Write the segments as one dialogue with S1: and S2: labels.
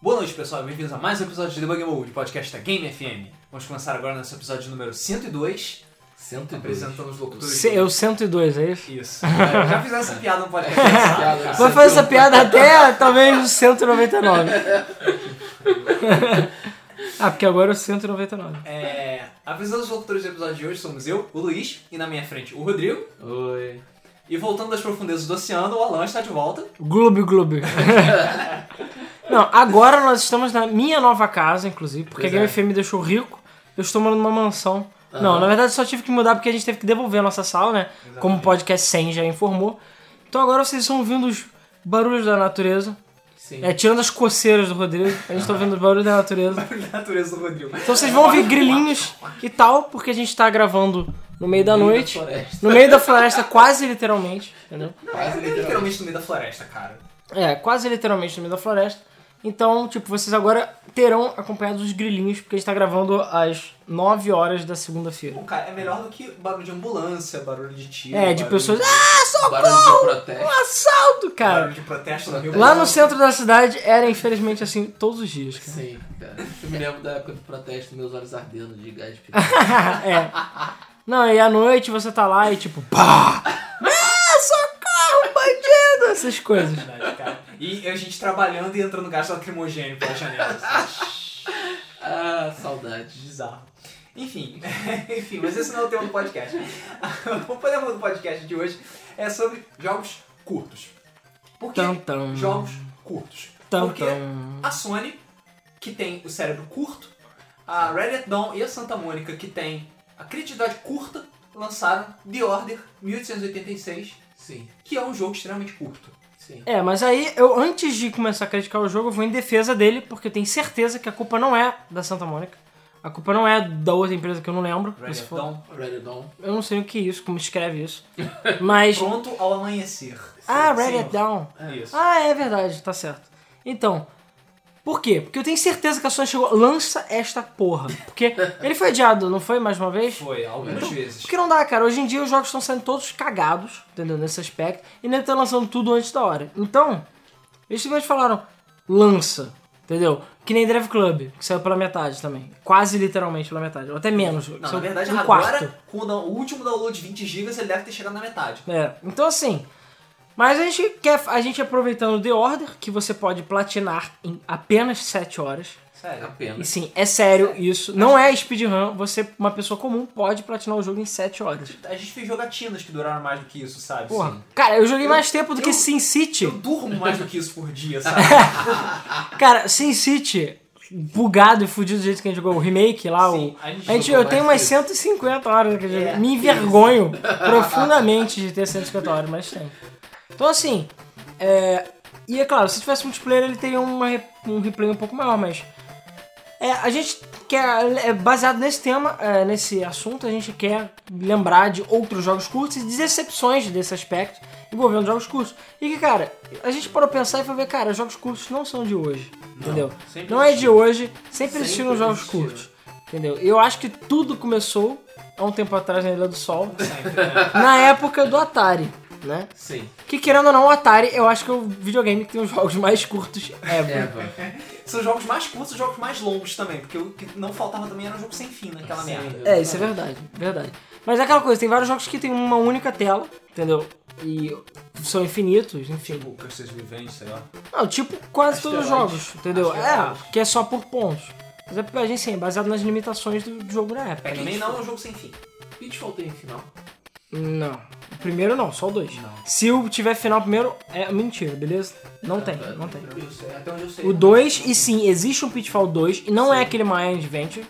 S1: Boa noite, pessoal. Bem-vindos a mais um episódio de Debug Mode, podcast da Game FM. Vamos começar agora nosso episódio número 102.
S2: 102.
S1: Apresentando os locutores.
S3: Se, eu 102, é isso?
S1: Isso. Já já fizeram essa piada no podcast. tá? passado, cara.
S3: Vai fazer essa piada até talvez o 199. ah, porque agora é o 199.
S1: É, apresentando os locutores do episódio de hoje somos eu, o Luiz, e na minha frente o Rodrigo.
S2: Oi.
S1: E voltando das profundezas do oceano, o Alan está de volta.
S3: Gloob, gloob. Não, agora nós estamos na minha nova casa, inclusive, porque
S2: Pois
S3: a Game
S2: é.
S3: FM me deixou rico. Eu estou morando numa mansão. Não, na verdade só tive que mudar porque a gente teve que devolver a nossa sala, né? Como o podcast 100 já informou. Então agora vocês estão ouvindo os barulhos da natureza.
S2: Sim.
S3: É, tirando as coceiras do Rodrigo, a gente tá ouvindo os barulhos da natureza.
S1: A natureza do Rodrigo.
S3: Então vocês vão ouvir grilinhos e tal, porque a gente tá gravando no meio da noite,
S2: floresta.
S3: no meio da floresta, quase literalmente, entendeu?
S1: Quase é literalmente no meio da floresta, cara.
S3: É, quase literalmente no meio da floresta. Então, tipo, vocês agora terão acompanhado os grilinhos, porque a gente tá gravando às 9 horas da segunda-feira.
S1: Pô, cara, é melhor do que barulho de ambulância, barulho de tiro.
S3: É, de
S1: barulho-
S3: pessoas. Ah,
S2: Barulho de
S3: socorro! Um
S2: protesto.
S3: assalto, cara!
S1: Barulho de protesto no Rio
S3: Lá no
S1: Grande.
S3: centro da cidade era, infelizmente, assim, todos os dias, cara.
S2: Sim, cara. Eu me lembro da época do protesto, meus olhos ardendo de gás de
S3: é. Não, e à noite você tá lá e tipo, pá! Ah, socorro, bandido! Essas coisas.
S1: Verdade, cara. E a gente trabalhando e entrando gás lacrimogêneo pela janela. assim.
S2: Ah, saudades.
S1: Bizarro. Enfim, enfim, mas esse não é o tema do podcast. o tema do podcast de hoje é sobre jogos curtos. Por que
S3: Tantão.
S1: jogos curtos? Porque
S3: Tantão.
S1: a Sony, que tem o cérebro curto, a Red Dead Dawn e a Santa Mônica, que tem a criatividade curta, lançaram The Order 1886,
S2: Sim,
S1: que é um jogo extremamente curto.
S2: sim.
S3: É, mas aí eu antes de começar a criticar o jogo, eu vou em defesa dele, porque eu tenho certeza que a culpa não é da Santa Mônica. A culpa não é da outra empresa que eu não lembro.
S1: Red
S3: se
S1: Dead
S3: for-
S1: Dawn,
S2: Ready Dawn.
S3: Eu não sei o que é isso, como escreve isso. Mas.
S1: pronto ao amanhecer.
S3: ah,
S1: Sim,
S3: Red Dead Down.
S1: Isso.
S3: Ah, é verdade, tá certo. Então, por quê? Porque eu tenho certeza que a Sony chegou, lança esta porra. Porque ele foi adiado, não foi mais uma vez?
S1: Foi, algumas
S3: Então,
S1: vezes.
S3: Porque não dá, cara. Hoje em dia os jogos estão saindo todos cagados, entendeu? Nesse aspecto. E nem tá lançando tudo antes da hora. Então, eles simplesmente falaram, lança, entendeu? Que nem Drive Club, que saiu pela metade também. Quase literalmente pela metade. Ou até menos.
S1: Não, na
S3: saiu
S1: verdade,
S3: um
S1: agora,
S3: quarto.
S1: com o down- o último download de 20 GB, ele deve ter chegado na metade.
S3: É, então assim. Mas a gente quer. A gente aproveitando The Order, que você pode platinar em apenas 7 horas.
S1: Sério.
S3: E
S2: Apenas.
S3: sim, é sério isso. Não é speedrun, você, uma pessoa comum, pode platinar o jogo em 7 horas.
S1: A gente fez jogatinas que duraram mais do que isso, sabe?
S3: Porra.
S1: Sim.
S3: Cara, eu joguei mais tempo do que
S1: eu-
S3: Sin
S1: Eu
S3: City.
S1: durmo mais do que isso por dia, sabe?
S3: Cara, Sin City, bugado e fudido do jeito que a gente jogou o remake lá,
S1: Sim,
S3: o.
S1: a gente
S3: A gente,
S2: jogou
S3: eu tenho umas
S2: mais
S3: 150 horas que eu joguei.
S1: É,
S3: Me envergonho profundamente de ter 150 horas, mas tem. Então assim, é, E é claro, se tivesse multiplayer ele teria uma re- um replay um pouco maior, mas. É, a gente quer. é, Baseado nesse tema, é, nesse assunto, a gente quer lembrar de outros jogos curtos e de excepções desse aspecto envolvendo jogos curtos. E que, cara, a gente parou pra pensar e foi ver, cara, jogos curtos não são de hoje. entendeu?
S1: Então, sempre assim.
S3: Não é de hoje, sempre
S2: Sempre
S3: existiram jogos
S2: existiram.
S3: curtos. Entendeu? E Eu acho que tudo começou há um tempo atrás na Ilha do Sol,
S1: Sempre, né?
S3: na época do Atari, né?
S2: Sim.
S3: Que querendo ou não, o Atari, eu acho que é o videogame que tem os jogos mais curtos ever.
S2: Eva.
S1: São jogos mais curtos e jogos mais longos também, porque o que não faltava também era um jogo sem fim naquela
S2: Sim.
S1: merda.
S3: É, isso é verdade, verdade. Mas é aquela coisa, tem vários jogos que tem uma única tela, entendeu? E são infinitos, enfim.
S1: Tipo, Custer's Revenge, sei lá.
S3: Não, tipo quase todos os
S2: Asteroides.
S3: jogos, entendeu?
S2: Asteroides.
S3: É, que é só por pontos. Mas é porque a gente, sim, é baseado nas limitações do do jogo na época. né?
S1: Pac-Man não é um jogo sem fim.
S2: Pitfall tem final.
S3: Não. O primeiro não, É só o dois.
S1: Não.
S3: Se o tiver final primeiro, é mentira, beleza? Não tem,
S2: tá,
S3: não tem.
S2: tranquilo, sei. Até onde eu sei.
S3: O 2, e sim, existe um Pitfall 2, e não é aquele My Adventure,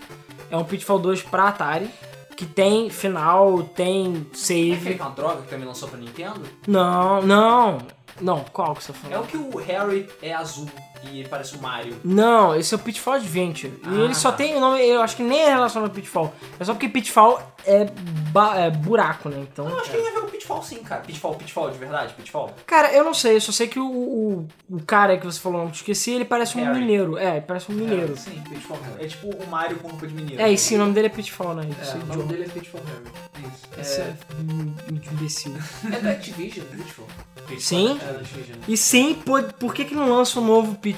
S3: é um Pitfall 2 pra Atari, que tem final, tem
S1: É aquele
S3: save.
S1: com a droga que também lançou pra Nintendo?
S3: Não, não. Não, qual que você tá
S1: É
S3: falou?
S1: o que o Harry é azul e ele parece o Mario.
S3: Não, esse é o Pitfall Adventure.
S1: Ah,
S3: e ele só
S1: tá.
S3: tem o nome, eu acho que nem é relacionado ao Pitfall. É só porque Pitfall é, ba- é buraco, né? Então.
S1: Eu acho que ele vai ver o Pitfall sim, cara. Pitfall, Pitfall, de verdade, Pitfall.
S3: Cara, eu não sei, eu só sei que o, o, o cara que você falou, eu esqueci, ele parece um
S1: Harry.
S3: mineiro. É, ele parece um mineiro.
S1: Sim, Pitfall. É tipo o Mario com roupa de menino.
S3: É, e sim, o nome dele é Pitfall, né?
S2: É,
S3: Esse
S2: o
S3: idiota.
S2: nome dele é Pitfall Harry. Isso.
S3: Esse é um imbecil.
S2: É, é da Activision, Pitfall.
S1: Pitfall.
S3: Sim.
S2: É da Activision.
S3: E sim, por, por que, que não lança um novo Pitfall?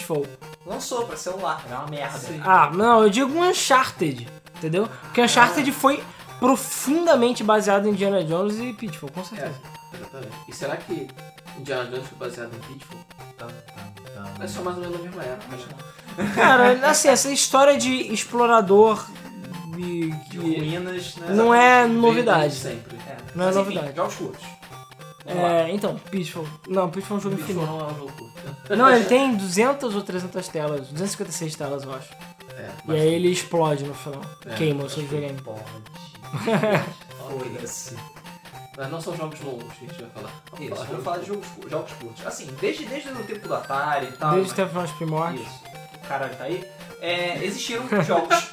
S1: lançou pra celular. é
S4: Era uma merda.
S1: Sim.
S3: Ah, não, eu digo Uncharted, entendeu? Porque
S1: Ah.
S3: Uncharted foi profundamente baseado em Indiana Jones e Pitfall, com certeza.
S2: É, Exatamente. E será que Indiana Jones foi baseado em Pitfall?
S4: Tam, tam, tam.
S2: É só mais ou menos na mesma né? época. acho que-
S1: É.
S3: Cara, assim, essa história de explorador e
S1: De
S3: que
S1: ruínas, né?
S3: não é
S2: Desde
S3: novidade.
S2: Sempre.
S1: É.
S3: Não é
S1: Mas, enfim,
S3: novidade.
S1: Jogos curtos. Vamos lá.
S3: É, então, Pitfall. Não, Pitfall é um jogo
S2: Pitfall
S3: infinito.
S2: não é um jogo curto.
S3: Não, ele tem 200 ou 300 telas, 256 telas, eu acho.
S2: É,
S3: E aí ele explode no final.
S2: É,
S3: Queima o seu videogame.
S2: Ok.
S1: Foda-se.
S2: Mas não são jogos longos que a gente vai falar. Vamos
S1: Isso, eu
S2: falar
S1: vou falar de um jogos, cu- jogos curtos. Assim, desde, desde o tempo do Atari e tal.
S3: Desde o
S1: né?
S3: tempo dos primórdios.
S1: Isso. Caralho, tá aí. É, existiram jogos.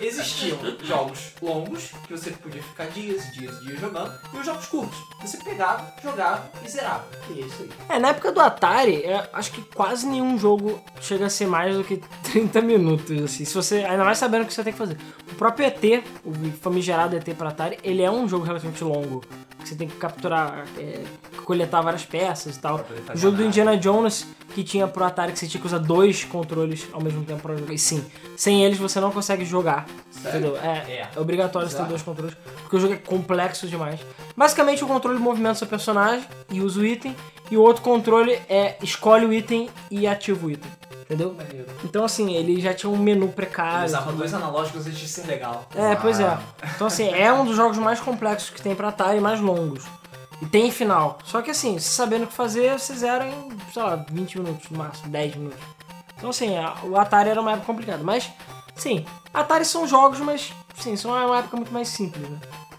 S1: Existiam jogos longos, que você podia ficar dias, dias, dias jogando, e os jogos curtos. Você pegava, jogava e zerava.
S2: de isso aí.
S3: É, na época do Atari, é, acho que quase nenhum jogo chega a ser mais do que 30 minutos, assim. Se você, ainda mais sabendo o que você tem que fazer. O próprio ET, o famigerado ET para Atari, ele é um jogo relativamente longo. que Você tem que capturar, é, coletar várias peças e tal. O jogo do Indiana Jones, que tinha pro Atari, que você tinha que usar dois controles ao mesmo tempo pra jogar. E sim, sem eles você não consegue jogar.
S2: Sério?
S3: Entendeu? É,
S1: É.
S3: é obrigatório você ter
S2: Bizarro.
S3: dois controles, porque o jogo é complexo demais. Basicamente, o controle movimenta o seu personagem e usa o item, e o outro controle é escolhe o item e ativa o item. Entendeu?
S2: Maneiro.
S3: Então, assim, ele já tinha um menu
S1: Eu
S3: precário.
S1: usava dois analógicos antes de ser legal.
S3: É, pois é. Então, assim, é um dos jogos mais complexos que tem pra Atari, mais longos. E tem final. Só que, assim, sabendo o que fazer, vocês eram em, sei lá, 20 minutos no máximo, 10 minutos. Então, assim, a- o Atari era uma época complicada. Mas, sim, Atari são jogos, mas, sim, são é uma época muito mais simples, né?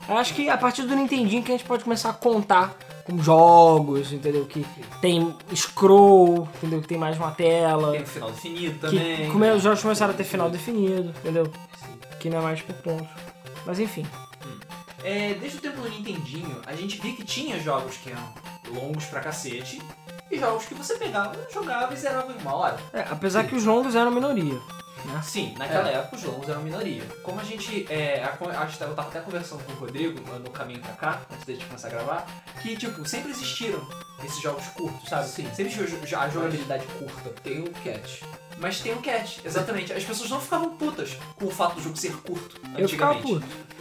S3: Eu acho que a partir do Nintendinho que a gente pode começar a contar com jogos, entendeu? Que tem scroll, entendeu? Que tem mais uma tela.
S1: Tem o final definido
S3: Que é
S1: também.
S3: come- os jogos começaram a ter final definido, entendeu?
S2: Sim.
S3: Que não é mais por pontos. Mas enfim.
S1: É, desde o tempo do Nintendinho, a gente via que tinha jogos que eram longos pra cacete e jogos que você pegava, jogava e zerava em uma hora.
S3: É, apesar que os longos eram minoria. Né?
S1: Sim, naquela época os longos eram minoria. Como a gente. É, a, a gente tava, eu tava até conversando com o Rodrigo lá no caminho pra cá, antes da gente começar a gravar, que tipo, sempre existiram esses jogos curtos, sabe?
S2: Sim.
S1: Sempre existiu jo- jo- a jogabilidade curta.
S2: Tem um catch.
S1: Mas tem o catch, exatamente. As pessoas não ficavam putas com o fato do jogo ser curto.
S3: Eu ficava
S1: antigamente.
S3: puto.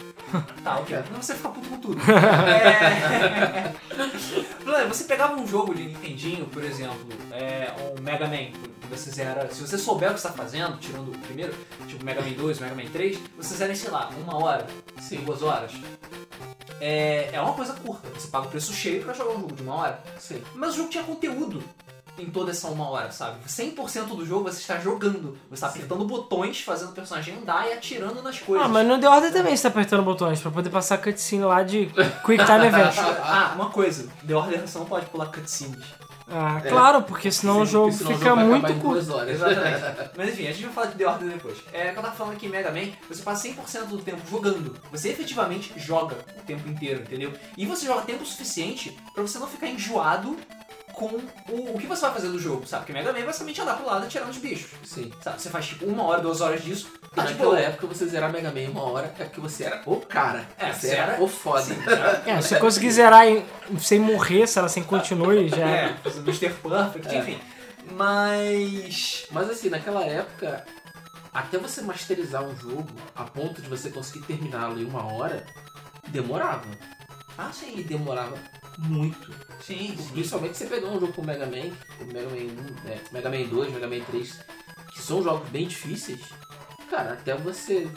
S1: Tá, ok. Não você fica puto com tudo. É... Mano, Você pegava um jogo de Nintendinho, por exemplo, é, um Mega Man, que você zera. Se você souber o que você tá fazendo, tirando o primeiro, tipo Mega Man 2, Mega Man 3, você zera em, sei lá, uma hora,
S2: Sim.
S1: duas horas. É, é uma coisa curta, você paga o preço cheio pra jogar um jogo de uma hora.
S2: Sim.
S1: Mas o jogo tinha conteúdo em toda essa uma hora, sabe? 100% do jogo você está jogando, você está apertando botões, fazendo o personagem andar e atirando nas coisas.
S3: Ah, mas no The Order também você tá apertando botões pra poder passar cutscene lá de Quick Time Event.
S1: Ah, uma coisa, The Order você não pode pular cutscenes.
S3: Ah,
S2: É.
S3: claro, porque senão o
S2: Sim,
S3: jogo
S2: porque senão o
S3: fica
S2: vai acabar
S3: muito
S2: em
S3: curto.
S2: duas horas.
S1: Exatamente. Mas enfim, a gente vai falar de The Order depois. É, quando eu tava falando aqui em Mega Man, você passa 100% do tempo jogando. Você efetivamente joga o tempo inteiro, entendeu? E você joga tempo suficiente pra você não ficar enjoado com o, o que você vai fazer do jogo, sabe? Porque Mega Man é basicamente andar pro lado atirando os bichos.
S2: Sim.
S1: Sabe? Você faz tipo uma hora, duas horas disso, tá de
S2: Naquela
S1: boa.
S2: época você zerar Mega Man em uma hora é porque você era o cara.
S1: É,
S2: você
S1: você
S2: era
S1: era-
S2: o foda.
S1: tá?
S3: É, se eu conseguir zerar em- sem morrer, se ela sem continue, já é.
S1: É, fazer Mr. Perfect,
S2: É.
S1: enfim. Mas.
S2: Mas assim, naquela época, até você masterizar um jogo a ponto de você conseguir terminá-lo em uma hora, demorava.
S1: Ah, sim.
S2: E demorava muito.
S1: Sim, sim.
S2: Principalmente você pegar um jogo como Mega Man, como Mega Man 1, né, Mega Man 2, Mega Man 3, que são jogos bem difíceis, cara, até você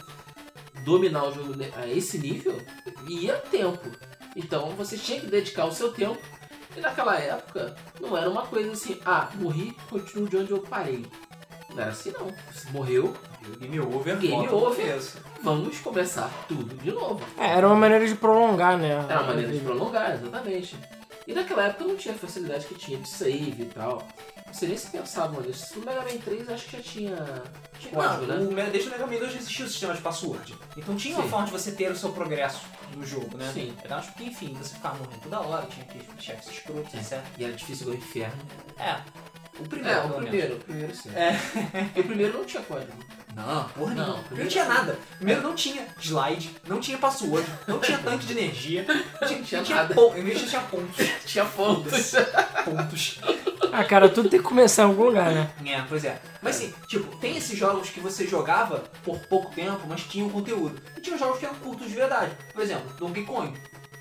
S2: dominar o jogo ne- a esse nível, ia tempo. Então você tinha que dedicar o seu tempo. E naquela época não era uma coisa assim, ah, morri, continuo de onde eu parei. Não era assim não. Você morreu,
S1: Game over,
S2: Game
S1: volta
S2: over.
S1: pro começo.
S2: vamos começar tudo de novo.
S3: É, Era uma maneira de prolongar, né?
S2: Era uma maneira de prolongar, exatamente. E naquela época não tinha a facilidade que tinha de save e tal. Não sei nem se pensavam nisso. No Mega Man 3 acho que já tinha
S1: Não,
S2: código, né?
S1: o Mega- desde o Mega Man 2 já existia o sistema de password. Então tinha uma
S2: Sim.
S1: forma de você ter o seu progresso no jogo, né?
S2: Sim.
S1: Era acho que, enfim, você ficava morrendo toda hora, tinha que chefes escrotos,
S2: É.
S1: etc.
S2: E era difícil igual o inferno.
S1: É. O primeiro,
S2: É, o
S1: pelo menos.
S2: primeiro. O primeiro sim.
S1: É.
S2: E o primeiro não tinha código.
S1: Não, porra
S2: Não,
S1: nenhuma. Não
S2: primeiro-
S1: tinha nada. Primeiro não tinha slide, não tinha password, não tinha tanque de energia, não tinha,
S2: Tinha
S1: não tinha
S2: nada.
S1: pon- em vez de tinha pontos.
S2: Tinha pontos.
S1: Pontos.
S3: Ah, cara, tudo tem que começar em algum lugar, né?
S1: É, pois é. Mas sim, tipo, tem esses jogos que você jogava por pouco tempo, mas tinha um conteúdo. E tinha jogos que eram curtos de verdade. Por exemplo, Donkey Kong.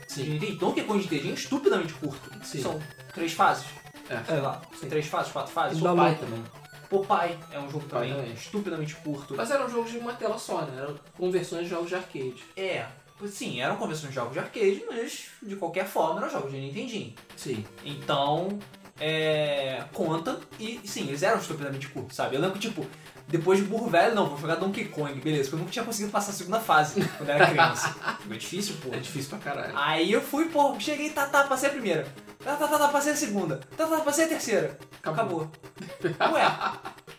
S2: Sim.
S1: De Nintendo. Donkey Kong de Nintendo é estupidamente curto.
S2: Sim.
S1: São três fases.
S2: É.
S1: Sei lá,
S2: Sim.
S1: três fases, quatro
S3: E
S1: fases.
S3: dá
S2: Popeye também.
S1: Popeye é um jogo
S2: Popeye
S1: também,
S2: também.
S1: estupidamente curto.
S2: Mas eram jogos de uma tela só, né? Eram conversões de jogos de arcade.
S1: É, sim, eram convenções de jogos de arcade, mas de qualquer forma eram jogos de Nintendinho.
S2: Sim.
S1: Então, é, conta e sim, eles eram estupidamente curtos, sabe? Eu lembro que, tipo, depois de burro velho, não, vou jogar Donkey Kong, beleza, porque eu nunca tinha conseguido passar a segunda fase quando era criança. Foi difícil, pô.
S2: É difícil pra caralho.
S1: Aí eu fui, pô, cheguei, tá, tá, passei a primeira. Tá, tá, tá, tá, passei a segunda. Tá, tá, passei a terceira. Acabou. Ué,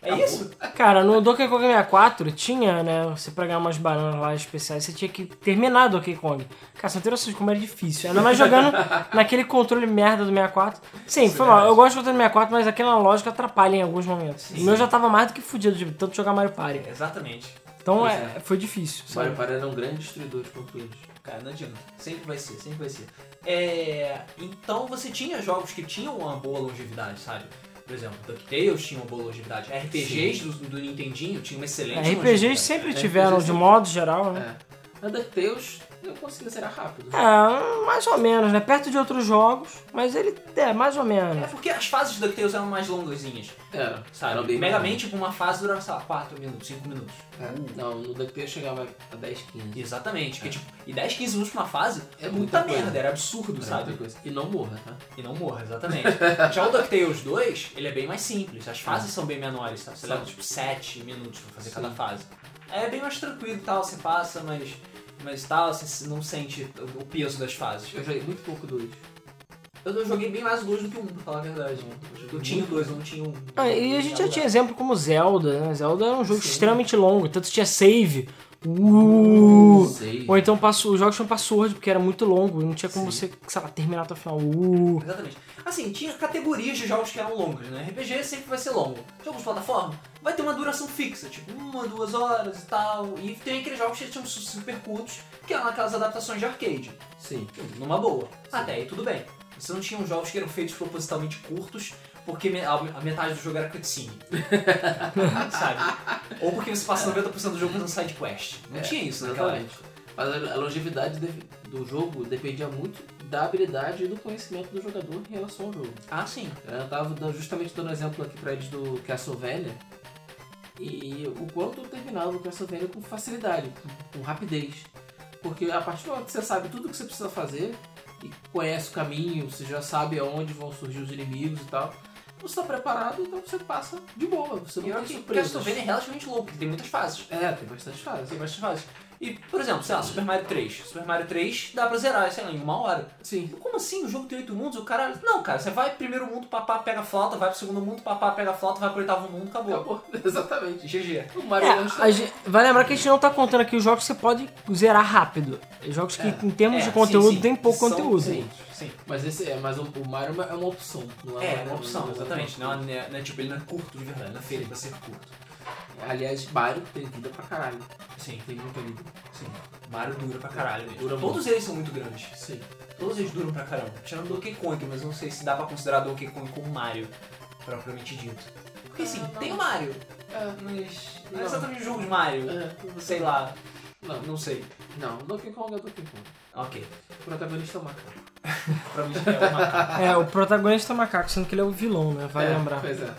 S1: é
S2: Acabou.
S1: isso?
S3: Cara, no Donkey Kong 64 tinha, né? Você pra ganhar umas bananas lá especiais, você tinha que terminar Donkey Kong. Cara, você não tem noção de como era difícil. Ainda mais jogando naquele controle merda do 64. Sim,
S2: Isso
S3: foi
S2: é
S3: mal.
S2: verdade.
S3: Eu gosto de controle do 64, mas aquela lógica atrapalha em alguns momentos.
S1: Sim.
S3: O meu já tava mais do que fudido de tanto jogar Mario Party.
S1: É, Exatamente.
S3: Então
S2: Pois
S3: é, foi difícil,
S2: Mario
S3: sabe?
S2: Party era um grande destruidor de conteúdos.
S1: Cara, não adianta. Sempre vai ser, sempre vai ser. É, então você tinha jogos que tinham uma boa longevidade, sabe? Por exemplo, DuckTales tinha uma boa longevidade. RPGs do, do Nintendinho tinha uma
S2: é
S3: É,
S1: excelente longevidade.
S2: né?
S3: RPGs sempre
S2: RPGs
S3: tiveram, de
S2: é sempre-
S3: modo geral, né?
S2: É. Na DuckTales, eu consegui zerar rápido.
S3: É, mais ou menos, né? Perto de outros jogos, mas ele é mais ou
S1: É
S3: menos.
S1: porque as fases do DuckTales eram mais longazinhas,
S2: Era. Era
S1: sabe?
S2: bem
S1: Mega Man,
S2: bom.
S1: tipo, uma fase durava, sei lá, 4 minutos, 5 minutos.
S2: É. Não, no DuckTales chegava a 10, 15.
S1: Exatamente. Porque, tipo, e 10, 15 minutos pra uma fase
S2: Uhum. É
S1: é
S2: muita
S1: muita,
S2: coisa.
S1: merda, era absurdo,
S2: Era
S1: sabe?
S2: muita coisa. E não morra, tá?
S1: E não morra, exatamente. Já o DuckTales 2, ele é bem mais simples. As
S3: É.
S1: fases são bem menores, sabe? Você
S2: Sim.
S1: leva tipo 7 minutos pra fazer
S2: Sim.
S1: cada fase. É bem mais tranquilo e tal, você passa, mas, mas tal, você se- não sente o o peso das fases.
S2: Eu joguei muito pouco dois.
S1: Eu, eu joguei bem mais o 2 do que o 1, pra falar a verdade. Eu tinha o 2, eu não tinha um. o 1.
S3: Ah, e a gente já tinha exemplo como Zelda, né? Zelda era um jogo extremamente longo, tanto tinha save. Uh!
S2: Sei.
S3: Ou então passo, os jogos tinham password, porque era muito longo, não tinha como você, sei lá, terminar até o final. Uh!
S1: Exatamente. Assim, tinha categorias de jogos que eram longos, né? RPG sempre vai ser longo. Jogos de plataforma vai ter uma duração fixa, tipo uma, duas horas e tal. E tem aqueles jogos que tinham super curtos, que eram aquelas adaptações de arcade.
S2: Sim.
S1: numa boa. Até aí tudo bem. Você não tinha uns jogos que eram feitos propositalmente curtos porque me- a a metade do jogo era cutscene. Sabe? Ou porque você passa 90% do jogo fazendo side quest. Não
S2: É,
S1: tinha isso naquela época.
S2: Exatamente. Mas a a longevidade de- do jogo dependia muito da habilidade e do conhecimento do jogador em relação ao jogo.
S1: Ah, sim.
S2: É, Eu tava dando- justamente dando um exemplo aqui pra eles do Castlevania. E o quanto eu terminava o Castlevania com facilidade, com- com rapidez. Porque a partir do momento que você sabe tudo o que você precisa fazer, e conhece o caminho, você já sabe aonde vão surgir os inimigos e tal, você tá preparado, então você passa de boa. Você
S1: E
S2: não
S1: olha
S2: tem
S1: que
S2: surpresas.
S1: Castlevania é relativamente louco, porque tem muitas fases.
S2: É, tem bastante fases.
S1: Tem muitas fases. E, por exemplo, sei lá, Super Mario 3. Super Mario 3 dá pra zerar, sei lá, em uma hora.
S2: Sim.
S1: Como assim? O jogo tem oito mundos? O cara. Não, cara, você vai primeiro mundo, papá pega a flauta, vai pro segundo mundo, papá pega a flauta, vai pro oitavo mundo, acabou.
S2: Acabou. Exatamente.
S1: GG.
S2: O
S3: É,
S2: Mario um Lanche-
S3: a gente- vai lembrar que a gente não tá contando aqui os jogos que você pode zerar rápido. Jogos que, em termos
S1: É,
S3: de
S1: sim,
S3: conteúdo,
S1: sim.
S3: tem pouco
S1: São- um
S3: conteúdo.
S1: Sim, sim.
S2: Mas esse é, mas o, o Mario é uma- é uma opção, não é?
S1: É, é
S2: Mario-
S1: uma opção,
S2: não é-
S1: exatamente. Não, não é, não é tipo, ele não é curto de verdade, não é feito pra ser curto. é
S2: Aliás, Mario tem vida pra caralho.
S1: Sim,
S2: Tem um muita vida.
S1: sim. Mario dura pra caralho mesmo.
S2: Dura
S1: Todos eles são muito grandes.
S2: Sim.
S1: Todos eles duram pra caramba. Tirando Donkey Kong, mas não sei se dá pra considerar Donkey Kong como Mario, propriamente dito. Porque sim,
S2: Não, não.
S1: tem o Mario,
S2: É,
S1: mas não
S2: Não.
S1: é exatamente um jogo de Mario.
S2: é,
S1: Sei lá,
S2: Não,
S1: não sei.
S2: não, Donkey Kong é Donkey Kong.
S1: Ok,
S2: Protagonista é o macaco.
S1: pra mim é o macaco.
S3: É, o protagonista é o macaco, sendo que ele é o vilão, né? Vai
S2: é,
S3: lembrar.
S2: Pois é.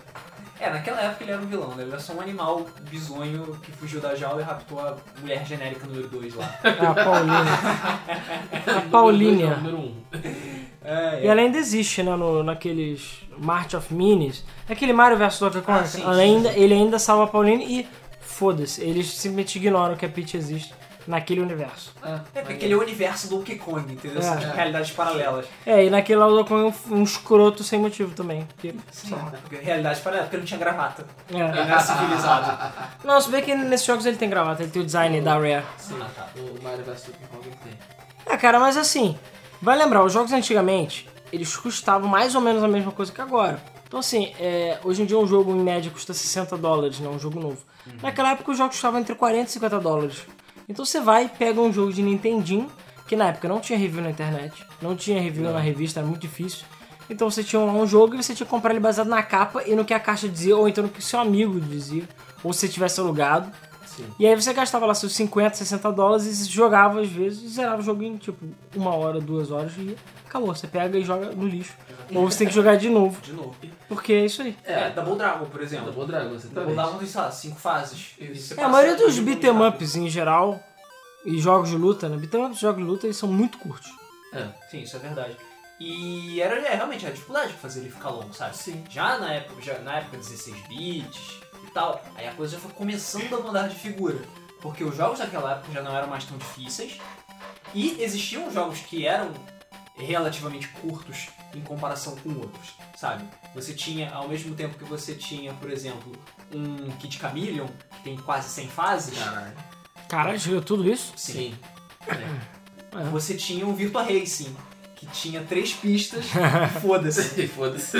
S1: É, naquela época ele era um vilão, né? Ele era só um animal bizonho que fugiu da jaula e raptou a mulher genérica número 2 lá.
S3: É, a Paulinha. a
S2: Número dois
S3: Paulinha.
S2: é o Número 1. Um.
S1: É,
S3: E ela ainda existe, né? No, naqueles Mart of Minis. É Aquele Mario vs Donkey Kong.
S1: Ah, sim,
S3: ela
S1: sim,
S3: ainda, Ele ainda salva a Pauline e foda-se. Eles simplesmente ignoram que a Peach existe naquele universo.
S1: É, porque aquele é o universo do Donkey Kong, entendeu?
S3: É.
S1: São tipo, realidades paralelas.
S3: É, e naquele lá o Donkey Kong é um, um escroto sem motivo também. porque-
S1: Sim, né? porque realidade paralela, porque ele não tinha gravata. Ele
S3: é.
S1: não era civilizado.
S3: Não, se bem que nesses jogos ele tem gravata, ele tem o design da Rare.
S2: Sim,
S1: Ah, tá.
S2: o Mario vs Donkey Kong ele tem.
S3: É, cara, mas assim, vai lembrar, os jogos antigamente, eles custavam mais ou menos a mesma coisa que agora. Então assim, é, hoje em dia um jogo em média custa 60 dólares, né? Um jogo novo. Naquela época os jogos custavam entre 40 e 50 dólares. Então você vai e pega um jogo de Nintendinho, que na época não tinha review na internet, não tinha review na revista, era muito difícil. Então você tinha lá um jogo e você tinha que comprar ele baseado na capa e no que a caixa dizia, ou então no que seu amigo dizia, ou se você tivesse alugado.
S2: Sim.
S3: E aí você gastava lá seus 50, 60 dólares e jogava às vezes, e zerava o jogo em tipo uma hora, duas horas e acabou. Você pega e joga no lixo. Ou você tem que jogar de novo,
S1: De novo.
S3: porque é isso aí.
S1: É,
S2: É,
S1: Double Dragon, por exemplo.
S2: Double Dragon, você tá
S1: Double Dragon tem, sei lá, cinco fases. E você
S3: É, a
S1: passa
S3: maioria dos
S1: tudo
S3: beat'em
S1: limitado.
S3: ups em geral, e jogos de luta, né? Beat'em ups e jogos de luta, eles são muito curtos.
S2: É,
S1: Sim, isso é verdade. E era é, realmente a dificuldade de fazer ele ficar longo, sabe?
S2: sim.
S1: Já na época, já na época 16 bits e tal, aí a coisa já foi começando a mudar de figura. Porque os jogos daquela época já não eram mais tão difíceis. E existiam jogos que eram relativamente curtos em comparação com outros, sabe? Você tinha, ao mesmo tempo que você tinha, por exemplo, um Kid Chameleon, que tem quase 100 fases.
S2: Caralho.
S3: Caralho, jogou tudo isso?
S2: Sim.
S3: É.
S1: Você tinha um Virtua Racing, que tinha três pistas e foda-se.
S2: Foda-se.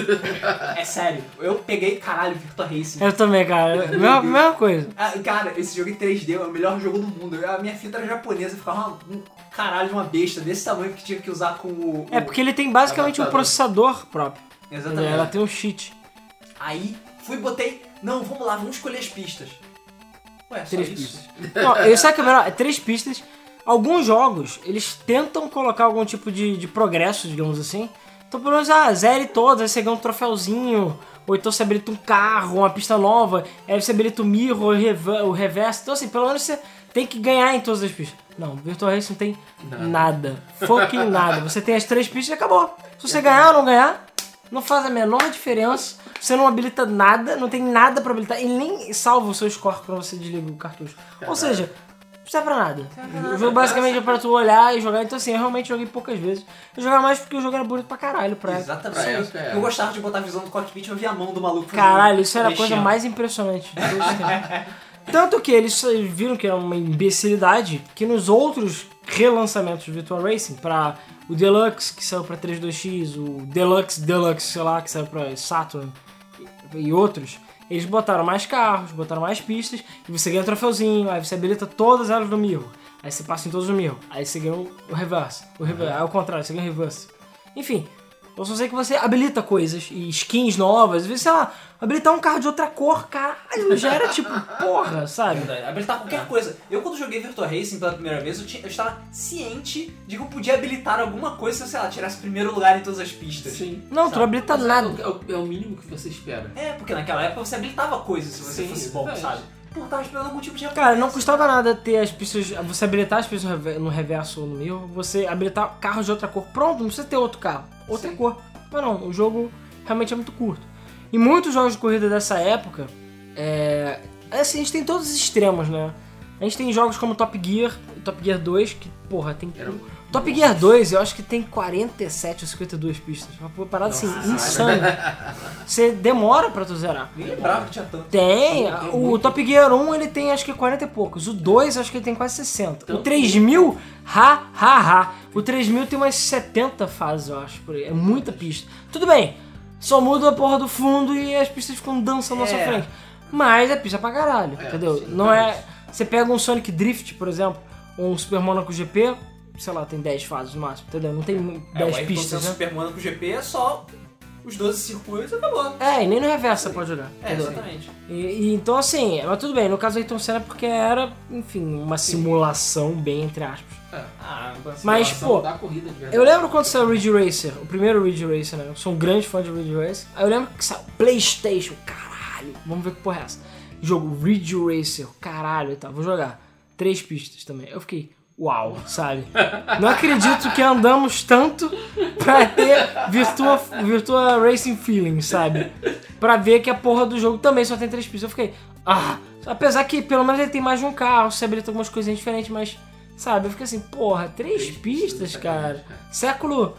S1: É sério, eu peguei, caralho, Virtua Racing.
S3: Eu também, cara. Mesma, mesma coisa.
S1: Ah, cara, esse jogo em 3D é o melhor jogo do mundo. Eu- A minha fita era japonesa, eu ficava uma- um caralho de uma besta desse tamanho que tinha que usar com o.
S3: É
S1: o-
S3: porque ele tem basicamente um
S2: Adaptador.
S3: processador próprio.
S1: Exatamente.
S3: Ela tem um cheat.
S1: Aí fui e botei. Não, vamos lá, vamos escolher as pistas. Ué, só
S3: Três
S1: isso?
S3: pistas. Não, eu, sabe o que é melhor? É três pistas. Alguns jogos, eles tentam colocar algum tipo de, de progresso, digamos assim. Então, pelo menos, ah, zere todas, aí você ganha um troféuzinho. Ou então você habilita um carro, uma pista nova. Aí você habilita o mirror, o reva- o reverso. Então, assim, pelo menos você tem que ganhar em todas as pistas. Não, Virtual Racing não tem
S2: Nada.
S3: nada. Fucking nada. Você tem as três pistas e acabou. Se você ganhar ou não ganhar, não faz a menor diferença. Você não habilita nada, não tem nada pra habilitar. E nem salva o seu score quando você desliga o cartucho. Ou seja, não serve pra nada. O jogo basicamente é pra tu olhar e jogar. Então assim, eu realmente joguei poucas vezes. Eu jogava mais porque o jogo era bonito pra caralho. Pra... época.
S2: Pra
S1: Exatamente.
S2: época, é.
S1: Eu gostava de botar a visão do cockpit e eu via a mão do maluco. fazendo-
S3: Caralho, isso era a coisa
S1: mexendo.
S3: mais impressionante de todos os tempos. Tanto que eles viram que era uma imbecilidade, que nos outros relançamentos do Virtual Racing, pra o Deluxe, que saiu pra 32X, o Deluxe Deluxe, sei lá, que saiu pra Saturn e- e outros, eles botaram mais carros, botaram mais pistas, e você ganha um troféuzinho, aí você habilita todas elas no Mirror, aí você passa em todos os Mirror, aí você ganha o o Reverse, o
S1: Uhum.
S3: reverse aí ao contrário, você ganha o Reverse. Enfim, eu só sei que você habilita coisas e skins novas, às vezes, sei lá, habilitar um carro de outra cor, caralho, já era tipo, porra, sabe?
S1: Verdade, Habilitar
S3: É.
S1: qualquer coisa. Eu, quando joguei Virtua Racing pela primeira vez, eu, tinha- eu estava ciente de que eu podia habilitar alguma coisa se eu, sei lá, tirasse primeiro lugar em todas as pistas.
S2: Sim.
S3: Não, tu não habilita nada.
S2: É o, é o mínimo que você espera.
S1: É, porque naquela época você habilitava coisas se você
S2: Sim,
S1: fosse bom,
S2: exatamente.
S1: sabe? Pô, tava esperando algum tipo de
S3: Cara, não custava nada ter as pistas. Você habilitar as pistas no rever- no reverso ou no mirror, você habilitar carros de outra cor. Pronto, não precisa ter outro carro. Outra
S2: Sim.
S3: cor. Mas não, o jogo realmente é muito curto. E muitos jogos de corrida dessa época. É. Assim, a gente tem todos os extremos, né? A gente tem jogos como Top Gear, Top Gear 2, que, porra, tem.
S2: Era um
S3: Top Gear 2, eu acho que tem 47 ou 52 pistas. Uma parada assim,
S2: Nossa,
S3: insana. Você demora pra tu zerar.
S1: Nem lembrava que tinha tanto.
S3: Tem,
S2: Tem
S3: o
S2: muito.
S3: Top Gear 1 ele tem acho que 40 e poucos, o 2 acho que ele tem quase 60. o
S2: Então-
S3: 3000, ha, ha, ha. O 3000 tem umas 70 fases, eu acho, por aí. É muita pista. Tudo bem, só muda a porra do fundo e as pistas ficam dançando na sua
S1: É.
S3: frente. Mas é pista pra caralho,
S2: É,
S3: entendeu?
S2: sim,
S3: Não é.
S2: exatamente.
S3: Você pega um Sonic Drift, por exemplo, ou um Super Monaco GP, sei lá, tem 10 fases no máximo, entendeu? Não tem 10
S1: é,
S3: pistas, né?
S1: Super Monaco GP é só os 12 circuitos e acabou.
S3: É, e nem no reverso você pode jogar.
S1: É,
S3: entendeu?
S1: exatamente.
S3: E, e então assim, mas tudo bem, no caso do Ayrton Senna porque era, enfim, uma simulação bem entre aspas.
S1: Ah, mas...
S3: Mas,
S2: Relação
S3: pô,
S2: da corrida, de verdade.
S3: Eu lembro quando saiu o Ridge Racer, o primeiro Ridge Racer, né? Eu sou um grande fã de Ridge Racer. Aí eu lembro que saiu Playstation, caralho, vamos ver que porra é essa. Jogo Ridge Racer, caralho, tá, vou jogar. Três pistas também. Eu fiquei, uau, sabe? Não acredito que andamos tanto pra ter Virtua, Virtua Racing Feeling, sabe? Pra ver que a porra do jogo também só tem três pistas. Eu fiquei, ah, apesar que pelo menos ele tem mais de um carro, você habilita algumas coisinhas diferentes, mas, sabe? Eu fiquei assim, porra, três,
S2: Três
S3: pistas, tá
S2: pistas,
S3: cara.
S2: sacanagem, cara.
S3: Século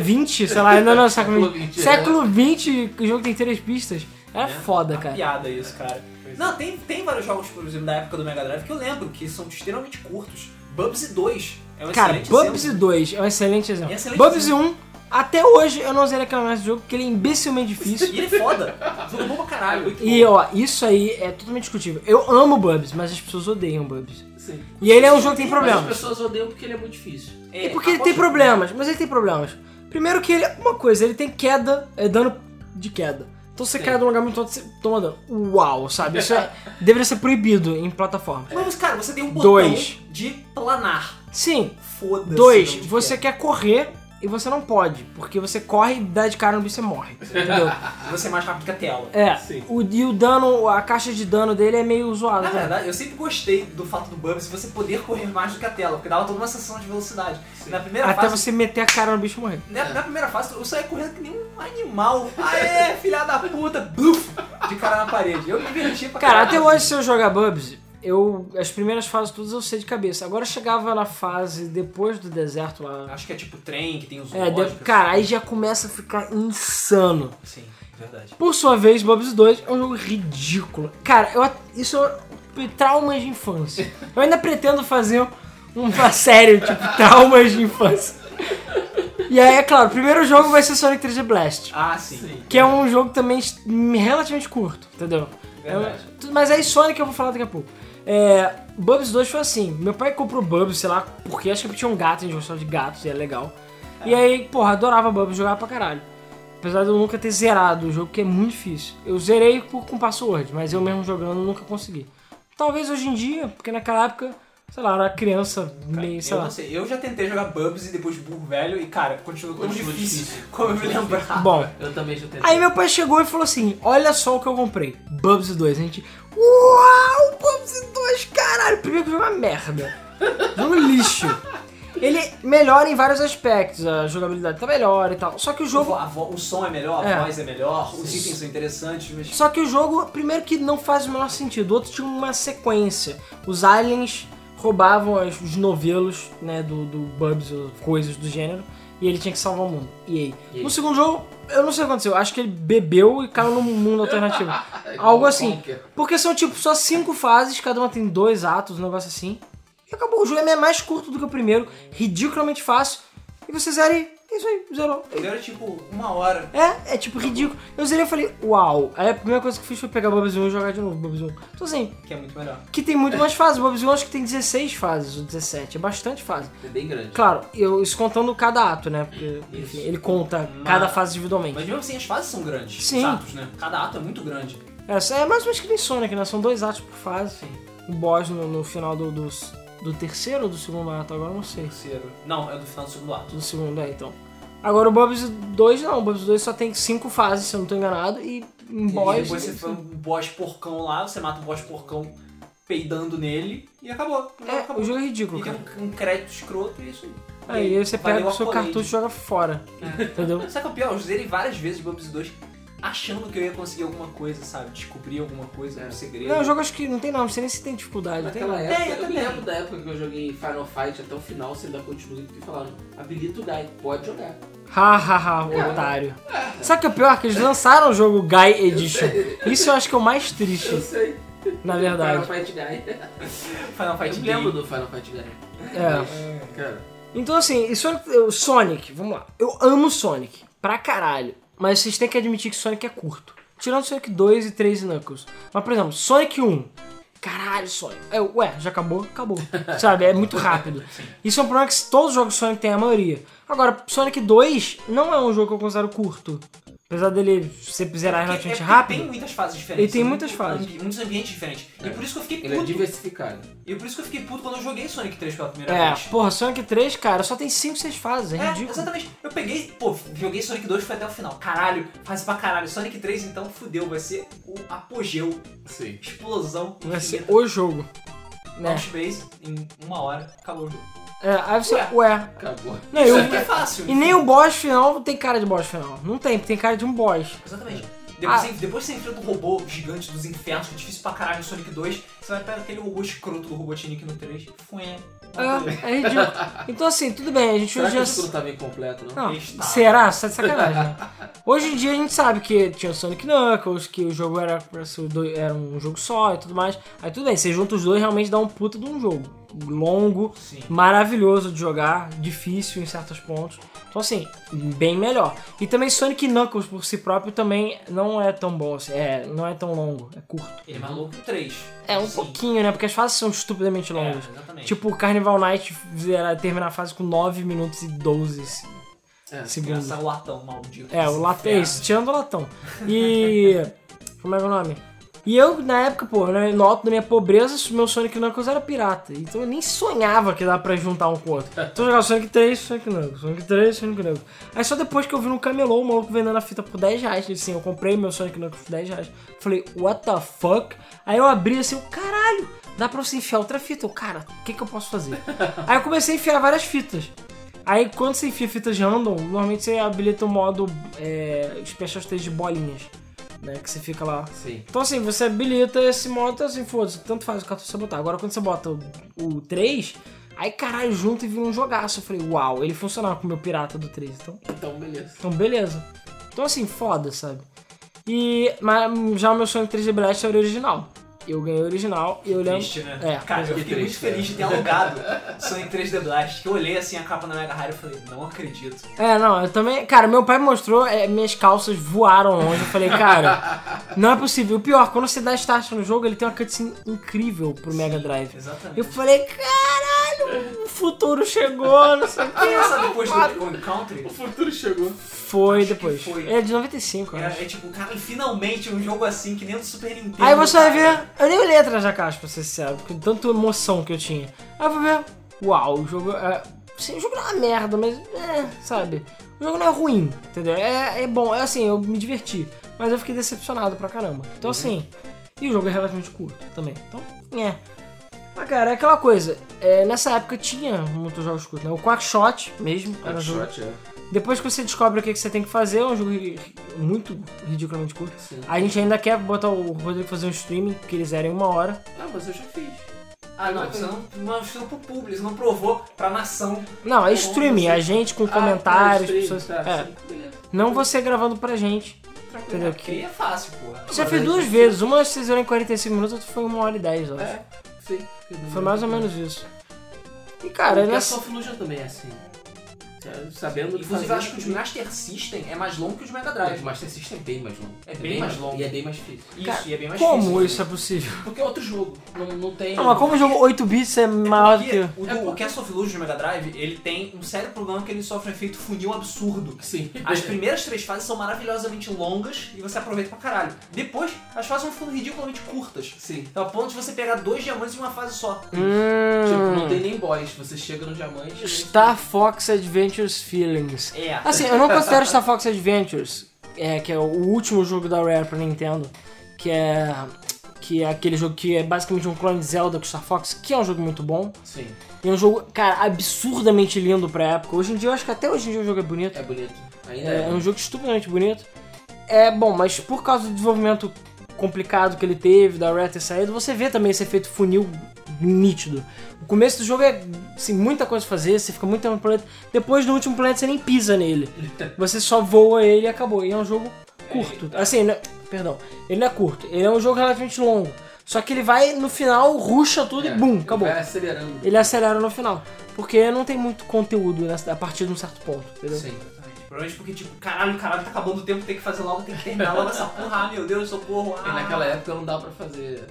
S3: 20, sei lá, ainda não é século
S2: Século
S3: 20.
S2: XX,
S3: Século 20, o jogo tem três pistas. Era
S1: É,
S3: foda,
S1: uma
S3: cara.
S1: piada isso, cara.
S3: é.
S1: Não, tem, tem vários jogos, por exemplo, da época do Mega Drive que eu lembro que são extremamente curtos. Bubsy 2 é um
S3: Cara,
S1: excelente
S3: Bubsy
S1: exemplo.
S3: 2 é um excelente exemplo.
S1: É excelente
S3: Bubsy 1, até hoje eu não zerei aquela merda de jogo porque ele é imbecilmente difícil.
S1: E ele é foda. Jogo É bom pra caralho.
S3: E ó, isso aí é totalmente discutível. Eu amo Bubsy, mas as pessoas odeiam Bubsy.
S2: Sim.
S3: E ele é um jogo que tem
S2: Mas as
S3: problemas.
S2: pessoas odeiam porque ele é muito difícil.
S1: É,
S3: E porque ele
S1: aposto-
S3: tem problemas, mas ele tem problemas. Primeiro que ele. Uma coisa, ele tem queda, é dano de queda. Então você
S2: Sim.
S3: cai do alongamento alto, você toma dano. Uau, sabe? Isso é- deveria ser proibido em plataforma.
S1: Mas, cara, você tem um botão
S3: Dois.
S1: de planar.
S3: Sim.
S1: Foda-se.
S3: Dois,
S1: onde
S3: você
S1: quer.
S3: quer correr e você não pode, porque você corre e dá de cara no bicho e você morre. Entendeu?
S1: Você é mais rápido que a tela.
S3: É.
S2: Sim.
S3: O, e o dano, a caixa de dano dele é meio zoada.
S1: Na verdade, eu sempre gostei do fato do Bubbles você poder correr mais do que a tela, porque dava toda uma sensação de velocidade.
S2: Sim.
S1: Na primeira
S3: Até
S1: fase,
S3: você meter a cara no bicho e morrer.
S1: Na, na primeira fase, eu saí correndo que nem um animal. Aê, filha da puta! Bluf, de cara na parede. Eu me diverti pra
S3: Cara,
S1: caralho.
S3: até hoje se eu jogar Bubsy, eu. As primeiras fases todas eu sei de cabeça. Agora eu chegava na fase depois do deserto lá.
S1: Acho que é tipo trem, que tem os
S3: É, de, cara, aí já começa a ficar insano.
S1: Sim, verdade.
S3: Por sua vez, Bubsy 2 é um jogo ridículo. Cara, eu, isso é traumas de infância. Eu ainda pretendo fazer um, uma série, tipo, traumas de infância. E aí, é claro, o primeiro jogo vai ser Sonic 3D Blast.
S1: Ah, sim.
S3: Que é um jogo também relativamente curto, entendeu?
S1: Verdade.
S3: É um- mas aí Sonic eu vou falar daqui a pouco. É, Bubs 2 foi assim, meu pai comprou Bubs, sei lá, porque acho que tinha um gato, a gente gostava de gatos, e era legal.
S1: É.
S3: E aí, porra, adorava Bubs, jogava pra caralho. Apesar de eu nunca ter zerado o jogo, que é muito difícil. Eu zerei por, com password, mas eu mesmo jogando nunca consegui. Talvez hoje em dia, porque naquela época, sei lá, eu era criança, meio, sei
S1: eu
S3: lá.
S1: não sei, eu já tentei jogar Bubs e depois burro velho e cara, continua tão
S2: Continua
S1: difícil,
S2: difícil.
S1: como eu me lembrar.
S3: Bom,
S2: Eu também já tentei.
S3: Aí meu pai chegou e falou assim: Olha só o que eu comprei. Bubsy 2. A gente. Uau, Bubsy 2, caralho. Primeiro que o jogo é uma merda. Jogo lixo. Ele melhora em vários aspectos. A jogabilidade tá melhor e tal. Só que o jogo.
S1: A vo- o som é melhor, a
S3: É.
S1: voz é melhor, os itens são interessantes, mas.
S3: Só que o jogo, primeiro que não faz o menor sentido. O outro tinha uma sequência. Os aliens roubavam as- os novelos, né, do, do Bubsy ou coisas do gênero. E ele tinha que salvar o mundo. E aí?
S2: E aí?
S3: No segundo jogo, eu não sei o que aconteceu. Acho que ele bebeu e caiu num mundo alternativo. Algo assim. Porque são tipo só cinco fases, cada uma tem dois atos, um negócio assim. E acabou. O jogo é mais curto do que o primeiro, ridiculamente fácil. E você zera e é isso aí, zerou.
S1: Eu era tipo uma hora.
S3: É, é tipo ridículo. Eu zerei e falei, uau. Aí a primeira coisa que eu fiz foi pegar o Bubsy 1 e jogar de novo o Bubsy 1. Então assim,
S1: Que é muito melhor.
S3: que tem muito mais fases. O Bubsy 1 acho que tem 16 fases, ou 17. É bastante fase.
S2: É bem grande.
S3: Claro, eu, isso contando cada ato, né? Porque, enfim, ele conta
S1: Mas-
S3: cada fase individualmente.
S1: Mas mesmo assim as fases são grandes.
S3: Sim.
S1: Os atos, né? Cada ato é muito grande.
S3: Essa é mais ou menos que nem Sonic, né? São dois atos por fase. O boss no, no final do, do, do terceiro ou do segundo ato, agora eu não sei.
S1: Terceiro. Não, é do final do segundo ato.
S3: Do segundo, é, então. Agora o Bob's 2 não, o Bob's 2 só tem cinco fases, se eu não tô enganado, e um boss.
S1: E depois você foi um boss porcão lá, você mata um boss porcão peidando nele e acabou. O jogo
S3: É,
S1: acabou.
S3: o jogo é ridículo,
S1: E tem
S3: cara.
S1: um, um crédito escroto e isso.
S3: Aí aí você pega
S1: valeu
S3: o seu
S1: a
S3: cartucho e
S1: colade.
S3: joga fora, entendeu?
S1: Sabe o que é pior? Eu zerei várias vezes Bubsy 2 achando que eu ia conseguir alguma coisa, sabe? Descobrir alguma coisa, um
S2: É.
S1: segredo.
S3: Não, o jogo acho que não tem não, não sei nem se tem dificuldade. não tem
S2: Naquela
S3: nada.
S2: época,
S1: Tem, eu
S2: eu, me
S1: também.
S2: lembro da época que eu joguei Final Fight até o final, você ainda continua, porque falaram, habilita o Guy, pode jogar.
S3: Ha ha ha, otário. Sabe o que é pior? Que eles lançaram o jogo Guy Edition. Isso eu acho que é o mais
S2: Eu
S3: triste,
S2: sei.
S3: na É verdade.
S2: Final Fight Guy.
S1: Final Fight
S2: eu me
S1: Game.
S2: lembro do Final Fight Guy.
S3: É.
S2: Cara,
S3: Então assim, e Sonic, eu- Sonic, vamos lá. Eu amo Sonic, pra caralho. Mas vocês têm que admitir que Sonic é curto. Tirando Sonic 2 e 3 e Knuckles. Mas, por exemplo, Sonic 1. Caralho, Sonic. É, ué, já acabou? Acabou. Sabe? É muito rápido. Isso é um problema que todos os jogos Sonic têm, a maioria. Agora, Sonic 2 não é um jogo que eu considero curto. Apesar dele ser zerar
S1: Porque é
S3: relativamente
S1: porque
S3: rápido.
S1: Tem muitas fases diferentes.
S3: Ele tem
S1: são
S3: muitas
S1: muito-
S3: fases.
S1: ambi- muitos ambientes diferentes. E
S2: É.
S1: por isso que eu fiquei
S2: ele é
S1: puto.
S2: diversificado.
S1: e por isso que eu fiquei puto quando eu joguei Sonic 3 pela primeira
S3: É,
S1: vez.
S3: porra, Sonic 3, cara, só tem 5, 6 fases. É,
S1: né, É,
S3: ridículo.
S1: exatamente. Eu peguei, pô, joguei Sonic 2 foi até o final. Caralho, faz pra caralho. Sonic 3 então fudeu, vai ser o apogeu,
S2: Sim.
S1: explosão,
S3: Vai ser
S1: infinita.
S3: o jogo. Né?
S1: Launch base em uma hora, acabou o jogo.
S3: É, aí você,
S1: Ué.
S3: ué.
S2: Acabou.
S3: Não, eu,
S1: Isso aqui é fácil.
S3: E nem o boss final tem cara de boss final. Não tem, tem cara de um boss.
S1: Exatamente. Depois,
S3: Ah.
S1: você, depois você enfrenta um robô gigante dos infernos, que é difícil pra caralho no Sonic 2, você vai pegar aquele robô escroto do Robotnik no 3. Fué.
S3: É, é ridículo. Então assim, tudo bem, a gente
S2: Será
S3: hoje
S2: que o
S3: já...
S2: escuro tava incompleto, não?
S3: Não,
S1: Está.
S3: será? Você tá de sacanagem, né? Hoje em dia a gente sabe que tinha o Sonic Knuckles, que o jogo era, pra ser dois- era um jogo só e tudo mais. Aí tudo bem, você junta os dois realmente dá um puta de um jogo. Longo,
S1: Sim.
S3: maravilhoso de jogar, difícil em certos pontos. Então assim, bem melhor. E também Sonic Knuckles por si próprio também não é tão bom, assim, é, não é tão longo, é curto.
S1: Ele é maluco no 3.
S3: É, um
S1: Sim.
S3: pouquinho, né? Porque as fases são estupidamente
S1: É,
S3: longas.
S1: exatamente.
S3: Tipo, Carnival Night era terminar a fase com 9 minutos e 12. assim.
S2: É.
S3: Segundo.
S1: Essa latão maldito.
S3: É, o latão. É isso, tirando o latão. E. Como é que é o nome? E eu, na época, pô, né, no alto da minha pobreza, meu Sonic Knuckles era pirata. Então eu nem sonhava que dava pra juntar um com o outro. Então eu jogava Sonic 3, Sonic Knuckles, Sonic 3, Sonic Knuckles. Aí só depois que eu vi no camelô o maluco vendendo a fita por 10 reais. Assim, eu comprei meu Sonic Knuckles por 10 reais. Falei, what the fuck? Aí eu abri assim, eu, caralho, dá pra você enfiar outra fita. Eu, cara, o que que eu posso fazer? Aí eu comecei a enfiar várias fitas. Aí quando você enfia fitas random, normalmente você habilita o modo é, Special Stage de bolinhas. Né, que você fica lá
S2: Sim.
S3: então assim, você habilita esse modo, então, assim, foda-se, tanto faz o cartucho você botar. Agora quando você bota o, o 3, aí caralho, junto e vira um jogaço. Eu falei, uau, ele funcionava com o meu pirata do 3, então,
S2: Então, beleza.
S3: então beleza. Então assim, foda, sabe? E mas, já o meu Sonic 3D Blast era original. Eu ganhei o original e eu lembro.
S1: Triste, né?
S3: É,
S1: cara, eu
S2: que
S1: fiquei muito
S2: triste,
S1: feliz de ter alugado Sonic 3D Blast. Que eu olhei assim a capa na Mega Rare e falei, não acredito.
S3: É, não, eu também. Cara, meu pai me mostrou, é, minhas calças voaram longe. Eu falei, cara, não é possível. O pior, quando você dá start no jogo, ele tem uma cutscene incrível pro Mega Drive.
S1: Exatamente.
S3: Eu falei, caralho, o futuro chegou, não sei o
S1: Quem
S3: que.
S1: essa depois do Donkey Kong Country?
S2: futuro chegou.
S3: Foi
S1: Acho que
S3: depois.
S1: foi.
S3: É de 95, eu acho.
S1: É, é tipo, cara, finalmente um jogo assim que nem o do Super Nintendo.
S3: Aí você vai
S1: cara.
S3: ver, eu nem olhei atrás da caixa, pra ser sincero, porque de tanta emoção que eu tinha. Aí eu vou ver, uau, o jogo é. Sim, o jogo não é uma merda, mas é, sabe? O jogo não é ruim, entendeu? É, é bom, é assim, eu me diverti, mas eu fiquei decepcionado pra caramba. Então assim, e o jogo é relativamente curto também. Então, é. Mas cara, é aquela coisa, é, nessa época tinha muitos jogos curtos, né? O Quackshot mesmo, era um jogo
S2: Shot, é.
S3: Depois que você descobre o que que você tem que fazer, é um jogo ri- muito ridiculamente curto.
S2: Sim.
S3: A gente ainda quer botar o Rodrigo fazer um streaming, que eles eram em uma hora.
S2: Ah, mas eu já fiz.
S1: Ah, não, você não mostrou pro público, você não provou pra nação.
S3: Não, é
S2: Bom,
S3: streaming,
S2: você-
S3: a gente
S2: Ah,
S3: com comentários, pessoas. é.
S2: tá, beleza.
S3: Não você gravando pra gente. Entendeu?
S1: Porque aí é fácil, porra.
S3: Você
S2: Mas
S3: fez
S2: a
S3: duas
S2: gente-
S3: vezes, uma vocês fizeram em 45 minutos, outra foi uma hora e 10, eu acho.
S2: É, sim.
S3: Foi mais ou menos isso. E
S2: Cara,
S3: cara,
S2: o
S3: nessa.
S2: Castle Fluja também é assim. Sabe, Sabendo o que
S1: Inclusive,
S2: fazer,
S1: eu acho que o de Master System é mais longo que o de Mega
S2: Não, O
S1: Drive.
S2: Master System é bem mais longo.
S1: É bem mais longo.
S2: E é bem mais difícil.
S1: Isso,
S3: Cara,
S1: e é bem mais
S3: Como
S1: difícil.
S3: isso é possível?
S2: Porque é outro jogo. Não, não tem.
S3: Não, mas como o jogo 8 bits é maior do
S1: Porque
S3: que.
S1: o, do-
S2: É né? porque-
S1: o Castle of Illusion de Mega Drive, ele tem um sério problema que ele sofre um efeito funil absurdo.
S2: Sim.
S1: As primeiras três fases são maravilhosamente longas e você aproveita pra caralho. Depois, as fases vão ficando ridiculamente curtas.
S2: Sim.
S1: Então, a ponto de você pegar dois diamantes em uma fase só.
S2: Tipo, não
S3: Hum,
S2: tem nem boss. Você chega no diamante.
S3: Star Fox Adventures Feelings.
S1: É.
S3: Assim, eu não considero Star Fox Adventures, é, que é o último jogo da Rare pra Nintendo, que é. Que é aquele jogo que é basicamente um clone de Zelda com Star Fox, que é um jogo muito bom.
S2: Sim.
S3: E é um jogo, cara, absurdamente lindo pra época. Hoje em dia, eu acho que até hoje em dia o jogo é bonito.
S2: É bonito. Ainda
S3: É,
S2: é.
S3: é um jogo estupidamente bonito. É bom, mas por causa do desenvolvimento complicado que ele teve, da Rare ter saído, você vê também esse efeito funil nítido. O começo do jogo é, assim, muita coisa a fazer, você fica muito tempo no planeta. Depois, no último planeta, você nem pisa nele. Você só voa ele e acabou. E é um jogo curto. Assim, né? Perdão. Ele não é curto. Ele é um jogo relativamente longo. Só que ele vai, no final, ruxa tudo
S2: É,
S3: e bum, acabou.
S2: Vai acelerando.
S3: Ele acelera no final. Porque não tem muito conteúdo nessa- a partir de um certo ponto, entendeu?
S2: Sim.
S1: Exatamente. Provavelmente porque, tipo, caralho, caralho, tá acabando o tempo, tem que fazer logo, tem que terminar logo essa porra, ah, meu Deus, socorro.
S2: E
S1: Ah.
S2: naquela época não dá pra fazer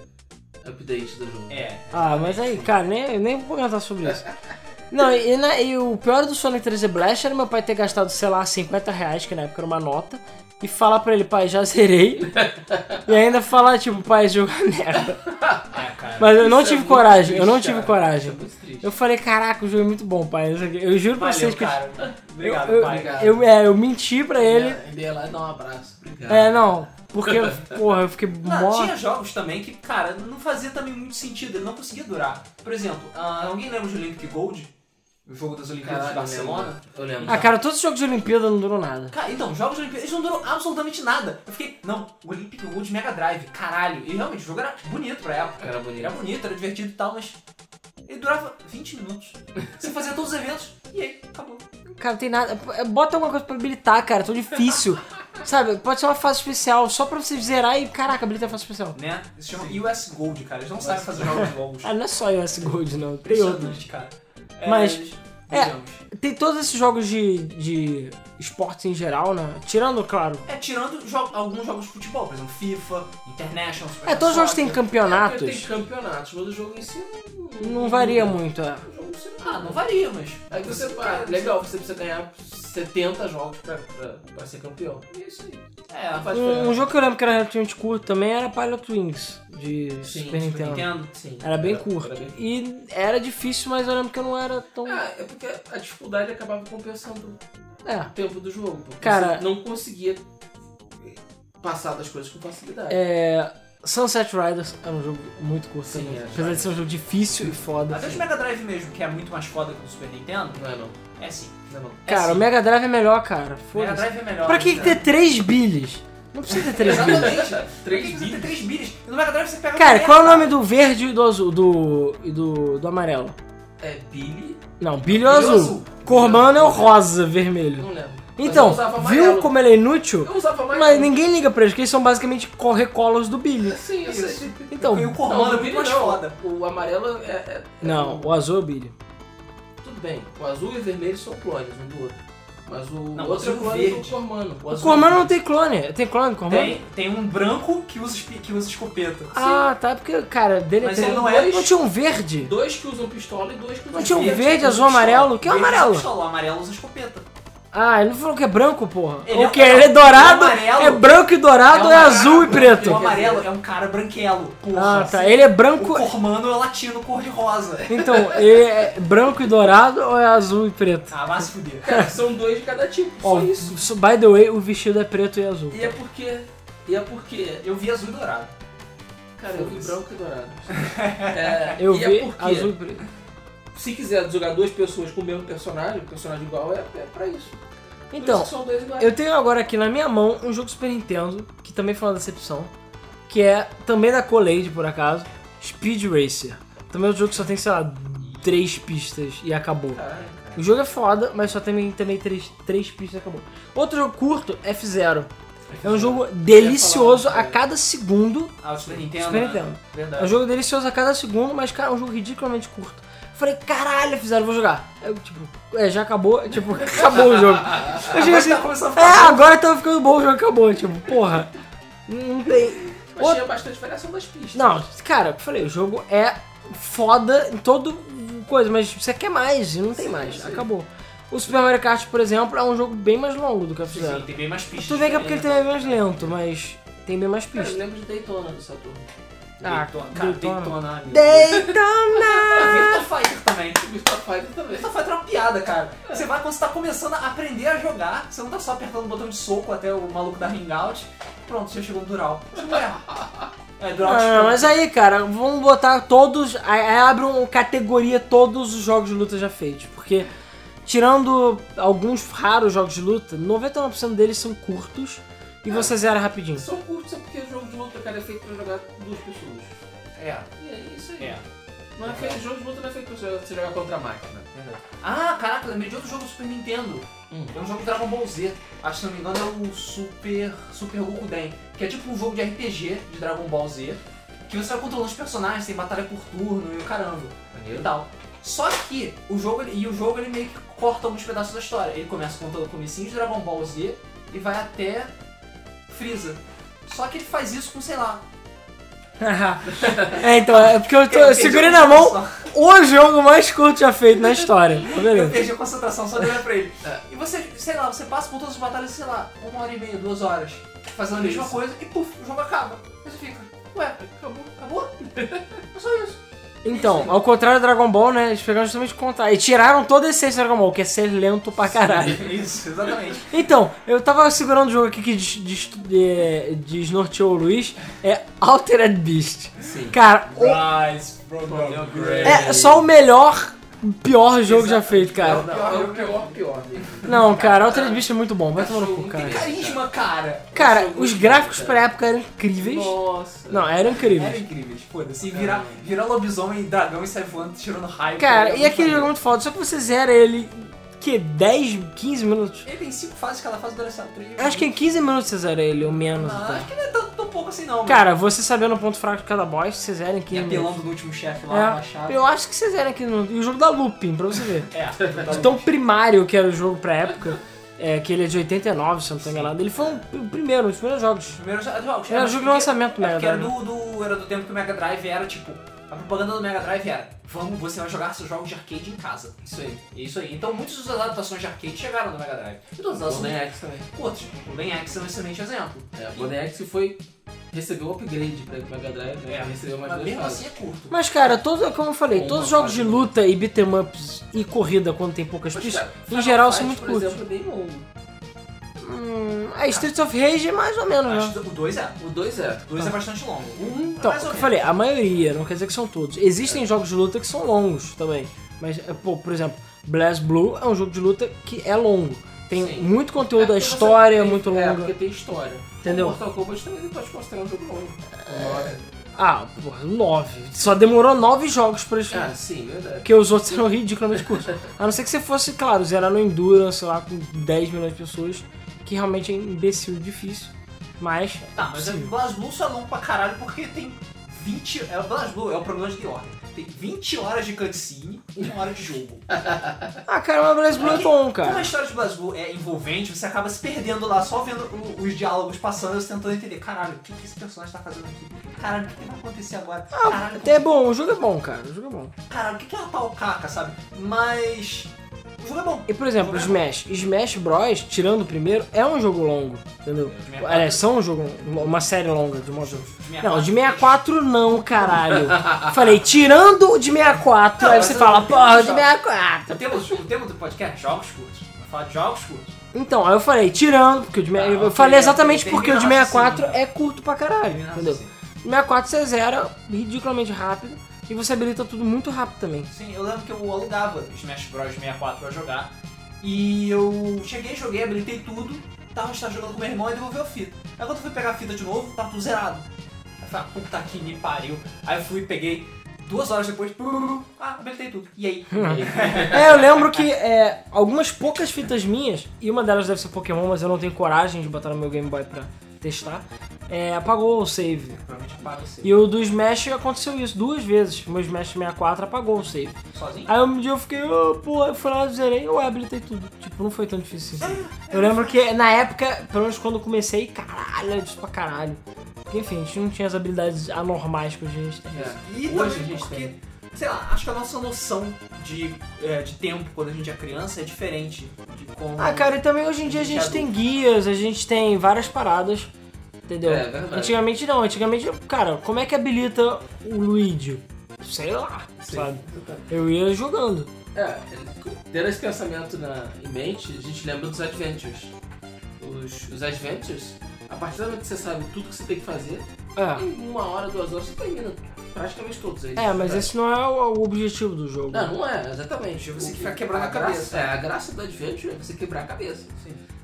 S2: update do jogo.
S1: É.
S3: Ah, mas aí, cara, nem, nem vou comentar sobre isso. Não, e, na- e o pior do Sonic 3D Blast era meu pai ter gastado, sei lá, 50 reais, que na época era uma nota, e falar pra ele, pai, já zerei. e ainda falar, tipo, pai, jogo é merda.
S1: É, cara.
S3: Mas eu não
S2: Isso é muito
S3: tive coragem, eu
S2: triste,
S3: não tive
S2: cara.
S3: coragem.
S2: Isso é muito triste.
S3: Eu falei, caraca, o jogo é muito bom, pai. não sei o quê. Eu juro pra vocês
S1: Valeu,
S3: que eu-
S1: cara.
S3: eu,
S1: Obrigado,
S3: eu-
S1: pai.
S2: obrigado.
S3: eu- é, eu menti pra ele.
S2: Ainda- Ainda ia lá e dar um abraço. Obrigado.
S3: É, não, porque, porra, eu fiquei
S1: Não,
S3: mó...
S1: tinha jogos também que, cara, não fazia também muito sentido, ele não conseguia durar. Por exemplo, ah, alguém lembra de Olympic Gold? O jogo das Olimpíadas
S2: Caralho,
S1: de Barcelona?
S2: Eu lembro. Eu
S3: Ah,
S2: lembro.
S3: cara, todos os jogos de Olimpíada não duram nada.
S1: Cara, então, jogos de Olimpíadas, eles não duram absolutamente nada. Eu fiquei, não, Olympic Gold Mega Drive, caralho. E realmente, o jogo era bonito pra época.
S2: Era
S1: Ele era
S2: bonito.
S1: bonito, era divertido e tal, mas ele durava 20 minutos. Você fazia todos os eventos e aí, acabou.
S3: Cara, não tem nada. É, Bota alguma coisa pra habilitar, cara. Tão difícil. Sabe, pode ser uma fase especial, só pra você zerar e, caraca, habilitar a fase especial.
S1: Né? Isso se chama US Gold, cara. Eles não sabem fazer jogos longos.
S3: Ah, não é só US Gold, não. Tem outro.
S1: Impressionante, cara.
S3: Mas- é.
S1: vejamos.
S3: Tem todos esses jogos de, de esportes em geral, né? Tirando, claro.
S1: É, tirando jo- alguns jogos de futebol, por exemplo, FIFA, International, Super
S3: É, todos os jogos
S1: Soccer.
S3: têm
S2: É, porque Tem
S3: campeonatos.
S2: campeonatos, mas o jogo em si não-
S3: Não varia muito, é.
S2: O jogo em si não-
S1: Ah, não varia, mas.
S2: Aí você,
S1: Cara,
S2: ah, legal, você precisa ganhar 70 jogos pra, pra, pra ser campeão. E é isso aí.
S1: É,
S2: Não faz
S3: Um, um
S2: diferença.
S3: jogo que eu lembro que era relativamente curto também era Pilot Wings, de
S2: Sim,
S3: Super Nintendo.
S1: Nintendo.
S2: Sim,
S3: Era bem curto.
S2: era bem curto.
S3: E era difícil, mas eu lembro que eu não era tão.
S2: Ah, é porque a dificuldade acabava compensando o
S3: É.
S2: tempo do jogo. porque
S3: Cara-
S2: você não conseguia passar das coisas com facilidade.
S3: É, Sunset Riders era um jogo muito curto
S2: Sim,
S3: também.
S2: é,
S3: Apesar de ser um jogo difícil e foda.
S1: Até o de Mega Drive mesmo, que é muito mais foda que o do Super Nintendo,
S2: Não é não.
S1: é sim.
S2: Não é não.
S3: Cara, o Mega Drive é melhor, cara.
S1: Mega
S3: Foda-se.
S1: Drive é melhor.
S3: Pra que que
S1: né?
S3: ter 3 bilhas? Não precisa ter 3 bilhas.
S2: Exatamente.
S1: Pra que
S2: Três
S1: que você tem
S2: bilhas.
S1: 3 bilhas? E no Mega Drive você pega.
S3: Cara,
S1: qualquer-
S3: qual é o nome do verde e do azul? Do. e do. do amarelo?
S2: É Billy.
S3: Não, bilho é o azul. Corbano é o rosa, vermelho.
S2: Não lembro. Mas eu
S3: Então,
S2: usava
S3: viu
S2: amarelo.
S3: como ele é inútil?
S2: Eu usava mais.
S3: Mas ninguém liga pra eles, porque eles são basicamente co- recolos do Billy.
S2: Sim, eu sei.
S1: Isso.
S3: Então,
S1: E o Cormano é
S2: o
S1: muito
S2: Billy
S1: mais
S2: não.
S1: foda.
S2: O amarelo é. é- é-
S3: não, o azul é o Billy.
S2: Tudo bem. O azul e o vermelho são clones um do outro. Mas o
S1: Não, o
S2: outro é
S1: azul
S2: clone
S1: verde.
S2: do Cormano.
S3: O
S2: azul- é
S3: Cormano não tem clone. Tem clone do Cormano?
S1: Tem, tem um branco que usa, espi- que usa escopeta.
S3: Ah, tá, porque, cara, dele
S1: Mas
S3: é
S1: ele
S3: três.
S1: não é-
S3: Não tinha um verde?
S2: Dois que usam pistola e dois que usam
S3: Não tinha um
S2: verde.
S3: verde, azul,
S1: pistola.
S3: amarelo? Que é o
S1: Verde usa
S3: amarelo?
S1: pistola, O amarelo usa escopeta.
S3: Ah, ele não falou que é branco, porra.
S1: Ele é
S3: o que? Ele é dourado,
S1: ele é um amarelo.
S3: é branco e dourado,
S2: É
S3: é,
S2: amarelo,
S3: azul e
S2: branco e
S3: preto.
S1: O amarelo é um cara branquelo. Porra. assim,
S3: Ah, tá. Ele é branco.
S1: O Cormano é latino cor-de-rosa.
S3: Então, ele é branco e dourado ou é azul e preto?
S1: Ah, vai se fuder.
S2: Cara, são dois de cada tipo.
S3: Ó,
S2: Só isso.
S3: so- by the way, o vestido é preto e azul.
S2: E é porque. E é porque.
S1: Eu vi azul e dourado.
S2: Cara, eu vi branco e dourado. É,
S3: Eu
S2: e
S3: vi
S2: é porque,
S3: azul e preto.
S2: se quiser jogar duas pessoas com o mesmo personagem, um personagem igual, é, é pra isso. Por isso
S3: Então,
S2: que são dois iguais.
S3: eu tenho agora aqui na minha mão um jogo Super Nintendo, que também foi uma decepção, que é também da Collade, por acaso, Speed Racer. Também é um jogo que só tem, sei lá, três pistas e acabou.
S2: Caralho.
S3: O jogo é foda, mas só tem também três, três pistas e acabou. Outro jogo curto, F-Zero. É um jogo delicioso a cada segundo.
S1: Ah, o Super Nintendo.
S3: Super
S1: né?
S3: Nintendo. É
S1: Verdade.
S3: um jogo delicioso a cada segundo, mas, cara, é um jogo ridiculamente curto. Eu falei, caralho, fizeram, vou jogar. Aí Eu, tipo, é, já acabou, tipo, acabou o jogo. Eu cheguei assim,
S1: tá começando a
S3: é, agora tá ficando bom, o jogo acabou, tipo, porra. Não tem.
S2: Mas
S3: Outro-
S2: tinha bastante variação das pistas.
S3: Não, cara, eu falei, o jogo é foda em todo coisa, mas você quer mais, e não tem
S2: Sim,
S3: mais,
S2: sim.
S3: acabou. O Super Mario Kart, por exemplo, é um jogo bem mais longo do que a
S1: Sim,
S3: fizeram.
S1: tem bem mais pistas. né?
S3: Tudo bem que é porque ele também é mais lento, mas tem bem mais
S2: Cara, eu
S3: pista.
S2: lembro de Daytona do Saturno.
S3: Ah,
S1: Daytona. Cara,
S3: Daytona.
S1: Daytona. amigo.
S3: Daytona!
S1: Ah, Virtua Fighter também.
S2: O Virtua Tipo, Fighter também.
S1: Virtua Fighter é uma piada, cara. Você vai, quando você tá começando a aprender a jogar, você não tá só apertando o botão de soco até o maluco dar hangout. Pronto, já chegou no Dural. Você não vai errar. É, Dural
S3: Não, não, Ah, mas aí, cara, vamos botar todos. Aí aí abre uma categoria todos os jogos de luta já feitos. Porque, tirando alguns raros jogos de luta, 99% deles são curtos e você zera rapidinho.
S2: São curtos, é porque o jogo de luta, cara, é feito pra jogar duas pessoas.
S1: É,
S2: E é isso aí.
S1: é.
S2: Não é feito, jogo de luta não é feito pra você- você jogar contra a máquina.
S1: verdade. Ah, caraca, lembrei de outro jogo do Super Nintendo.
S2: Hum.
S1: É um jogo de Dragon Ball Z. Acho que se não me engano é o Super Super Gokuden, que é tipo um jogo de RPG de Dragon Ball Z, que você vai controlando os personagens, tem batalha por turno e o caramba. e
S2: Maneiro.
S1: tal. Só que o jogo ele- e o jogo ele meio que corta alguns pedaços da história. Ele começa contando o comecinho de Dragon Ball Z e vai até Freeza. Só que ele faz isso com, sei lá.
S3: é, então, é porque eu, tô, eu
S1: perdi
S3: segurei
S1: a
S3: na mão
S1: concentração.
S3: o jogo mais curto já feito na história. Tá
S1: Eu
S3: beleza?
S1: perdi a concentração só de olhar pra ele.
S2: É.
S1: E você, sei lá, você passa por todas as batalhas, sei lá, uma hora e meia, duas horas, fazendo a mesma
S2: Isso.
S1: coisa e puf, o jogo acaba. Aí você fica, ué, acabou, acabou? É só isso.
S3: Então, ao contrário do Dragon Ball, né? Eles pegaram justamente o contrário. E tiraram toda a essência do Dragon Ball, que é ser lento pra caralho.
S1: Isso, exatamente.
S3: Então, eu tava segurando o jogo aqui que des- des- de- desnorteou o Luiz. É Altered Beast.
S2: Sim.
S3: Cara, o-
S1: Rise from
S2: your grave.
S3: é só o melhor, pior jogo já feito,
S2: Não,
S3: cara.
S2: não, é o pior, pior. mesmo.
S3: Não, cara, Altered Beast é muito bom. Vai tomar no cu, cara. é
S1: Carisma, cara!
S3: Cara, os gráficos pra época eram incríveis.
S2: Nossa.
S3: Não, eram
S1: Era
S3: incríveis.
S1: incríveis, foda-se. E Virar, virar lobisomem e dragão e sair voando, tirando raio.
S3: Cara,
S1: Era
S3: e aquele
S1: muito
S3: jogo é muito foda. Só que você zera ele, que 10, 15 minutos?
S1: maneiro. Ele tem cinco fases, cada fase dura essa trilha.
S3: Acho que é em 15 minutos você zera ele, ou menos
S1: Não, Ah, acho
S3: até.
S1: que não é tão, tão pouco assim, não. né?
S3: Cara, você sabendo o ponto fraco de cada boss, você zera em
S1: E
S3: 15 minutos.
S1: apelando no último chefe lá,
S3: É,
S1: na chave.
S3: eu acho que vocês eram aqui no. E o jogo da Lupin, pra você ver.
S1: É,
S3: De tão primário que era o jogo pra época, é, que ele é de 89, se eu não tô enganado. Ele foi um- o primeiro, um dos primeiros jogos.
S1: primeiro jogo.
S3: Era jogo de lançamento
S1: É
S3: né? do Mega
S1: porque era
S3: Drive.
S1: do, do- era do tempo que o Mega Drive era tipo A propaganda do Mega Drive era: vamos, você vai jogar seus jogos de arcade em casa.
S2: Isso aí.
S1: E é isso aí. Então muitas das adaptações de arcade chegaram no Mega Drive. E todas elas
S2: Golden
S1: são
S2: Axe também.
S1: outras. O Ben X é um excelente exemplo.
S2: É, o Golden Axe foi. Recebeu um upgrade pra Mega Drive, né?
S1: É,
S2: recebeu mais
S1: Mas
S2: duas
S1: mesmo
S2: fases.
S1: assim é curto.
S3: Mas, cara, todo, como eu falei,
S2: Uma
S3: todos os jogos de
S2: fase.
S3: luta e beat'em ups e corrida quando tem poucas
S2: Mas,
S3: pistas,
S2: cara,
S3: em
S2: Final
S3: geral
S2: Fight,
S3: são muito
S2: por
S3: curtos.
S2: exemplo, é bem longo.
S3: Hum, a Streets of Rage é mais ou menos,
S1: Acho
S3: né?
S1: que o 2 é.
S2: O 2 é.
S1: O 2 é bastante longo. O 1 um,
S3: Então,
S1: mais
S3: o
S1: ou
S3: que eu
S1: menos.
S3: falei, a maioria, não quer dizer que são todos. Existem jogos de luta que são longos também. Mas, é, pô, por exemplo, Blast Blue é um jogo de luta que é longo. Tem
S2: Sim.
S3: muito
S2: É
S3: conteúdo, a
S2: porque você
S3: história é
S2: tem-
S3: muito
S2: É,
S3: longa.
S2: porque tem história.
S3: Entendeu?
S2: O Mortal Kombat também você pode considerar um jogo longo. É.
S3: Ah, porra, nove. Só demorou nove jogos pra eles
S2: Ah, sim, verdade.
S3: Porque os outros eram ridiculamente curtos. A não ser que você fosse, claro, zerar no Endurance lá com 10 milhões de pessoas, que realmente é imbecil e difícil. Mas.
S1: Tá, mas o
S3: possível.
S1: BlazBlue só é longo pra caralho porque tem 20. É, o BlazBlue é o problema de The Order. Tem 20 horas de cutscene e uma hora de jogo.
S3: Ah, cara, mas Blaze Blue é bom,
S1: Como a
S3: cara.
S1: história de BlazBlue é envolvente, você acaba se perdendo lá, só vendo o- os diálogos passando e você tentando entender. Caralho, o que, que esse personagem tá fazendo aqui? Caralho, o que, que vai acontecer agora? Caralho,
S3: Até é bom, o jogo é bom, cara. O jogo é bom.
S1: caralho, o que, que é uma tal caca, sabe? Mas. O jogo é bom.
S3: E por exemplo, Smash. Smash Bros, tirando o primeiro, é um jogo longo, entendeu?
S1: É, De 64.
S3: Aliás, são um jogo, uma série longa de modo. geral.
S1: De 64.
S3: Não, de 64 não, caralho. Falei, tirando o de 64,
S1: Não,
S3: aí
S1: mas
S3: você
S1: eu
S3: fala,
S1: não
S3: porra, o de
S1: tenho
S3: 64.
S1: O tema, do- o tema do podcast jogos curtos. Vamos falar de jogos curtos.
S3: Então, aí eu falei, tirando, porque o de me...
S1: Ah,
S3: Eu
S1: ok,
S3: falei
S1: ok,
S3: exatamente
S1: entendi, assim,
S3: porque o de
S1: nossa,
S3: 64
S1: sim.
S3: é curto pra caralho, entendeu?
S1: Sim.
S3: O 64 você zera ridiculamente rápido e você habilita tudo muito rápido também.
S1: Sim, eu lembro que eu alugava Smash Bros 64 pra jogar. E eu cheguei, joguei, habilitei tudo, tava, tava jogando com meu irmão e devolveu a fita. Aí quando eu fui pegar a fita de novo, tava tudo zerado. Aí eu falei, ah, puta que me pariu. Aí eu fui, peguei, duas horas depois, brrr, ah, habilitei tudo. E aí?
S2: Hum.
S3: É, eu lembro que é, algumas poucas fitas minhas, e uma delas deve ser Pokémon, mas eu não tenho coragem de botar no meu Game Boy pra testar, é, apagou o save.
S1: Provavelmente apaga você.
S3: E o do Smash aconteceu isso duas vezes. Meu Smash 64 apagou o save.
S2: Ah,
S1: Sozinho?
S3: Aí um dia eu fiquei, oh, pô, eu fui lá, zerei, eu habilitei tudo. Tipo, não foi tão difícil assim. Eu lembro que na época, pelo menos quando eu comecei, caralho, era disso pra caralho. Porque enfim, a gente não tinha as habilidades anormais que a gente tem.
S2: É.
S1: E
S2: Hoje a
S1: também
S2: gente
S1: porque,
S2: tem.
S1: sei lá, acho que a nossa noção de, é, de tempo quando a gente é criança é diferente de como...
S3: Ah, cara, e também hoje em dia a gente tem guias, a gente tem várias paradas, entendeu?
S2: É, verdade.
S3: Antigamente não, antigamente, cara, como é que habilita o Luigi? Sei lá,
S2: Sim.
S3: sabe? Eu ia jogando.
S2: É, tendo esse pensamento na, em mente, a gente lembra dos Adventures. Os, os Adventures, a partir do momento que você sabe tudo que você tem que fazer,
S3: É,
S2: em uma hora, duas horas, você termina praticamente todos eles.
S3: é mas esse não é o o objetivo do jogo.
S2: Não, não é, exatamente.
S1: Você
S2: O
S1: fica quebrando a
S2: graça-
S1: cabeça.
S2: é, a graça do Adventure é você quebrar a cabeça.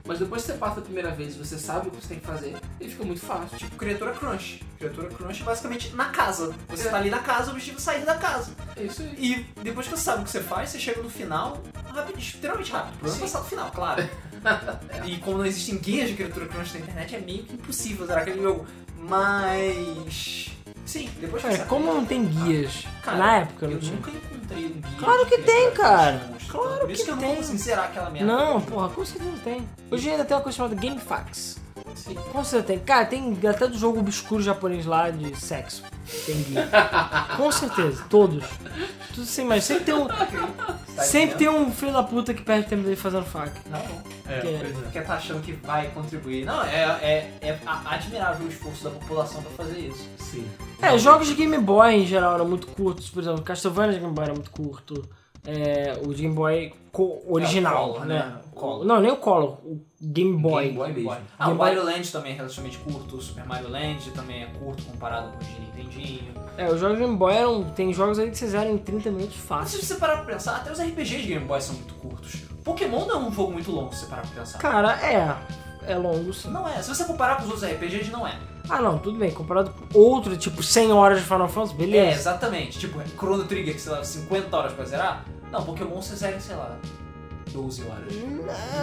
S2: Mas depois que você passa a primeira vez e você sabe o que você tem que fazer, ele fica muito fácil.
S1: Tipo criatura crunch. Criatura crunch é basicamente na casa. Você tá ali na casa, o objetivo é sair da casa.
S2: É isso aí.
S1: E depois que você sabe o que você faz, você chega no final rápido, extremamente rápido. O problema é
S2: Sim.
S1: passar do final, claro. E como não existem guias de criatura crunch na internet, é meio que impossível zerar aquele jogo. Mas. Sim, depois que você
S3: Cara,
S1: sabe-
S3: É, como não tem guias?
S1: Cara,
S3: na época
S1: Eu
S3: não tinha.
S1: nunca encontrei um guia.
S3: Claro
S1: de
S3: que
S1: criatura
S3: tem,
S1: crunch
S3: cara.
S1: que mostra.
S3: Claro
S1: Por isso
S3: que
S1: que eu não
S3: tem.
S1: consigo zerar aquela merda.
S3: Não, porra, com certeza tem. Hoje ainda tem uma coisa chamada GameFAQs.
S2: Sim.
S3: Com certeza tem. Cara, tem até do jogo obscuro japonês lá de sexo. Tem guia. Com certeza, todos. Tudo sem mais. Sempre tem um,
S1: Tá
S3: sempre tem um filho da puta que perde tempo dele fazendo fac.
S1: Não, não.
S2: É,
S3: Que-
S2: pois é.
S1: Porque tá achando que vai contribuir. Não, é, é, é a- admirável o esforço da população pra fazer isso.
S2: Sim.
S3: É, jogos de Game Boy em geral eram muito curtos. Por exemplo, Castlevania de Game Boy era muito curto. É, o de Game Boy co- original,
S1: Color,
S3: né?
S1: né? O Color.
S3: Não, nem o Color, o Game Boy.
S2: Game Boy mesmo.
S1: Ah,
S3: Game
S1: o
S3: Boy-
S1: Mario Land também é relativamente curto, o Super Mario Land também é curto comparado com o de Nintendinho.
S3: É, os jogos de Game Boy eram. Tem jogos aí que vocês eram em 30 minutos
S1: Mas
S3: fácil.
S1: se você parar pra pensar, até os RPGs de Game Boy são muito curtos. Pokémon não é um jogo muito longo, se você parar pra pensar.
S3: Cara, é. É longo sim.
S1: Não é. Se você comparar com os outros RPGs, não é.
S3: Ah, não, tudo bem. Comparado com outro, tipo, 100 horas de Final Fantasy,
S1: É,
S3: beleza.
S1: exatamente. Tipo, Chrono Trigger, que você leva 50 horas pra zerar. Não, Pokémon você zera, em, sei lá, 12 horas.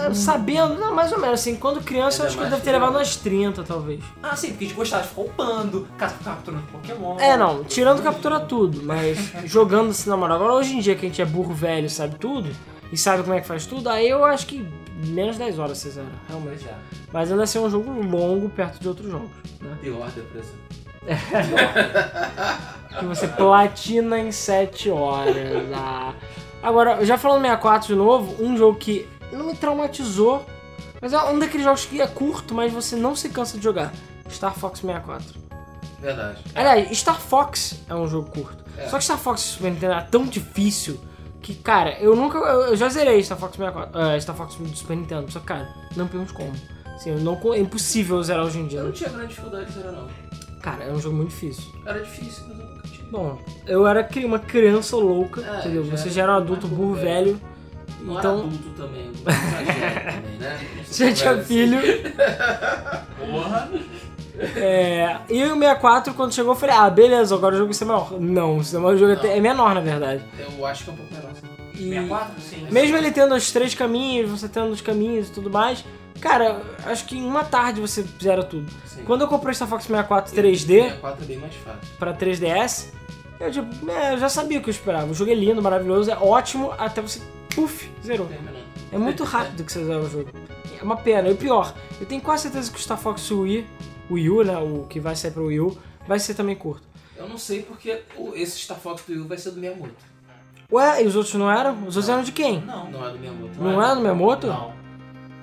S3: É, Sabendo, não, mais ou menos, assim, quando criança eu
S2: Ainda
S3: acho que eu
S2: mais
S3: devo ter
S2: que-
S3: levado umas 30, talvez.
S1: Ah, sim, porque a gente gostava de ficar upando, ca- capturando Pokémon.
S3: É, não, tirando captura tudo, mas jogando assim na moral. Agora, hoje em dia que a gente é burro velho, sabe tudo, e sabe como é que faz tudo, aí eu acho que menos 10 horas vocês eram, realmente.
S1: Pois é.
S3: Mas ainda assim é um jogo longo perto de outros jogos, né?
S2: The Order, por exemplo.
S3: Que você platina em 7 horas. Ah. Agora, já falando 64 de novo, um jogo que não me traumatizou, mas é um daqueles jogos que é curto, mas você não se cansa de jogar. Star Fox 64.
S2: Verdade.
S3: Aliás, Star Fox é um jogo curto.
S2: É.
S3: Só que Star Fox Super Nintendo é tão difícil que, cara, eu nunca. Eu, eu já zerei Star Fox 64. ah, Star Fox do Super Nintendo. Só que, cara, não temos como. Assim, eu não, co- é impossível eu zerar hoje em
S2: Eu
S3: dia.
S2: não tinha grande dificuldade de zerar, não.
S3: Cara, é um jogo muito difícil.
S2: Era difícil, mas eu nunca tive.
S3: Bom, eu era cri- uma criança louca,
S2: É,
S3: entendeu?
S2: já
S3: Você
S2: era
S3: já era um
S2: mais
S3: adulto
S2: novo,
S3: burro
S2: velho.
S3: velho.
S2: Não era
S3: então,
S2: adulto também, eu exagero também, né?
S3: já tinha
S2: Assim,
S3: filho.
S1: Porra!
S3: É, e o 64, quando chegou, eu falei, ah, beleza, agora o jogo vai ser maior. Não, o cinema- o jogo é até- é menor, na verdade.
S2: Eu acho que é um pouco menor.
S3: E
S1: 64? Sim.
S3: mesmo ele tendo os três caminhos, você tendo os caminhos e tudo mais, cara, acho que em uma tarde você zera tudo.
S2: Sim.
S3: Quando eu comprei Star Fox 64 3D
S2: 64 é bem mais fácil.
S3: pra 3DS, eu tipo, é, eu já sabia o que eu esperava. O jogo é lindo, maravilhoso, é ótimo, até você, puf, zerou.
S2: Terminando.
S3: É muito rápido que você zera o jogo. É uma pena. E o pior, eu tenho quase certeza que o Star Fox Wii, o Wii U, né, o que vai sair pro Wii U, vai ser também curto.
S2: Eu não sei porque o- esse Star Fox do Wii U vai ser do Miyamoto.
S3: Ué, e os outros não eram? Os outros eram de quem?
S1: Não.
S2: Não é do Miyamoto.
S3: Não, era do Miyamoto?
S1: Não.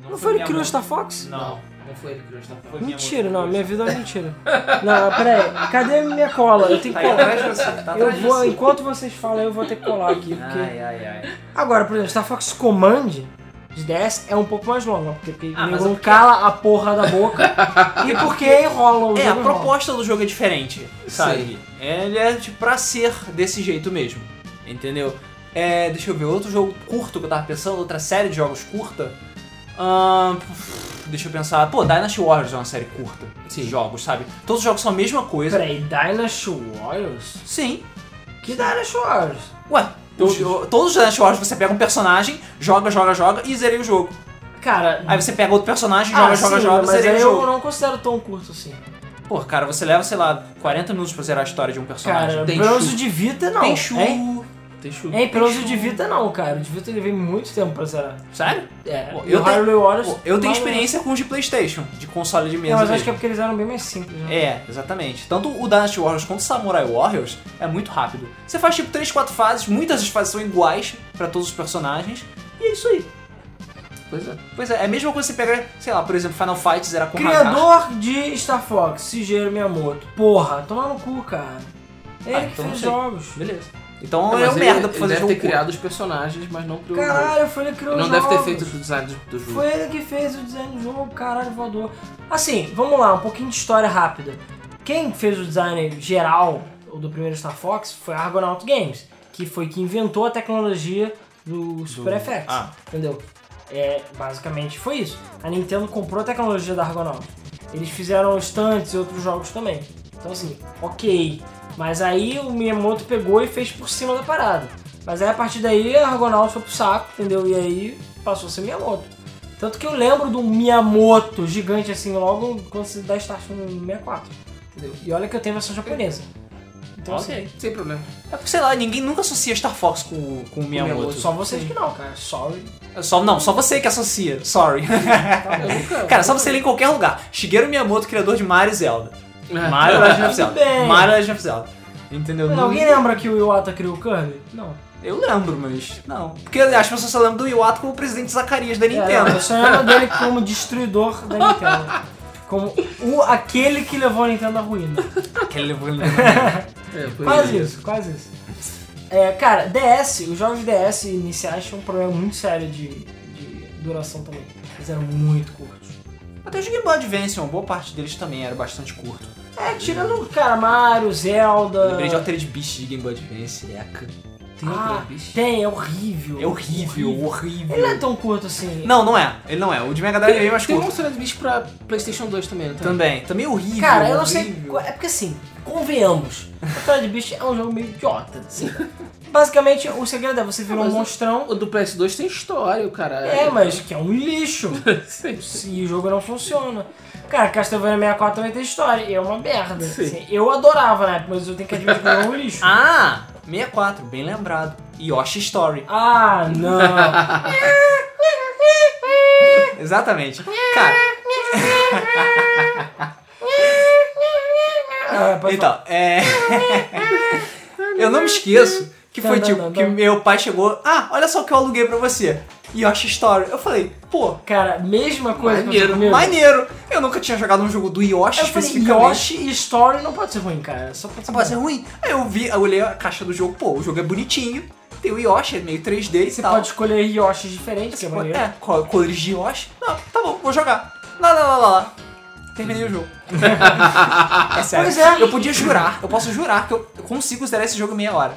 S1: é
S3: Não foi ele que criou
S1: minha
S3: o tá Star Fox?
S1: Não.
S2: Não, não foi ele que criou o Star Fox.
S1: Foi minha
S3: Mentira,
S1: mão.
S3: não, minha vida é uma mentira. Não, peraí, cadê a minha cola? Eu tenho
S1: Tá
S3: que
S1: aí atrás
S3: colar.
S1: de você. Tá
S3: Eu
S1: atrás de
S3: vou,
S1: você.
S3: enquanto vocês falam, eu vou ter que colar aqui. Porque...
S1: Ai, ai, ai.
S3: Agora, por exemplo, Star Fox Command de DS é um pouco mais longo, porque, porque
S1: Ah, mas
S3: não
S1: é porque-
S3: cala a porra da boca e porque enrola o
S1: É, a
S3: jogo enrola.
S1: proposta do jogo é diferente, sabe? É, Ele é tipo, pra ser desse jeito mesmo, entendeu? É, deixa eu ver, outro jogo curto que eu tava pensando, outra série de jogos curta. Ahn, deixa eu pensar. Pô, Dynasty Warriors é uma série curta. Esses jogos, sabe? Todos os jogos são a mesma coisa.
S3: Peraí, Dynasty Warriors?
S1: Sim.
S3: Que Dynasty Warriors?
S1: Ué, todos, todos os Dynasty Warriors você pega um personagem, joga, joga, joga e zerei o jogo.
S3: Cara,
S1: Aí você pega outro personagem,
S3: ah,
S1: joga, joga,
S3: sim,
S1: joga,
S3: mas
S1: zerei o
S3: aí eu
S1: jogo.
S3: não considero tão curto assim.
S1: Pô, cara, você leva, sei lá, 40 minutos pra zerar a história de um personagem.
S3: Cara,
S2: tem
S3: Bronze
S2: chu-
S3: de Vita não.
S1: Tem Shu.
S3: Hein,
S2: Tem chuva.
S3: hein Bronze de Vita não, cara. O de Vita levei muito tempo pra zerar.
S1: Sério?
S3: É,
S1: Pô,
S3: e
S1: eu
S3: o
S1: tenho-
S3: Harley Warriors.
S1: Pô, eu tenho
S3: mas-
S1: experiência com os de Playstation, de console de
S3: É,
S1: mesa
S3: mas acho que é
S1: mesmo.
S3: porque eles eram bem mais simples. Né?
S1: É, exatamente. Tanto o Dynasty Warriors quanto o Samurai Warriors é muito rápido. Você faz tipo 3, 4 fases, muitas das fases são iguais pra todos os personagens, e é isso aí.
S2: Pois é.
S1: Pois é, é a mesma coisa que você pegar, sei lá, por exemplo, Final Fight, zerar com Hagar.
S3: Criador de Star Fox, Shigeru Miyamoto. Porra, toma no cu, cara. Ele
S1: Ah,
S3: que
S1: então
S3: fez
S1: não sei.
S3: jogos.
S1: Beleza. Então
S2: Não,
S1: é um
S2: mas ele-
S1: merda pra
S2: ele
S1: fazer
S2: deve
S1: jogo
S2: ter
S1: curto.
S2: criado os personagens, mas não criou o jogo.
S3: Caralho, foi ele
S2: Ele
S3: que criou
S2: não
S3: os
S2: deve ter
S3: jogos.
S2: feito o design do, do jogo.
S3: Foi ele que fez o design do jogo, caralho, voador. Assim, vamos lá, um pouquinho de história rápida. Quem fez o design geral do primeiro Star Fox foi a Argonaut Games, que foi que inventou a tecnologia do Super FX.
S1: Ah.
S3: Entendeu? É, basicamente foi isso. A Nintendo comprou a tecnologia da Argonaut. Eles fizeram Stunts e outros jogos também. Então assim, ok. Mas aí o Miyamoto pegou e fez por cima da parada. Mas aí a partir daí a Argonaut foi pro saco, entendeu? E aí passou a ser Miyamoto. Tanto que eu lembro do Miyamoto gigante assim logo quando se dá start no 64. Entendeu? E olha que eu tenho versão japonesa. Então assim,
S2: Ok, sem problema.
S1: É porque, sei lá, ninguém nunca associa Star Fox com, com o Miyamoto.
S2: Miyamoto,
S1: Só,
S3: só vocês que não, cara. Sorry.
S1: só, não, só você que associa. Sorry.
S2: Eu nunca-
S1: Cara, só você ler em qualquer lugar. Shigeru Miyamoto, criador de Mario e Zelda.
S2: É.
S1: Mario Legend of
S3: Tudo
S1: Zelda.
S3: bem.
S1: Mario Legend of Zelda. Entendeu?
S3: Mas
S1: Não-
S3: alguém lembra que o Iwata criou o Kirby? Não.
S1: Eu lembro, mas não. Porque as pessoas só lembram do Iwata como presidente Zacarias da
S3: É, eu
S1: Nintendo.
S3: só lembro dele como destruidor da Nintendo. Como o, aquele que levou a Nintendo à ruína.
S1: Que ele levou ele
S2: É, pois
S3: Quase
S2: é.
S3: isso, quase isso. É, cara, DS, os jogos DS iniciais tinham um problema muito sério de, de duração também. Eles eram muito curtos.
S1: Até o Game Boy Advance, uma boa parte deles também era bastante curto.
S3: É, tirando, cara, Mario, Zelda.
S1: Eu lembrei de Altered Beast de Game Boy Advance, eca.
S2: Tem
S3: Ah,
S2: outra, bicho.
S3: Tem, é horrível.
S1: É horrível,
S3: Ele não
S1: horrível.
S3: é tão curto assim.
S1: Não, não é. Ele não é. O de Mega Drive é bem mais
S2: Tem um
S1: curto.
S2: Monster Beast pra Playstation 2 também, não tem?
S1: Também. Também é horrível.
S3: Cara, eu não sei.
S1: horrível.
S3: qual- É porque assim, convenhamos. Batalha de Bicho é um jogo meio idiota. assim. Basicamente, o segredo é você virar um
S2: Mas-
S3: monstrão.
S2: O do PS2 tem história, o cara.
S3: É, mas que é um lixo.
S2: Sim.
S3: E o jogo não funciona. Cara, Castlevania 64 também tem história. E é uma merda.
S2: Sim.
S3: assim. eu adorava na época, mas eu tenho que admitir que é um lixo.
S1: Ah, 64, bem lembrado. Yoshi Story.
S3: Ah, não. É.
S1: Exatamente. Cara,
S3: Ah, pode
S1: Então, é. eu não me esqueço que foi
S3: Não, não,
S1: tipo
S3: não,
S1: que
S3: não.
S1: meu pai chegou. Ah, olha só o que eu aluguei pra você. Yoshi Story. Eu falei, pô,
S3: Cara, mesma coisa que
S2: Maneiro,
S3: você comigo.
S1: maneiro. Eu nunca tinha jogado um jogo do Yoshi
S3: Eu falei,
S1: especificamente.
S3: Yoshi é e Story não pode ser ruim, cara. Só pode ser
S1: Não pode ser
S3: bom.
S1: ruim. Aí eu vi, eu olhei a caixa do jogo, pô, o jogo é bonitinho. Tem o Yoshi, é meio 3D e
S3: Você
S1: tal.
S3: pode escolher Yoshi diferentes, que é
S1: Você pode-
S3: maneiro.
S1: é, co- cores de Yoshi. Não, tá bom, vou jogar. Lá, lá, lá, lá, lá. Terminei o jogo. é sério.
S3: Pois é.
S1: Eu podia jurar, eu posso jurar que eu eu consigo zerar esse jogo em meia hora.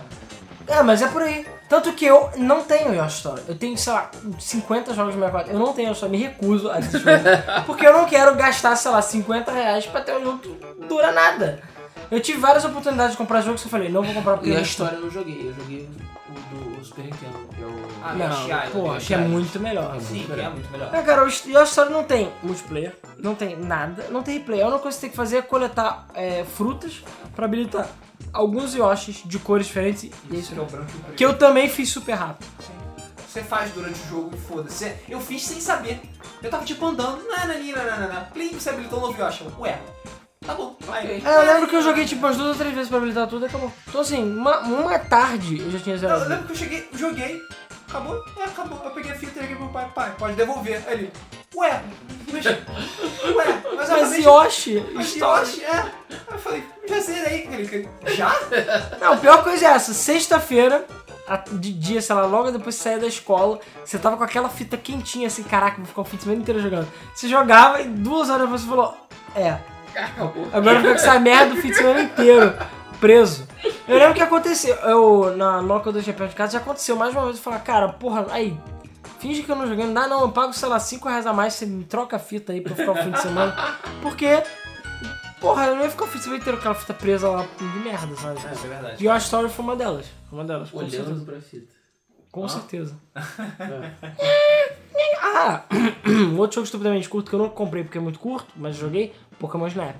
S3: É, mas é por aí. Tanto que eu não tenho Yoshi Story. Eu tenho, sei lá, 50 jogos de 64. Eu não tenho Yoshi Story, me recuso a esse jogo. porque eu não quero gastar, sei lá, 50 reais pra ter um jogo que dura nada. Eu tive várias oportunidades de comprar jogos que eu falei, não vou comprar porque
S2: E
S3: eu
S2: a história eu não joguei, eu joguei o do Super Nintendo, que é o.
S1: Ah,
S3: Não,
S1: Yoshi Island, Tá
S3: pô,
S2: Yoshi
S3: que é
S2: Island.
S3: muito melhor.
S2: Sim, que é
S1: muito melhor.
S3: É, cara, o Yoshi Story não tem multiplayer, não tem nada, não tem replay. A única coisa que você tem que fazer é coletar é, frutas pra habilitar alguns Yoshis de cores diferentes. E é isso.
S1: é o branco e o preto.
S3: Que eu também fiz super rápido.
S1: Você faz durante o jogo e foda-se. É, Eu fiz sem saber. Eu tava tipo andando, nananina, nananana. Plim, você habilitou um novo Yoshi. Eu, Ué, tá bom, vai.
S2: Ok.
S3: É, eu lembro que eu joguei tipo umas duas ou três vezes pra habilitar tudo e acabou. Então assim, uma, uma tarde eu já tinha
S1: Não, eu
S3: zerado.
S1: lembro que eu cheguei, joguei, acabou, é, acabou. Eu peguei a fita e entreguei pro pai, pai, pode devolver. Aí Ele, ué, mas, ué, mas eu
S3: Mas
S1: acabei de-
S3: Yoshi,
S1: mas
S3: Story.
S1: Yoshi, é. Aí eu falei, já zerei. Ele, que- já?
S3: Não, a pior coisa é essa. Sexta-feira, a- de dia, sei lá, logo depois que você saía da escola, você tava com aquela fita quentinha, assim, caraca, vou ficar o fim de semana inteiro jogando. Você jogava e duas horas depois você falou, é,
S2: Acabou.
S3: agora eu vou ficar com essa merda o fim de semana inteiro, preso. Eu lembro que aconteceu, eu, na local do Chapéu de Casa, já aconteceu mais uma vez, eu falar, cara, porra, aí, finge que eu não joguei, não dá não, eu pago, sei lá, 5 reais a mais, você me troca a fita aí pra eu ficar o fim de semana, porque... Porra, eu não ia ficar o fim de semana inteiro com aquela fita presa lá de merda, sabe?
S1: é verdade.
S3: E a Story foi uma delas. Foi uma delas, com certeza.
S2: Olhando pra fita.
S3: Com
S2: Ah.
S3: certeza.
S2: É.
S3: Ah! Outro jogo estupidamente curto que eu não comprei porque é muito curto, mas joguei, Pokémon Snap.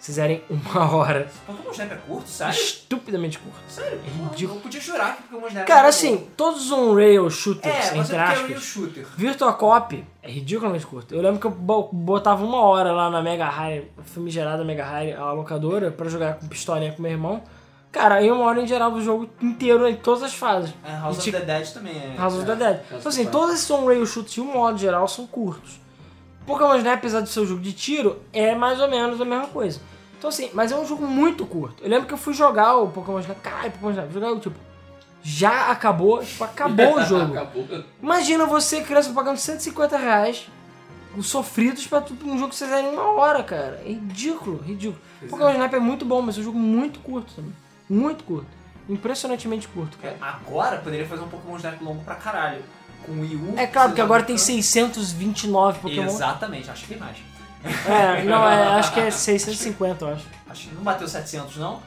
S3: Vocês zerem uma hora.
S1: Pokémon Snap é curto, sério?
S3: Estupidamente curto.
S1: Sério?
S3: É ridículo.
S1: Eu podia jurar que Pokémon Snap
S3: Cara,
S1: era
S3: assim, todos um rail
S1: curto. É,
S3: shooters,
S1: você
S3: entre
S1: quer o
S3: aspas.
S1: shooter.
S3: Virtua Cop é ridiculamente curto. Eu lembro que eu bo- botava uma hora lá na Mega High, famigerada Mega High, a locadora, pra jogar com pistolinha com meu irmão. Cara, em uma hora a gente gerava o jogo inteiro, em todas as fases.
S1: É, House
S3: E
S1: of
S3: tinha-
S1: the Dead também é.
S3: House of the Dead. Então, assim,
S2: Dead.
S3: todos esses on-rail shoots, de um modo geral, são curtos. Pokémon Snap, apesar de ser um jogo de tiro, é mais ou menos a mesma coisa. Então, assim, mas é um jogo muito curto. Eu lembro que eu fui jogar o Pokémon Snap, caralho, Pokémon Snap, jogar o tipo, já acabou, tipo, acabou o jogo.
S2: Acabou.
S3: Imagina você, criança, pagando 150 reais, os sofridos pra tu- um jogo que vocês em uma hora, cara. É ridículo, ridículo. Pokémon Snap é muito bom, mas é um jogo muito curto também. Muito curto. Impressionantemente curto, cara.
S1: É, Agora poderia fazer um Pokémon Snap longo pra caralho. Com o Wii U.
S3: É claro, porque agora tem
S1: sim.
S3: 629 Pokémon.
S1: Exatamente, acho que tem mais.
S3: É, não, é, acho que é 650, eu acho.
S1: Acho que não bateu 700, não?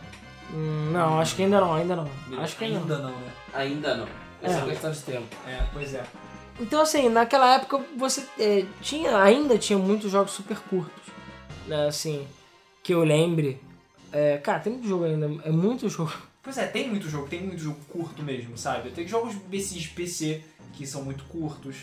S3: Hum, não, acho que ainda não, ainda não. Acho que ainda não.
S1: ainda não, né?
S2: Ainda não. É
S3: É.
S2: só questão de tempo.
S1: É, pois é.
S3: Então, assim, naquela época você é, tinha, ainda tinha muitos jogos super curtos. né, assim, que eu lembre. É, cara, tem muito jogo ainda, é muito jogo.
S1: Pois é, tem muito jogo, tem muito jogo curto mesmo, sabe? Tem jogos desses PC que são muito curtos.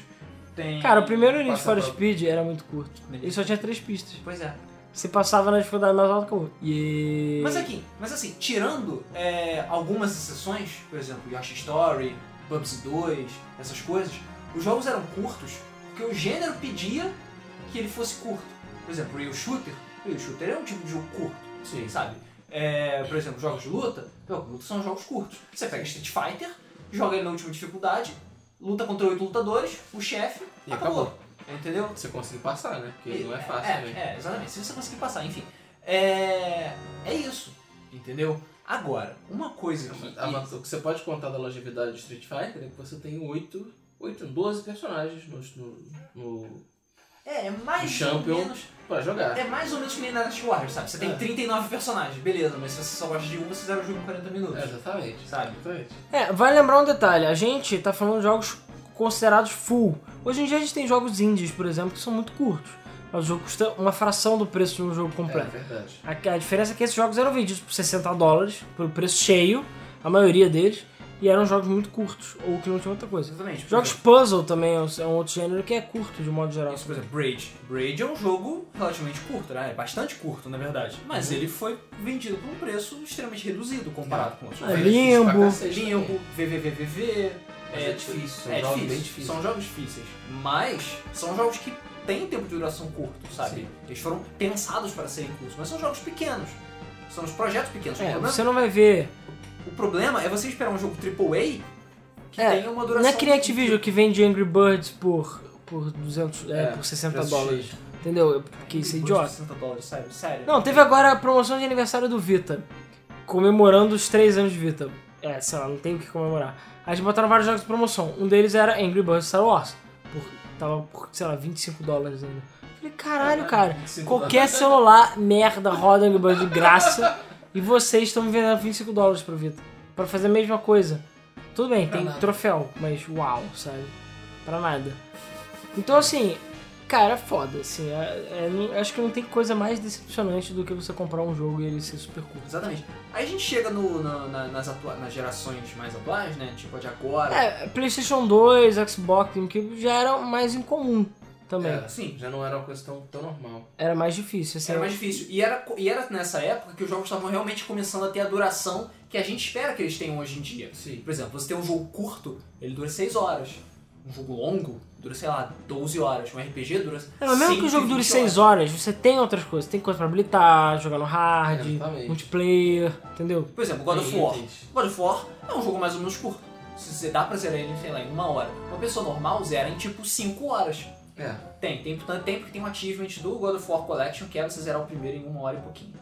S1: Tem.
S3: Cara, o primeiro Need
S1: Passa
S3: for
S1: pra-
S3: Speed era muito curto. Ele só tinha três pistas.
S1: Pois é.
S3: Você passava na dificuldade mais alta que eu. E.
S1: Mas aqui, mas assim, tirando é, algumas exceções, por exemplo, Yoshi Story, Bubsy 2, essas coisas, os jogos eram curtos porque o gênero pedia que ele fosse curto. Por exemplo, o Rail Shooter, o Rail Shooter é um tipo de jogo curto.
S2: Sim.
S1: sabe? É, por exemplo, jogos de luta, jogos de luta são jogos curtos. Você pega Street Fighter, joga ele na última dificuldade, luta contra oito lutadores, o chefe,
S2: E
S1: acabou.
S2: acabou.
S1: Entendeu?
S2: Você conseguiu passar, né? Porque não é fácil
S1: É,
S2: também.
S1: é, exatamente. Se você conseguir passar, enfim. É, é isso, entendeu? Agora, uma coisa que...
S2: A van- O que você pode contar da longevidade de Street Fighter é que você tem 8, 8 12 personagens no, no, no-
S1: É, é mais
S2: O Champion.
S1: ou menos...
S2: pra jogar.
S1: É mais ou menos que nem na Dynasty Warriors, sabe? Você tem
S2: É.
S1: 39 personagens, beleza, mas se você só gosta de um, você zera o jogo em 40 minutos,
S2: É, exatamente.
S1: sabe?
S2: Exatamente.
S3: É, vai lembrar um detalhe, a gente tá falando de jogos considerados full. Hoje em dia a gente tem jogos indies, por exemplo, que são muito curtos. Mas o jogo custa uma fração do preço de um jogo
S2: É
S3: completo.
S2: verdade.
S3: A, a diferença é que esses jogos eram vendidos por 60 dólares, por preço cheio, a maioria deles. E eram jogos muito curtos, ou que não tinha outra coisa.
S1: Exatamente. por
S3: Jogos
S1: exemplo,
S3: puzzle também é um é um outro gênero que é curto, de modo geral.
S1: Isso, por exemplo, Braid. Braid é um jogo relativamente curto, né? É bastante curto, na verdade. Mas
S2: Uhum.
S1: ele foi vendido por um preço extremamente reduzido comparado com outros.
S3: É,
S1: jogos.
S3: Limbo.
S1: Limbo, VVVVV.
S2: Mas é difícil, são
S1: é
S2: jogos bem
S1: difícil.
S2: difíceis.
S1: São jogos difíceis. Mas são jogos que têm tempo de duração curto, sabe?
S2: Sim.
S1: Eles foram pensados para serem curtos, mas são jogos pequenos. São os projetos pequenos. o,
S3: É,
S1: problema,
S3: você não vai ver.
S1: o problema é você esperar um jogo AAA que
S3: É,
S1: tenha uma
S3: Não
S1: duração.
S3: é Creative Video que vende Angry Birds por, por, 200, é,
S2: É,
S3: por 60
S2: preço
S3: dólares.
S2: X.
S3: Entendeu? Eu- Porque isso
S1: Depois
S3: é
S1: de
S3: idiota.
S1: 60 dólares, sério, sério.
S3: Não, teve agora a promoção de aniversário do Vita. Comemorando os 3 anos de Vita. É, sei lá, não tem o que comemorar. Aí eles botaram vários jogos de promoção. Um deles era Angry Birds Star Wars. Por, tava por, sei lá, 25 dólares ainda. Falei, caralho, cara.
S2: 25
S3: Qualquer celular merda roda Angry Birds de graça. e vocês estão me vendendo 25 dólares pro Vita. Pra fazer a mesma coisa. Tudo bem,
S2: Pra
S3: tem
S2: nada.
S3: troféu, mas uau, sabe? Pra nada. Então, assim, Cara, é foda, assim. é- é- não- acho que não tem coisa mais decepcionante do que você comprar um jogo e ele ser super curto.
S1: Exatamente. Aí a gente chega no, na- na- nas, atua- nas gerações mais atuais, né? Tipo a de agora.
S3: É, PlayStation 2, Xbox, GameCube já era mais incomum também.
S2: É,
S1: Sim.
S2: já não era uma coisa tão, tão normal.
S3: Era mais difícil, assim.
S1: Era mais difícil. E era, co- e era nessa época que os jogos estavam realmente começando a ter a duração que a gente espera que eles tenham hoje em dia.
S2: Sim.
S1: Por exemplo, você tem um jogo curto, ele dura 6 horas. Um jogo longo dura, sei lá, 12 horas. Um RPG dura.
S3: É, mas mesmo que o jogo dure 6 horas, você tem outras coisas. Tem coisa pra habilitar, jogar no hard,
S2: Exatamente.
S3: multiplayer, entendeu?
S1: Por exemplo, God of
S2: Tem
S1: War.
S2: itens.
S1: God of War é um jogo mais ou menos curto. Se você dá pra zerar ele, sei lá, em uma hora. Uma pessoa normal zera em tipo 5 horas.
S2: É,
S1: Tem, tem tanto tempo que tem um achievement do God of War Collection que é você zerar o primeiro em uma hora e pouquinho.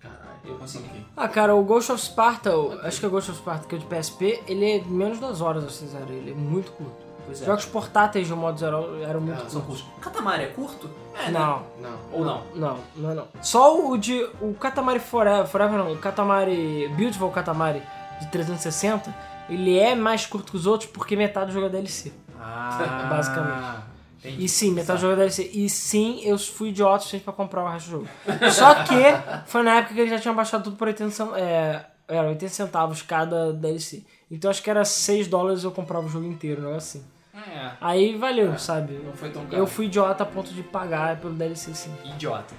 S2: caralho.
S1: Eu consegui.
S3: Ah, cara, o Ghost of Sparta, o- acho que é o Ghost of Sparta, que é o de PSP, ele é menos das horas, você zero. Ele é muito curto.
S1: Pois é.
S3: Jogos portáteis, de um modo geral, eram muito
S2: Ah,
S1: São
S3: curtos.
S1: curtos. Katamari é curto? É, né?
S3: Não.
S2: Não.
S1: Ou não?
S3: Não, não é não. Só o de. O Katamari Forever, Forever não, o Katamari. Beautiful Katamari de 360, ele é mais curto que os outros porque metade do jogo é DLC.
S1: Ah,
S3: Basicamente.
S1: Entendi.
S3: E sim, metade do jogo é DLC. E sim, eu fui idiota o suficiente pra comprar o resto do jogo. Só que foi na época que eles já tinham baixado tudo por 80 cen- é, era 80 centavos cada DLC. Então acho que era 6 dólares eu comprava o jogo inteiro, não é assim.
S1: É.
S3: Aí valeu, sabe?
S2: Não foi tão caro.
S3: Eu fui idiota a ponto de pagar pelo DLC sim.
S1: Idiota.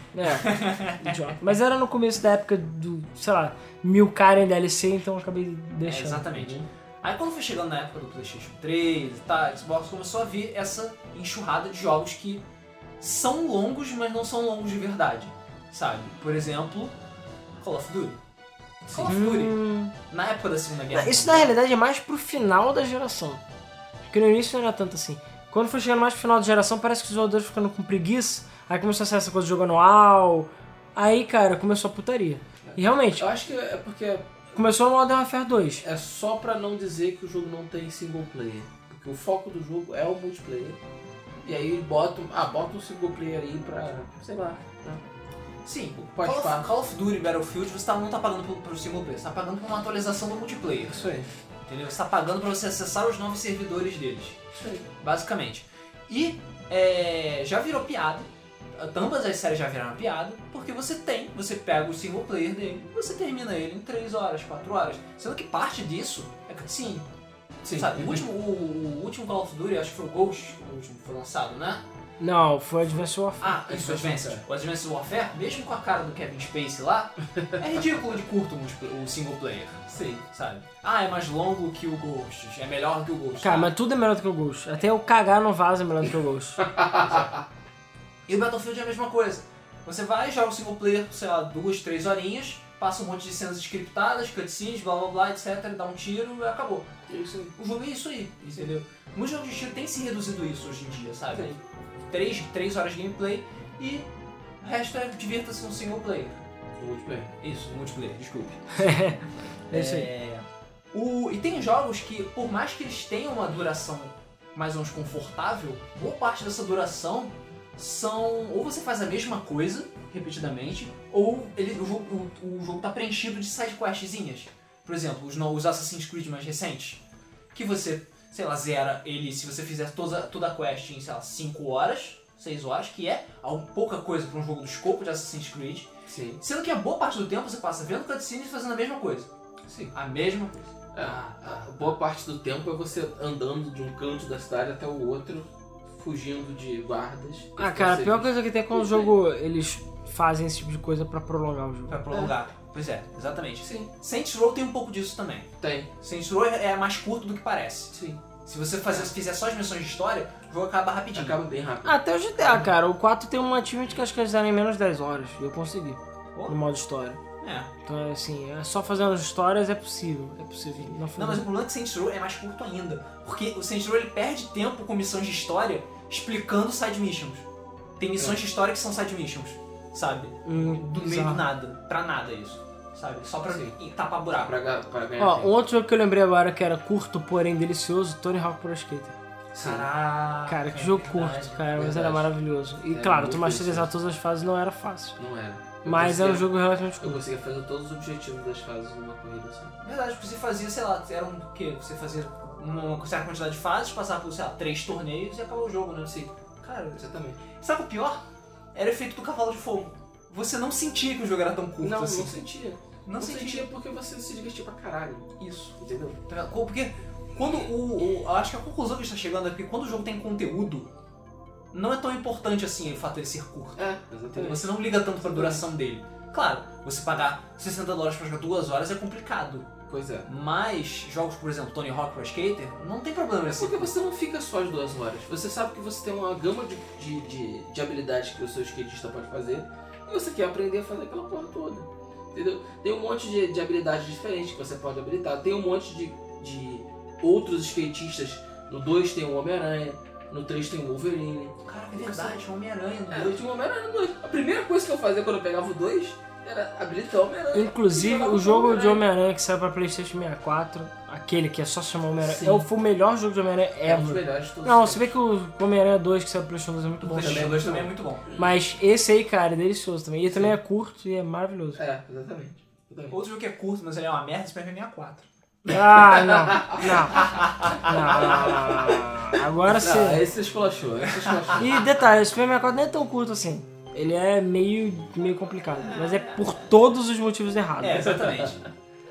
S3: É, idiota. Mas era no começo da época do, sei lá, mil cara em DLC, então eu acabei
S1: É,
S3: deixando.
S1: exatamente. Aí quando foi chegando na época do Playstation 3 e tal, Xbox começou a vir essa enxurrada de jogos que são longos, mas não são longos de verdade. Sabe? Por exemplo, Call of Duty. Call of Duty,
S3: Hum,
S1: na época da Segunda Guerra
S3: isso na
S1: Mundial,
S3: realidade é mais pro final da geração. Porque no início não era tanto assim. Quando foi chegando mais pro final da geração, parece que os jogadores ficando com preguiça. Aí começou a ser essa coisa de jogo anual. Aí, cara, começou a putaria. E realmente,
S2: Eu acho que é porque
S3: começou no Modern Warfare 2.
S2: é só pra não dizer que o jogo não tem single player. Porque o foco do jogo é o multiplayer. E aí botam. Ah, bota um single player aí pra. sei lá. né?
S1: Sim, Call
S2: Pode
S1: of,
S2: falar.
S1: Call of Duty Battlefield você tá- não tá pagando pro, pro single player, você tá pagando por uma atualização do multiplayer,
S2: Isso aí.
S1: entendeu? Você tá pagando pra você acessar os novos servidores deles.
S2: Isso aí.
S1: basicamente. E é, já virou piada. Ambas as séries já viraram piada, porque você tem, você pega o single player dele, você termina ele em 3 horas, 4 horas. Sendo que parte disso é cutscene.
S2: Sim.
S1: Sabe, o último, o, o último Call of Duty, acho que foi o Ghost, o último que foi lançado, né?
S3: Não, foi Advanced Warfare.
S1: Ah,
S2: Isso,
S1: isso, o Advanced.
S2: Advanced.
S1: O Advanced Warfare, mesmo com a cara do Kevin Space lá, é ridículo de curto o multiplayer- o single player,
S2: Sim.
S1: sabe? Ah, é mais longo que o Ghost, é melhor que o Ghost.
S3: Cara, mas tudo é melhor do que o Ghost. Até eu cagar no vaso é melhor do que o Ghost.
S1: E o Battlefield é a mesma coisa. Você vai, joga o single player, sei lá, duas, três horinhas, passa um monte de cenas scriptadas, cutscenes, blá blá blá, etc, dá um tiro e acabou.
S2: Isso aí.
S1: O jogo é isso aí, entendeu? Muitos jogos de tiro têm se reduzido isso hoje em dia, sabe?
S2: Sim.
S1: Três, três horas de gameplay e o resto é divirta-se no single player.
S2: Multiplayer.
S1: Isso, multiplayer, desculpe.
S3: É isso aí.
S1: É, o- e tem jogos que, por mais que eles tenham uma duração mais ou menos confortável, boa parte dessa duração são. Ou você faz a mesma coisa repetidamente, ou ele- o, jogo, o, o jogo tá preenchido de sidequestzinhas. Por exemplo, os, no- os Assassin's Creed mais recentes. Que você, sei lá, zera ele se você fizer toda, toda a quest em, sei lá, 5 horas, 6 horas, que é al- pouca coisa para um jogo do escopo de Assassin's Creed.
S2: Sim.
S1: Sendo que a boa parte do tempo você passa vendo cutscenes e fazendo a mesma coisa.
S2: Sim.
S1: A mesma coisa.
S2: Ah, ah, boa parte do tempo é você andando de um canto da cidade até o outro, fugindo de guardas.
S3: Ah, cara, a
S2: Você-
S3: pior coisa que tem é quando o jogo eles fazem esse tipo de coisa pra prolongar o jogo.
S1: Pra prolongar. Pois é, exatamente.
S2: Sim,
S1: Saints Row tem um pouco disso também.
S2: tem,
S1: Saints Row é mais curto do que parece.
S2: sim.
S1: Se você
S2: É.
S1: fazer, fizer só as missões de história, o jogo acaba rapidinho.
S2: Acaba bem rápido.
S3: Até o GTA, cara. O 4 tem um achievement que acho que eles deram em menos de 10 horas. E eu consegui.
S1: Oh.
S3: No modo história.
S1: É.
S3: Então, é assim, é só fazendo as histórias é possível. É possível. Não, foi
S1: Não, mas o problema é que Saints Row é mais curto ainda. Porque o Saints Row ele perde tempo com missões de história explicando side missions. Tem missões
S2: É.
S1: de história que são side missions, sabe?
S3: hum,
S1: Do meio do
S3: bizarro.
S1: nada. Pra nada é isso. Sabe? Só pra
S2: Sim.
S1: tapar buraco.
S2: Pra, ga- pra ganhar
S3: Ó, um
S2: tempo.
S3: outro jogo que eu lembrei agora que era curto, porém delicioso, Tony Hawk Pro Skater.
S2: Sim.
S1: Caraca.
S3: Cara, que jogo
S1: Ah, é verdade. É
S3: curto, cara, mas
S2: verdade.
S3: era maravilhoso. E
S2: Era
S3: claro,
S2: muito
S3: tu masterizar
S2: delicioso.
S3: todas as fases não era fácil.
S2: Não era. Eu
S3: Mas era um
S2: conseguia-
S3: jogo relativamente
S2: Eu
S3: curto.
S2: conseguia fazer todos os objetivos das fases numa corrida só.
S1: Verdade, porque você fazia, sei lá, era um o quê? Você fazia uma, uma certa quantidade de fases, passava por, sei lá, três torneios e acabou o jogo, né? Assim, cara,
S2: Exatamente.
S1: sabe o pior? Era o efeito do cavalo de fogo. Você não sentia que o jogo era tão curto
S2: Não, não
S1: assim.
S2: sentia.
S1: Não,
S2: Não,
S1: sentia.
S2: sentia porque você se divertia pra caralho.
S1: isso.
S2: Entendeu?
S1: Tá ligado? Porque quando o, o- Acho que a conclusão que a gente tá chegando é porque quando o jogo tem conteúdo, não é tão importante assim o fato dele ser curto.
S2: É,
S1: Entendeu?
S2: exatamente.
S1: Você não liga tanto pra duração dele. Claro, você pagar 60 dólares pra jogar duas horas é complicado.
S2: Pois é.
S1: Mas jogos, por exemplo, Tony Hawk Pro Skater, não tem problema assim.
S2: Porque você não fica só as duas horas. Você sabe que você tem uma gama de, de, de, de habilidades que o seu skatista pode fazer e você quer aprender a fazer aquela porra toda. Entendeu? Tem um monte de, de habilidades diferentes que você pode habilitar. Tem um monte de, de outros skatistas. No 2 tem o Homem-Aranha, no 3 tem o Wolverine.
S1: Caraca, é verdade, Homem-Aranha.
S2: É,
S1: né?
S2: eu tinha o Homem-Aranha no 2. A primeira coisa que eu fazia quando eu pegava o 2 era habilitar o Homem-Aranha.
S3: Inclusive,
S2: jogava
S3: o jogo de
S2: Homem-Aranha.
S3: Homem-Aranha que saiu pra PlayStation 64, aquele que é só se chamar Homem-Aranha,
S2: Sim.
S3: é o- foi o melhor jogo de Homem-Aranha
S2: É um dos
S3: ever.
S2: melhores de todos.
S3: Não,
S2: os
S3: você vê que o Homem-Aranha 2 que saiu pra PlayStation 2 é muito bom.
S1: O
S3: também.
S1: Shadow 2 também é muito bom.
S3: Mas esse aí, cara, é delicioso também. E também é curto e é maravilhoso.
S2: tempos. É, exatamente. exatamente.
S1: Outro jogo que é curto, mas ele é uma merda, Super Mario 64.
S3: Ah, não. Não. Não, não, não, não. Agora sim.
S2: Ah, esse esculachou, esse esculachou.
S3: E detalhe, o Super 64 não é tão curto assim. Ele é meio, meio complicado. Mas é por todos os motivos
S2: Ah,
S3: errados.
S1: É, exatamente.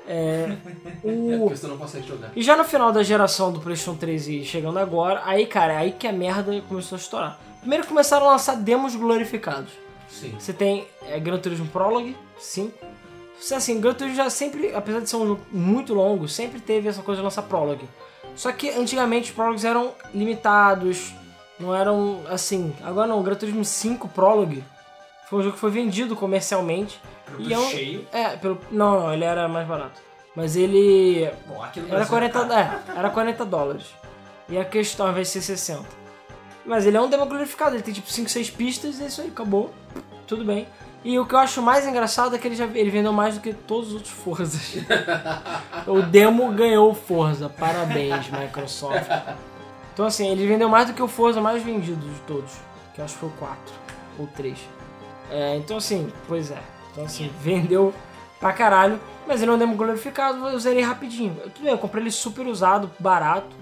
S2: É
S3: O...
S2: porque você não consegue jogar.
S3: E já no final da geração do PlayStation 3 e chegando agora, aí, cara, é aí que a merda começou a estourar. Primeiro começaram a lançar demos glorificados.
S2: Sim.
S3: Você tem é, Gran Turismo Prologue 5. Você, Assim, Gran Turismo já sempre, apesar de ser um jogo muito longo, sempre teve essa coisa de lançar Prologue. Só que antigamente os Prologues eram limitados, não eram assim. Agora não, Gran Turismo 5 Prologue foi um jogo que foi vendido comercialmente.
S1: Produto
S3: é um-
S1: cheio.
S3: É, pelo. Não, não, ele era mais barato. Mas ele.
S1: Bom, aqui no
S3: Era
S1: Brasil,
S3: 40,
S1: cara,
S3: é, era 40 dólares. E a questão ao invés de ser 60. Mas ele é um demo glorificado, ele tem tipo 5, 6 pistas e é isso aí, acabou. Tudo bem. E o que eu acho mais engraçado é que ele já ele vendeu mais do que todos os outros Forzas. o demo ganhou o Forza. Parabéns, Microsoft. Então assim, ele vendeu mais do que o Forza mais vendido de todos. Que eu acho que foi o 4 ou 3. É, então assim, pois é. Então assim, vendeu pra caralho. Mas ele é um demo glorificado, eu zerei rapidinho. Eu- Tudo bem, eu comprei ele super usado, barato.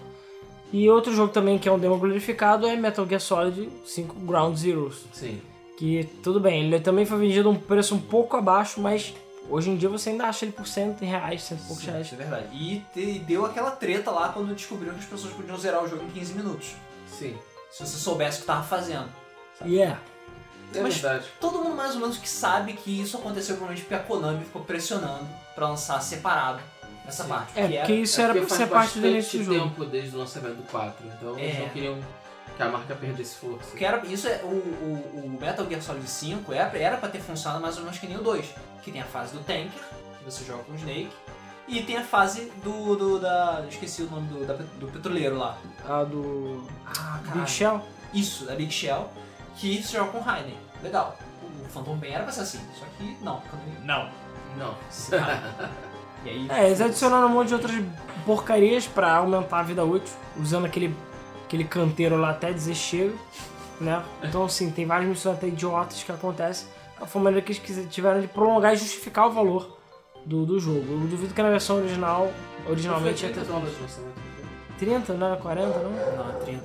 S3: E outro jogo também que é um demo glorificado é Metal Gear Solid 5 Ground Zeroes.
S2: Sim.
S3: Que tudo bem, ele também foi vendido a um preço um pouco abaixo, mas hoje em dia você ainda acha ele por cento em reais, cento e poucos
S1: Sim,
S3: reais.
S1: isso é verdade. E, te- e deu aquela treta lá quando descobriram que as pessoas podiam zerar o jogo em 15 minutos.
S2: Sim.
S1: Se você soubesse o que tava fazendo.
S3: E é.
S2: É
S1: Mas-
S2: verdade.
S1: Todo mundo mais ou menos que sabe que isso aconteceu provavelmente porque a Konami ficou pressionando pra lançar separado essa
S2: Sim.
S1: parte.
S3: É,
S1: que
S3: porque isso
S2: É
S3: era
S2: porque
S3: pra
S2: faz
S3: ser parte do
S2: bastante
S3: início do jogo.
S2: tempo desde o lançamento do 4. Então eles
S1: É.
S2: não queriam que a marca perdesse força.
S1: Porque era, isso é, o, o, o Metal Gear Solid 5 era, era pra ter funcionado mais ou menos que nem o 2. Que tem a fase do Tanker, que você joga com o Snake. E tem a fase do. do da, esqueci o nome do, da- do petroleiro lá.
S3: A do.
S1: Ah,
S3: Big Shell?
S1: Isso, da Big Shell. Que você joga com o Raiden. Legal. O Phantom Pain era pra ser assim. Só que não. Não.
S2: Não.
S1: E aí.
S3: É, eles adicionaram um monte de outras porcarias pra aumentar a vida útil, usando aquele, aquele canteiro lá até dizer chega, né? Então, assim, tem várias missões até idiotas que acontecem. Foi uma maneira que eles quise- tiveram de prolongar e justificar o valor do, do jogo. Eu duvido que na versão original,
S1: é
S3: originalmente,
S2: Foi
S3: é ia ter
S2: 30 dólares o lançamento.
S3: 30, não era 40, não?
S1: Não, é 30.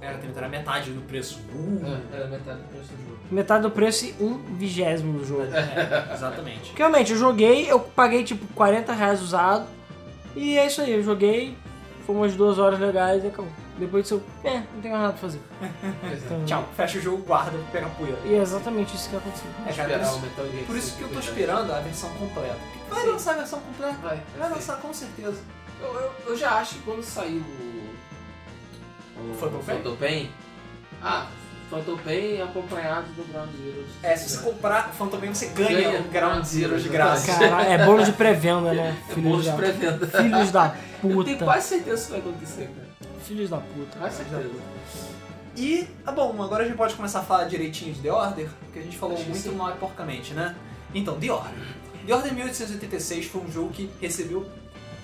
S1: Era 30, era metade do preço. Uh.
S2: É, era metade do preço do jogo.
S3: Metade do preço e um vigésimo do jogo.
S1: É, exatamente.
S3: Porque realmente, eu joguei, eu paguei tipo 40 reais usado. E é isso aí, eu joguei, foi umas duas horas legais e acabou. Depois disso, eu, é, não tem mais nada pra fazer.
S2: é.
S3: Então,
S1: Tchau, fecha o jogo, guarda, pega a poeira.
S3: E é exatamente isso que aconteceu.
S1: É, cara, por
S2: Esperar o
S1: isso,
S2: Metal Gear
S1: por isso que eu tô
S2: 50.
S1: esperando a versão completa. Vai
S2: Sim.
S1: lançar a versão completa?
S2: Vai,
S1: Vai
S2: vai ser.
S1: lançar com certeza.
S2: Eu, eu, eu já acho que quando saiu o. o
S1: Phantom Pain?
S2: Phantom Pain. Ah, Phantom Pain acompanhado do Ground Zeroes.
S1: É, se você comprar Phantom Pain, você ganha,
S2: Ganha.
S1: um Ground Zero de graça.
S3: Caralho, é bolo de pré-venda, né?
S2: É bom
S3: Filhos
S2: de
S3: da,
S2: pré-venda.
S3: filhos da
S2: Eu tenho
S3: puta.
S2: quase certeza que isso vai acontecer, cara.
S3: Filhos da puta.
S2: Quase certeza.
S1: E, tá bom, agora a gente pode começar a falar direitinho de The Order, porque a gente falou
S2: Acho que
S1: muito
S2: sim.
S1: mal e porcamente, né? Então, The Order. The Order 1886 foi um jogo que recebeu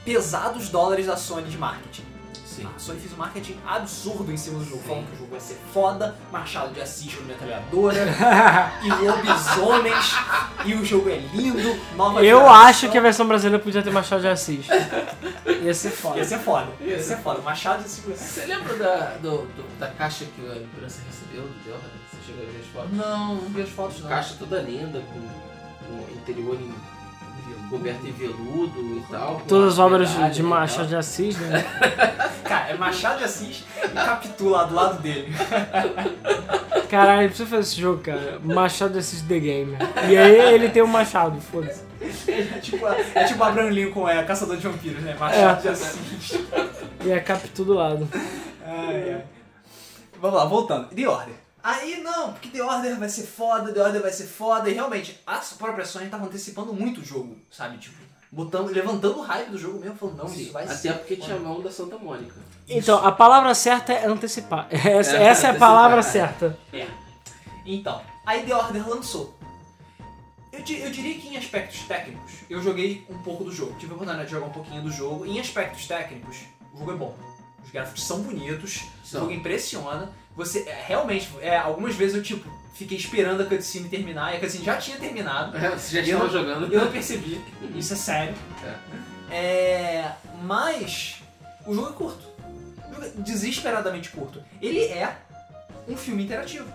S1: pesados dólares da Sony de marketing.
S2: Sim.
S1: A Sony fez um marketing absurdo em cima do jogo,
S2: Sim.
S1: falando que o jogo vai ser foda, Machado de Assis com metralhadora, e lobisomens, e o jogo é lindo, nova
S2: é.
S3: Eu
S1: geração.
S3: acho que a versão brasileira podia ter Machado de Assis. Ia ser
S1: Ia
S3: foda.
S1: ser foda, ia ser foda. Machado de Assis...
S2: Você lembra da, do- do- da caixa que a imprensa recebeu do Deorra? Você chegou a ver as fotos?
S1: Não, não vi as fotos não.
S2: Caixa toda linda, com, com interior em, coberto em veludo e tal. com
S3: Todas as obras de-
S2: medalha
S3: de
S2: e
S3: Machado de Assis, né?
S1: Cara, é Machado de Assis e Capitula do lado dele.
S3: Caralho, precisa fazer esse jogo, cara. Machado de Assis The Game. E aí ele tem o Machado, foda-se.
S1: É tipo, a- é tipo Abraham Lincoln, é caçador de vampiros, né? Machado
S2: É.
S1: de Assis.
S3: E é captura do lado.
S1: Ai, ai. Vamos lá, voltando. The Order. Aí não, porque The Order vai ser foda, The Order vai ser foda. E realmente, a própria Sony tava antecipando muito o jogo, sabe? Tipo, botando, levantando o hype do jogo mesmo, falando, não,
S2: Sim,
S1: isso vai ser.
S2: até porque tinha a mão da Santa Mônica.
S3: Então, a palavra certa é antecipar. Essa,
S2: É,
S3: essa é a
S2: antecipar,
S3: palavra
S2: é.
S3: certa.
S1: É. Então, aí The Order lançou. Eu, di- eu diria que em aspectos técnicos, eu joguei um pouco do jogo. Tive a oportunidade de jogar um pouquinho do jogo. Em aspectos técnicos, o jogo é bom. Os gráficos são bonitos,
S2: São.
S1: o jogo impressiona. Você é, realmente, é, algumas vezes eu tipo, fiquei esperando a cutscene terminar, e a cutscene já tinha terminado.
S2: É, Você já
S1: Eu
S2: estava
S1: não-
S2: jogando.
S1: Eu não percebi, isso é sério. É, mas o jogo é curto. O jogo é desesperadamente curto. Ele é um filme interativo.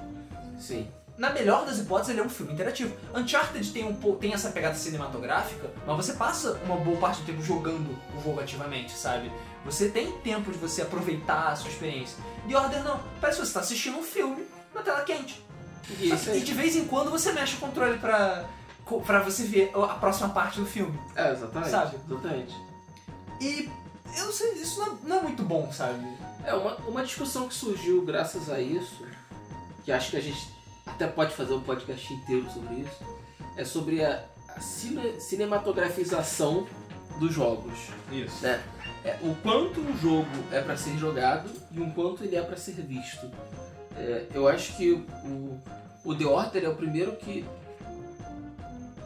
S2: Sim.
S1: Na melhor das hipóteses, ele é um filme interativo. Uncharted tem, um, po- tem essa pegada cinematográfica, mas você passa uma boa parte do tempo jogando o jogo ativamente, sabe? Você tem tempo de você aproveitar a sua experiência. The Order não. Parece que você está assistindo um filme na tela quente.
S2: E isso
S1: E
S2: aí.
S1: de vez em quando você mexe o controle pra, co- pra você ver a próxima parte do filme.
S2: É, exatamente.
S1: Sabe?
S2: Exatamente.
S1: E eu não sei, isso não é, não é muito bom, sabe?
S2: É, uma, uma discussão que surgiu graças a isso, que acho que a gente até pode fazer um podcast inteiro sobre isso, é sobre a, a cine- cinematografização dos jogos.
S1: Isso.
S2: né? É, o quanto um jogo é para ser jogado e o quanto ele é para ser visto. É, eu acho que o, o The Order é o primeiro que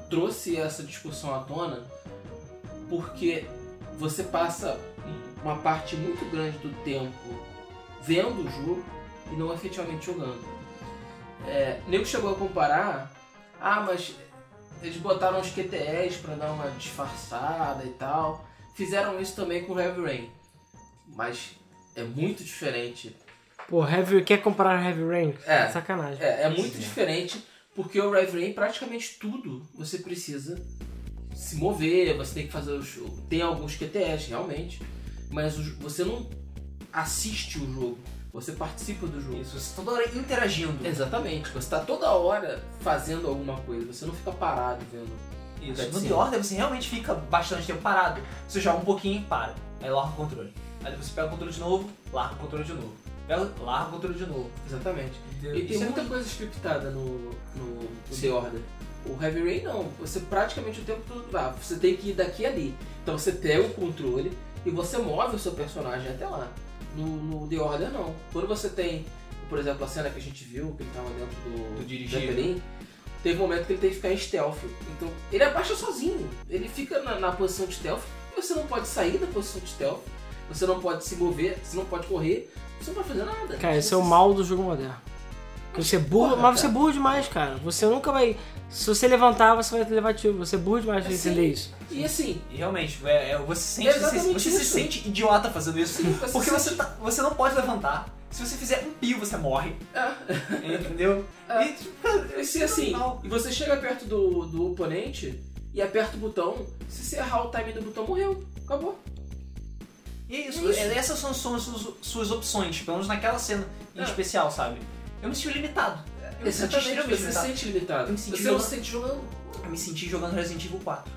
S2: trouxe essa discussão à tona porque você passa uma parte muito grande do tempo vendo o jogo e não efetivamente jogando. É, nego chegou a comparar, ah, mas eles botaram os QTEs pra dar uma disfarçada e tal. Fizeram isso também com Heavy Rain, mas é muito diferente.
S3: Pô, heavy, quer comprar Heavy Rain?
S2: É.
S3: Sacanagem.
S2: É, é muito diferente porque o Heavy Rain praticamente tudo você precisa se mover, você tem que fazer o show. Tem alguns QTEs realmente, mas o- você não assiste o jogo, você participa do jogo.
S1: Isso, você tá toda hora interagindo.
S2: Exatamente, você tá toda hora fazendo alguma coisa, você não fica parado vendo.
S1: Isso.
S2: Deve
S1: No
S2: ser.
S1: The Order tipo, você realmente fica bastante tempo parado. Você joga um pouquinho e para. Aí larga o controle. Aí depois você pega o controle de novo, larga o controle de novo. Pega, larga o controle de novo.
S2: Exatamente. E
S1: Isso
S2: tem
S1: é
S2: muita
S1: muito-
S2: coisa scriptada no, no, no The Order. O Heavy Rain não, você praticamente o tempo todo. Ah, você tem que ir daqui a ali. Então você pega o controle e você move o seu personagem até lá. No, no The Order não. Quando você tem, por exemplo, a cena que a gente viu, que ele tava dentro do,
S1: Do dirigível.
S2: Zeppelin, teve um momento que ele teve que ficar em stealth. Então ele abaixa sozinho. Ele fica na, na posição de stealth e você não pode sair da posição de stealth. Você não pode se mover, você não pode correr, você não pode fazer nada.
S3: Cara, esse
S2: Você
S3: é o mal do jogo moderno. Porque você é burro,
S2: Porra,
S3: mas você é
S2: cara.
S3: burro demais, cara. Você nunca vai. Se você levantar, você vai levar tiro. Você é burro demais pra
S2: É,
S3: entender
S2: sim.
S3: isso.
S2: E assim,
S1: E realmente, é- é- você, sente,
S2: É
S1: você,
S2: exatamente
S1: você se
S2: isso.
S1: sente idiota fazendo isso.
S2: Sim, você
S1: porque
S2: se
S1: você, tá- você não pode levantar. Se você fizer um pio, você morre. Entendeu?
S2: É.
S1: E, tipo, cara,
S2: E
S1: isso
S2: se
S1: é
S2: assim,
S1: normal.
S2: e você chega perto do, do oponente e aperta o botão, se você errar o time do botão, morreu. Acabou.
S1: E é isso. Essas são, são as suas, suas opções, pelo menos naquela cena em
S2: É.
S1: especial, sabe? Eu me senti limitado. Eu me senti
S2: Exatamente,
S1: extremamente
S2: você se
S1: limitado.
S2: sente limitado.
S1: é né? Eu me senti
S2: Você não
S1: jogando-
S2: se sente jogando.
S1: Eu me senti jogando Resident Evil 4.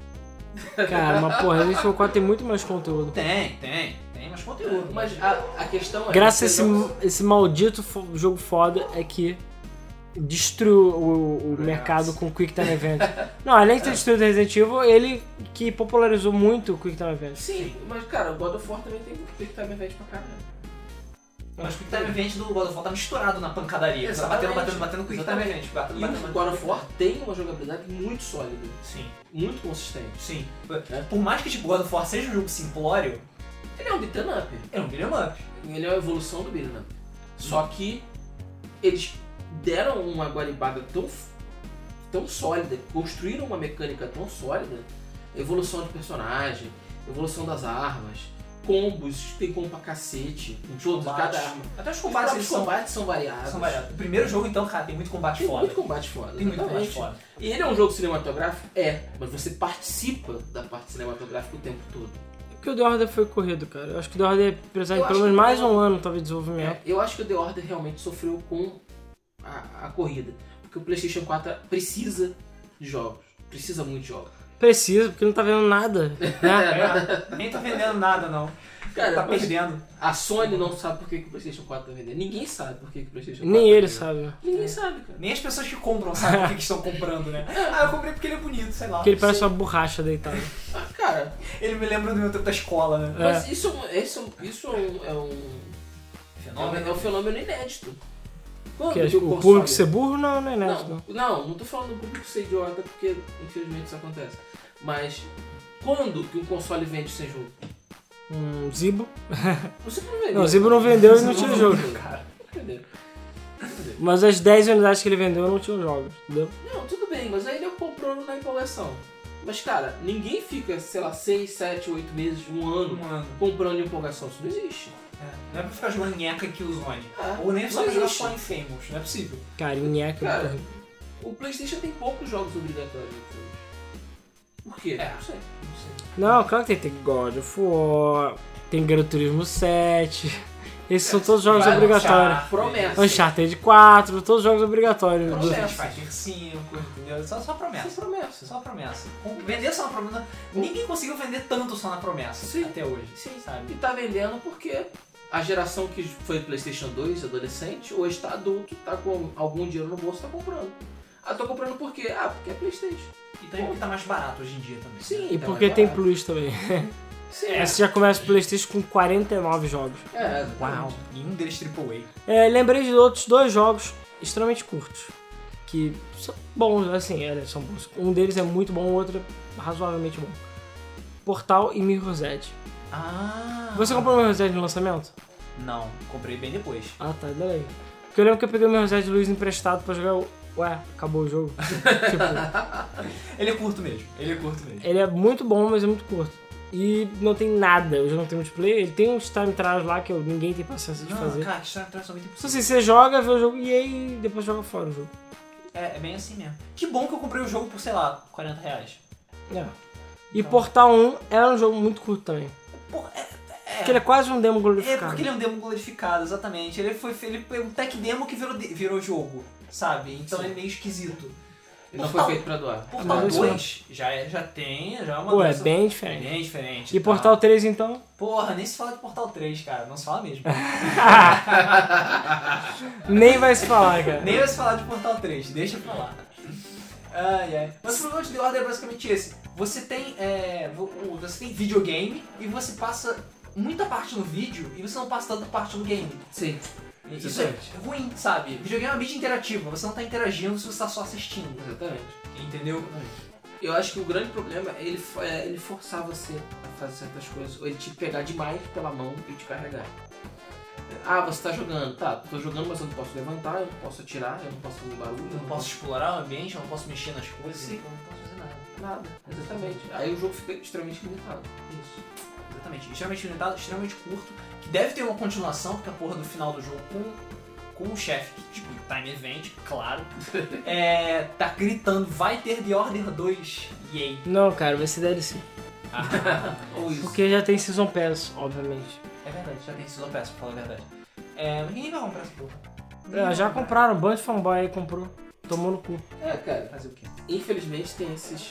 S3: Cara, mas porra, Resident Evil 4 tem muito mais conteúdo.
S1: Tem, tem, tem mais conteúdo.
S2: É, Mas a, a questão é.
S3: Graças
S2: você
S3: a esse,
S2: não-
S3: esse maldito fo- jogo foda é que destruiu o, o
S2: Graças.
S3: mercado com o Quick Time Event. Não, além de
S2: É.
S3: ter destruído o Resident Evil, ele que popularizou muito o Quick Time Event.
S2: Sim, mas cara, o God of War também tem tem que estar me pra caralho.
S1: Mas o Quick Time Event do God of War tá misturado na pancadaria. Tá
S2: Exatamente.
S1: batendo, batendo, batendo Quick Time Event. Batendo,
S2: E
S1: batendo,
S2: o God of War tem uma jogabilidade muito sólida,
S1: Sim,
S2: muito consistente.
S1: sim.
S2: É.
S1: Por mais que tipo, God of War seja um jogo simplório,
S2: Ele é um beat'em up.
S1: é um beat'em up.
S2: Ele é uma evolução do beat'em up. Só que eles deram uma guaribada tão, f- tão sólida, construíram uma mecânica tão sólida, evolução de personagem, evolução das armas, combos, tem combo pra cacete, todos,
S1: combates.
S2: cada arma.
S1: Até os
S2: Os
S1: combates
S2: próprios
S1: eles são,
S2: combates são variados.
S1: são variados. O primeiro jogo, então, cara, tem muito combate
S2: Tem
S1: foda.
S2: muito combate foda.
S1: Tem muito combate
S2: exatamente.
S1: foda.
S2: E ele é um jogo cinematográfico? É, mas você participa da parte cinematográfica o tempo todo.
S3: Porque o The Order foi corrido, cara. Eu acho que o The Order precisava
S2: Eu
S3: de pelo
S2: acho
S3: menos
S2: que
S3: mais
S2: não.
S3: um ano, talvez, de desenvolvimento.
S2: É, eu acho que o The Order realmente sofreu com a, a corrida. Porque o PlayStation 4 precisa de jogos. Precisa muito de jogos.
S3: Precisa, porque não tá vendo nada. né?
S1: É, nem tá vendendo nada, não.
S2: Cara,
S1: tá
S2: mas
S1: perdendo.
S2: a Sony não sabe por que, que o PlayStation 4 tá vendendo. Ninguém sabe por que, que o PlayStation 4
S3: Nem
S2: tá
S3: ele
S2: vendendo.
S3: sabe. É.
S2: Ninguém sabe, cara.
S1: Nem as pessoas que compram sabem por que que estão comprando, né? Ah, eu comprei porque ele é bonito, sei lá.
S3: Porque ele parece uma borracha deitada.
S2: Ah, cara,
S1: Ele me lembra do meu tempo da escola, né?
S2: mas isso, é um- isso, é um- isso é um. É um, é um, é um fenômeno inédito. Quando
S3: Que é,
S2: que
S3: tipo, o
S2: console-
S3: público ser burro não, não é inédito.
S2: Não, não, não tô falando do público ser idiota, porque infelizmente isso acontece. Mas quando que um console vende sem jogo?
S3: Um Zibo.
S2: Você não vendeu.
S3: Não, o Zibo não vendeu e não
S2: Você
S3: tinha jogo.
S2: vendeu.
S1: Cara,
S2: Entendeu?
S3: Mas as 10 unidades que ele vendeu não tinham jogos, entendeu?
S2: Não, tudo bem, mas aí ele comprou na empolgação. Mas cara, ninguém fica, sei lá, 6, 7, 8 meses, um ano
S1: um ano.
S2: comprando em empolgação. Isso não existe.
S1: É, Não é pra ficar jogando nheca aqui os Zone.
S2: Ah,
S1: Ou nem só pra
S2: não
S1: jogar
S2: existe.
S1: só em Famous, não é possível.
S3: Cara, Nheca.
S2: Cara.
S3: porra.
S2: O PlayStation tem poucos jogos obrigatórios. então. Por quê?
S1: É.
S2: Não sei. Não sei.
S3: Não, claro que tem, tem God of War, tem Gran Turismo 7. Esses são todos jogos
S1: Vai
S3: obrigatórios.
S1: lançar,
S2: Promessa.
S3: Uncharted 4, todos jogos obrigatórios.
S1: Promessa.
S3: Do-
S1: Street Fighter 5, entendeu? Só, só
S2: Isso
S1: promessa.
S2: é promessa.
S1: Só promessa. Com- Vender só na promessa. Ninguém conseguiu vender tanto só na promessa
S2: Sim.
S1: até hoje.
S2: Sim.
S1: Sabe?
S2: E tá vendendo porque a geração que foi PlayStation 2, adolescente, hoje tá adulto, tá com algum dinheiro no bolso, tá comprando. Ah, tô comprando por quê? Ah, porque é PlayStation.
S1: E também porque tá mais barato hoje em dia também.
S2: Sim,
S3: E
S2: então
S3: porque
S2: é
S3: tem
S2: barato.
S3: Plus também.
S2: Sim, é.
S3: Essa já começa o Playstation com 49 jogos.
S2: é.
S1: Uau. E um deles AAA.
S3: É, lembrei de outros dois jogos extremamente curtos. Que são bons, assim, é, são bons. Um deles é muito bom, o outro é razoavelmente bom. Portal e Mirror's Edge.
S1: Ah.
S3: Você comprou o Mirror's Edge no lançamento?
S1: Não, comprei bem depois.
S3: Ah, tá, daí. Porque eu lembro que eu peguei o meu Zed Luiz emprestado pra jogar. o- Ué, acabou o jogo. tipo,
S1: Ele é curto mesmo. Ele é curto mesmo.
S3: ele é muito bom, mas é muito curto. E não tem nada, o jogo não tem multiplayer. Ele tem uns time trials lá que eu- ninguém tem paciência de
S1: Não,
S3: fazer.
S1: cara, é que história atrás somente
S3: Só assim, você joga, vê o jogo e aí depois joga fora o jogo.
S1: É, é bem assim mesmo. Que bom que eu comprei o jogo por, sei lá, 40 reais.
S3: É. E
S1: Então.
S3: Portal 1 era um jogo muito curto também.
S1: Porra, é,
S3: Porque ele é quase um demo
S1: é
S3: glorificado.
S1: porque ele é um demo glorificado, exatamente. Ele foi ele é um tech demo que virou, de- virou jogo, sabe? Então
S2: Sim.
S1: é meio esquisito.
S2: Ele não
S1: Portal-
S2: foi feito pra doar.
S1: Portal
S3: Mas isso
S1: 2 já, é- já tem, já é uma
S3: Pô, é
S1: doença
S3: bem diferente.
S1: bem diferente.
S3: E
S1: tá?
S3: Portal 3 então?
S1: Porra, nem se fala de Portal 3, cara. Não se fala mesmo.
S3: Nem vai se falar, cara.
S1: Nem vai se falar de Portal 3, deixa pra lá. Ai, ai. Mas o problema de The Order é basicamente esse. Você tem, é, vo- o- você tem videogame e você passa muita parte no vídeo e você não passa tanta parte no game.
S2: Sim.
S1: E Isso é ruim, sabe? Videogame é uma mídia interativa, você não tá interagindo se você tá só assistindo,
S2: Exatamente.
S1: entendeu?
S2: Eu acho que o grande problema é ele, fo- é ele forçar você a fazer certas coisas, ou ele te pegar demais pela mão e te carregar. Ah, você tá jogando. Tá, tô jogando, mas eu não posso levantar, eu não posso atirar, eu não posso fazer barulho,
S1: Eu não posso explorar o ambiente, eu não posso mexer nas coisas,
S2: Sim.
S1: eu não posso fazer nada.
S2: Nada, exatamente. Aí o jogo fica extremamente limitado. Isso.
S1: Exatamente, extremamente limitado, extremamente curto, que deve ter uma continuação, porque a porra do final do jogo com, com o chefe, que, tipo, time event, claro, é, tá gritando, vai ter The Order 2, yay.
S3: Não, cara, vai ser DLC.
S1: Ah,
S2: Ou isso.
S3: Porque já tem Season Pass, obviamente.
S1: É verdade, já tem Season Pass, pra falar a verdade. É, mas ninguém vai comprar essa porra. Ninguém
S3: É,
S1: vai
S3: já
S1: comprar.
S3: compraram, um bando de fanboy aí comprou. Tomou no cu.
S2: É, cara.
S1: Fazer o quê?
S2: Infelizmente tem esses,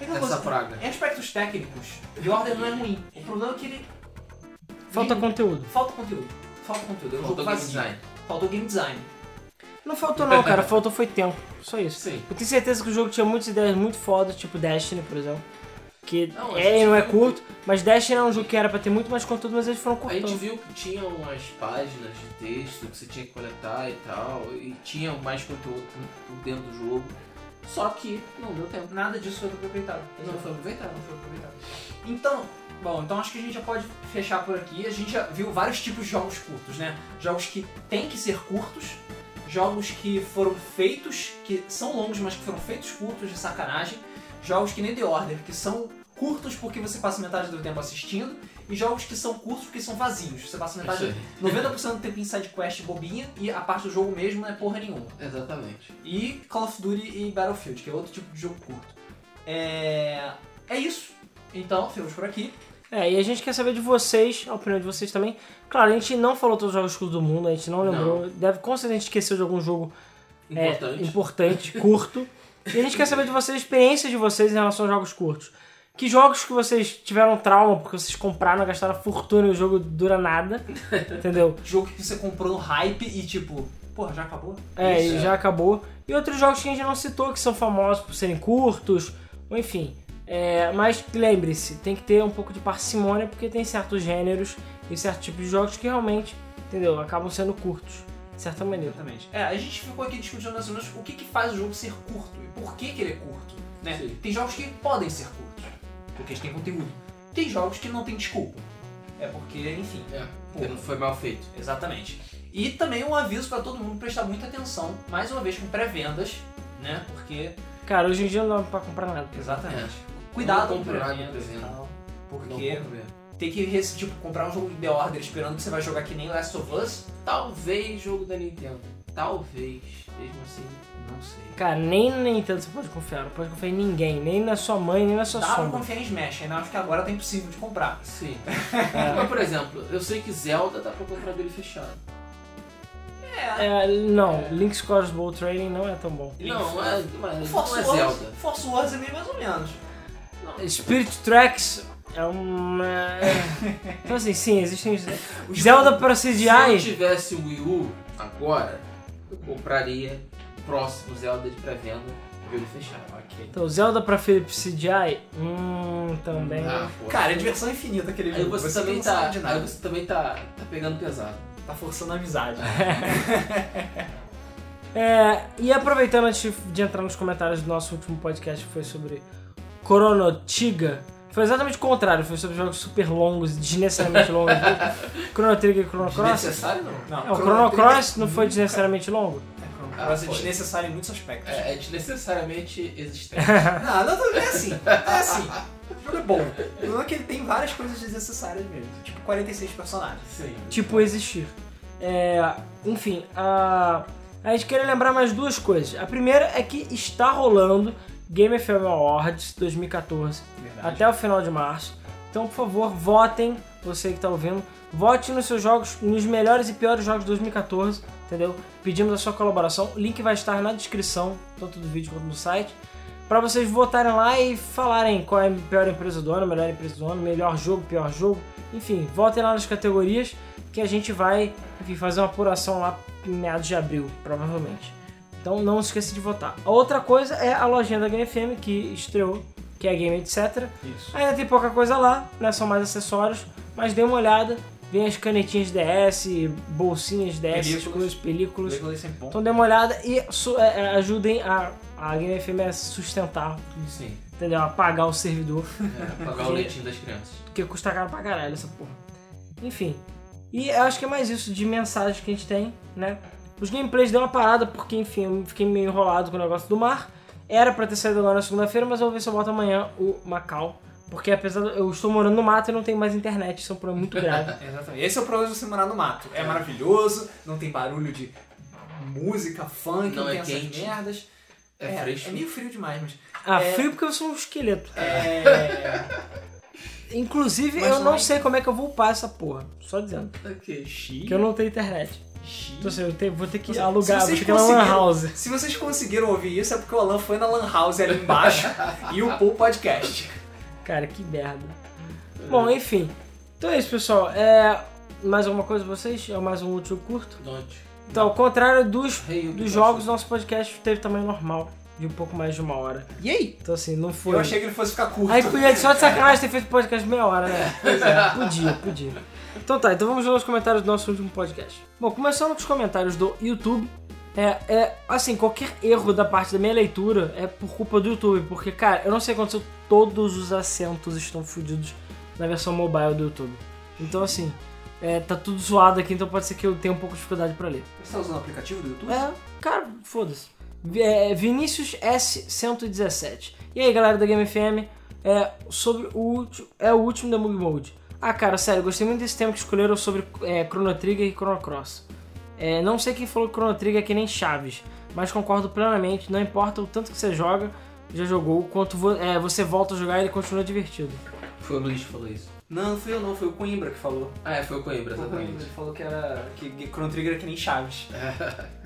S1: É aquela
S2: essa
S1: coisa,
S2: praga.
S1: em aspectos técnicos, The Order não é ruim. O problema é que ele...
S3: Falta
S1: ele-
S3: conteúdo.
S1: Falta conteúdo. Falta conteúdo. É um
S2: Faltou
S1: jogo
S2: game
S1: vazio.
S2: design.
S1: Faltou game design.
S3: Não faltou não, cara. Faltou foi tempo. Só isso.
S2: Sim.
S3: Eu tenho certeza que o jogo tinha muitas ideias muito fodas, tipo Destiny, por exemplo. Que
S2: Não, a
S3: é e
S2: gente
S3: não é
S2: viu-
S3: curto, mas Destiny é um jogo que era pra ter muito mais conteúdo, mas eles foram
S2: A gente
S3: cortando.
S2: viu que tinha umas páginas de texto que você tinha que coletar e tal, e tinha mais conteúdo por- por dentro do jogo, só que não deu tempo.
S1: Nada disso foi aproveitado.
S2: Não foi aproveitado.
S1: Não foi aproveitado. Então, bom, então acho que a gente já pode fechar por aqui. A gente já viu vários tipos de jogos curtos, né? Jogos que têm que ser curtos, jogos que foram feitos, que são longos, mas que foram feitos curtos de sacanagem, jogos que nem The Order, que são curtos porque você passa metade do tempo assistindo, e jogos que são curtos porque são vazios. Você passa metade,
S2: Isso
S1: 90% do tempo em side quest bobinha e a parte do jogo mesmo não é porra nenhuma
S2: aí. Exatamente.
S1: e Call of Duty e Battlefield, que é outro tipo de jogo curto. É, é isso. Então, ficamos por aqui.
S3: É, e a gente quer saber de vocês, a opinião de vocês também. Claro, a gente não falou todos os jogos curtos do mundo, a gente não lembrou. Deve, com certeza a gente esqueceu de algum jogo é,
S2: Importante.
S3: importante, curto. E a gente quer saber de vocês, a experiência de vocês em relação a jogos curtos. Que jogos que vocês tiveram trauma porque vocês compraram, gastaram fortuna e o jogo dura nada, entendeu?
S1: Jogo que você comprou no hype e tipo, porra, já acabou?
S3: É,
S2: Isso,
S3: e
S2: é.
S3: já acabou. E outros jogos que a gente não citou, que são famosos por serem curtos, ou enfim. É, mas lembre-se, tem que ter um pouco de parcimônia, porque tem certos gêneros e certos tipos de jogos que realmente, entendeu? Acabam sendo curtos, de certa maneira.
S1: Exatamente. É, a gente ficou aqui discutindo nas semanas o que, que faz o jogo ser curto e por que, que ele é curto. Né?
S2: Sim.
S1: Tem jogos que podem ser curtos, porque eles têm conteúdo. Tem jogos que não tem desculpa. É porque, enfim,
S2: É,
S1: Porra.
S2: não foi mal feito.
S1: Exatamente. E também um aviso pra todo mundo prestar muita atenção, mais uma vez com pré-vendas, né? Porque
S3: Cara, hoje em dia não dá pra comprar nada.
S2: É,
S1: Exatamente.
S2: Não
S1: Cuidado com
S2: comprar
S1: pré-vendas e
S2: pré-venda.
S1: tal.
S2: Não
S1: Porque
S2: compra mesmo.
S1: tem que res- tipo, comprar um jogo de The Order esperando que você vai jogar que nem Last of Us.
S2: Talvez jogo da Nintendo. Talvez. Mesmo assim, não sei.
S3: Cara, nem na Nintendo você pode confiar, não pode confiar em ninguém, nem na sua mãe, nem na sua
S1: Dá pra
S3: sombra.
S1: confiar em Smash, ainda acho que agora tá impossível de comprar.
S2: Sim. assim. Mas, por exemplo, eu sei que Zelda dá pra comprar dele fechado.
S3: É, não, Link's Crossbow Trading não é tão bom.
S2: Não, é, mas não
S1: Force
S2: é
S1: Wars,
S2: Zelda.
S1: Force Wars é meio mais ou menos.
S3: Spirit Tracks é uma. então, assim, sim, existem. Zelda para
S2: Se eu
S3: CGI.
S2: tivesse o Wii U agora, eu compraria o próximo Zelda de pré-venda pra ele fechar.
S1: Ok.
S3: Então, Zelda pra Philip CGI. Hum, também.
S2: Ah, pô.
S1: Cara, é diversão infinita aquele
S2: aí
S1: jogo.
S2: você,
S1: não
S2: também tá,
S1: sabe de
S2: aí
S1: nada.
S2: você também tá, tá pegando pesado.
S1: Tá forçando a amizade.
S3: É, e aproveitando antes de entrar nos comentários do nosso último podcast, que foi sobre Chronotiga. Foi exatamente o contrário, foi sobre jogos super longos, desnecessariamente longos. Chrono Trigger e Chrono Cross.
S2: Desnecessário não.
S1: assim? Não,
S3: Não, o Chrono Cross não foi desnecessariamente longo?
S1: É, Chrono
S2: Ah,
S1: Cross é
S2: foi.
S1: desnecessário em muitos aspectos.
S2: É, é desnecessariamente existente.
S1: Não, não, não, é assim. É assim. O jogo é bom. O problema é que ele tem várias coisas desnecessárias mesmo. Tipo, 46 personagens.
S2: Sim.
S3: tipo existir. É, enfim, a, a gente queria lembrar mais duas coisas. A primeira é que está rolando Game FM Awards 2014
S1: Verdade.
S3: até o final de março. Então, por favor, votem, você que está ouvindo, vote nos seus jogos, nos melhores e piores jogos de 2014, entendeu? Pedimos a sua colaboração. O link vai estar na descrição, tanto do vídeo quanto no site, para vocês votarem lá e falarem qual é a pior empresa do ano, melhor empresa do ano, melhor jogo, pior jogo. Enfim, votem lá nas categorias que a gente vai enfim, fazer uma apuração lá em meados de abril, provavelmente. Então não se esqueça de votar. A outra coisa é a lojinha da Game FM que estreou, que é a Game Etc.
S1: Isso.
S3: Ainda tem pouca coisa lá, né? São mais acessórios, mas dê uma olhada. Vem as canetinhas DS, bolsinhas DS, essas
S1: Películas.
S3: coisas, películas.
S1: Legolas é sempre bom.
S3: Então dê uma olhada e su- é, é, ajudem a, a Game FM a se sustentar,
S2: Sim.
S3: entendeu? A pagar o servidor,
S2: É, pagar o leitinho das crianças.
S3: porque custa caro pra caralho essa porra. Enfim. E eu acho que é mais isso de mensagens que a gente tem, né? Os gameplays deu uma parada, porque enfim, eu fiquei meio enrolado com o negócio do mar. Era pra ter saído agora na segunda-feira, mas eu vou ver se eu boto amanhã o Macau. Porque apesar de eu estou morando no mato e não tenho mais internet, isso é um problema muito grave.
S1: Exatamente. Esse é o problema de você morar no mato. É maravilhoso, não tem barulho de música, funk, não,
S2: Não
S1: tem
S2: é
S1: essas
S2: quente.
S1: merdas.
S2: É fresco.
S1: meio frio demais, mas.
S3: Ah,
S1: É.
S3: frio porque eu sou um esqueleto.
S1: É.
S3: Inclusive,
S1: Mas
S3: eu não
S1: lá em-
S3: sei como é que eu vou upar essa porra. Só dizendo.
S2: Ok.
S1: Xi.
S3: Porque eu não tenho internet.
S1: Xi.
S3: Então assim, eu te- vou ter que
S1: Se-
S3: alugar,
S1: se
S3: vou
S1: vocês
S3: ter que ir na Lan
S1: conseguiram-
S3: House.
S1: Se vocês conseguiram ouvir isso, é porque o Alan foi na Lan House ali embaixo e upou o podcast.
S3: Cara, que merda.
S1: É.
S3: Bom, enfim. Então é isso, pessoal. É... Mais alguma coisa pra vocês? É mais um último curto?
S2: Don't.
S3: Então, ao contrário dos,
S2: Hey,
S3: dos jogos, nosso podcast teve tamanho normal. De um pouco mais de uma hora.
S1: E aí?
S3: Então assim, não foi...
S1: Eu achei que ele fosse ficar curto.
S3: Aí podia só de sacanagem ter feito podcast meia hora, né? Pois é. Podia, podia. Então tá, então vamos ver os comentários do nosso último podcast. Bom, começando com os comentários do YouTube. É, é, assim, qualquer erro da parte da minha leitura é por culpa do YouTube, porque, cara, eu não sei o que aconteceu, todos os acentos estão fodidos na versão mobile do YouTube. Então, assim, é, tá tudo zoado aqui, então pode ser que eu tenha um pouco de dificuldade pra ler.
S1: Você tá usando o aplicativo do YouTube?
S3: É, cara, foda-se. Vi- É, Vinícius S117. E aí, galera da Game FM, é, sobre o último, é o último da Mug Mode. Ah, cara, sério, gostei muito desse tema que escolheram sobre é, Chrono Trigger e Chrono Cross. É, não sei quem falou que Chrono Trigger é que nem Chaves, mas concordo plenamente, não importa o tanto que você joga, já jogou, o quanto vo- é, você volta a jogar, ele continua divertido.
S2: Foi o Luiz que falou isso.
S1: Não, não fui eu não, foi o Coimbra que falou.
S2: Ah, é, foi o Coimbra,
S1: Foi o Coimbra,
S2: exatamente.
S1: Ele falou que era. que Chrono Trigger é que nem Chaves.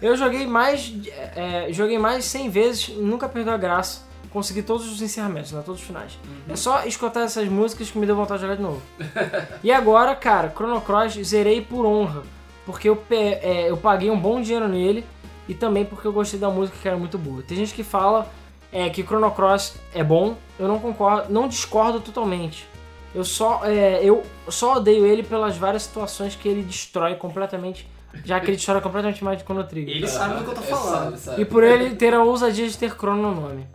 S3: Eu joguei mais. é, é, joguei mais de 100 vezes, nunca perdeu a graça. Consegui todos os encerramentos, né? Todos os finais. É só escutar essas músicas que me deu vontade de jogar de novo. e agora, cara, Chrono Cross zerei por honra. Porque eu, pe- é, eu paguei um bom dinheiro nele e também porque eu gostei da música que era muito boa. Tem gente que fala é, que Chrono Cross é bom, eu não concordo, não discordo totalmente. Eu só, é, eu só odeio ele pelas várias situações que ele destrói completamente, já que ele destrói completamente mais do Chrono Trigger.
S1: Ele sabe do que eu tô
S2: É,
S1: falando.
S2: sabe, sabe.
S3: E por ele ter a ousadia de ter crono no nome.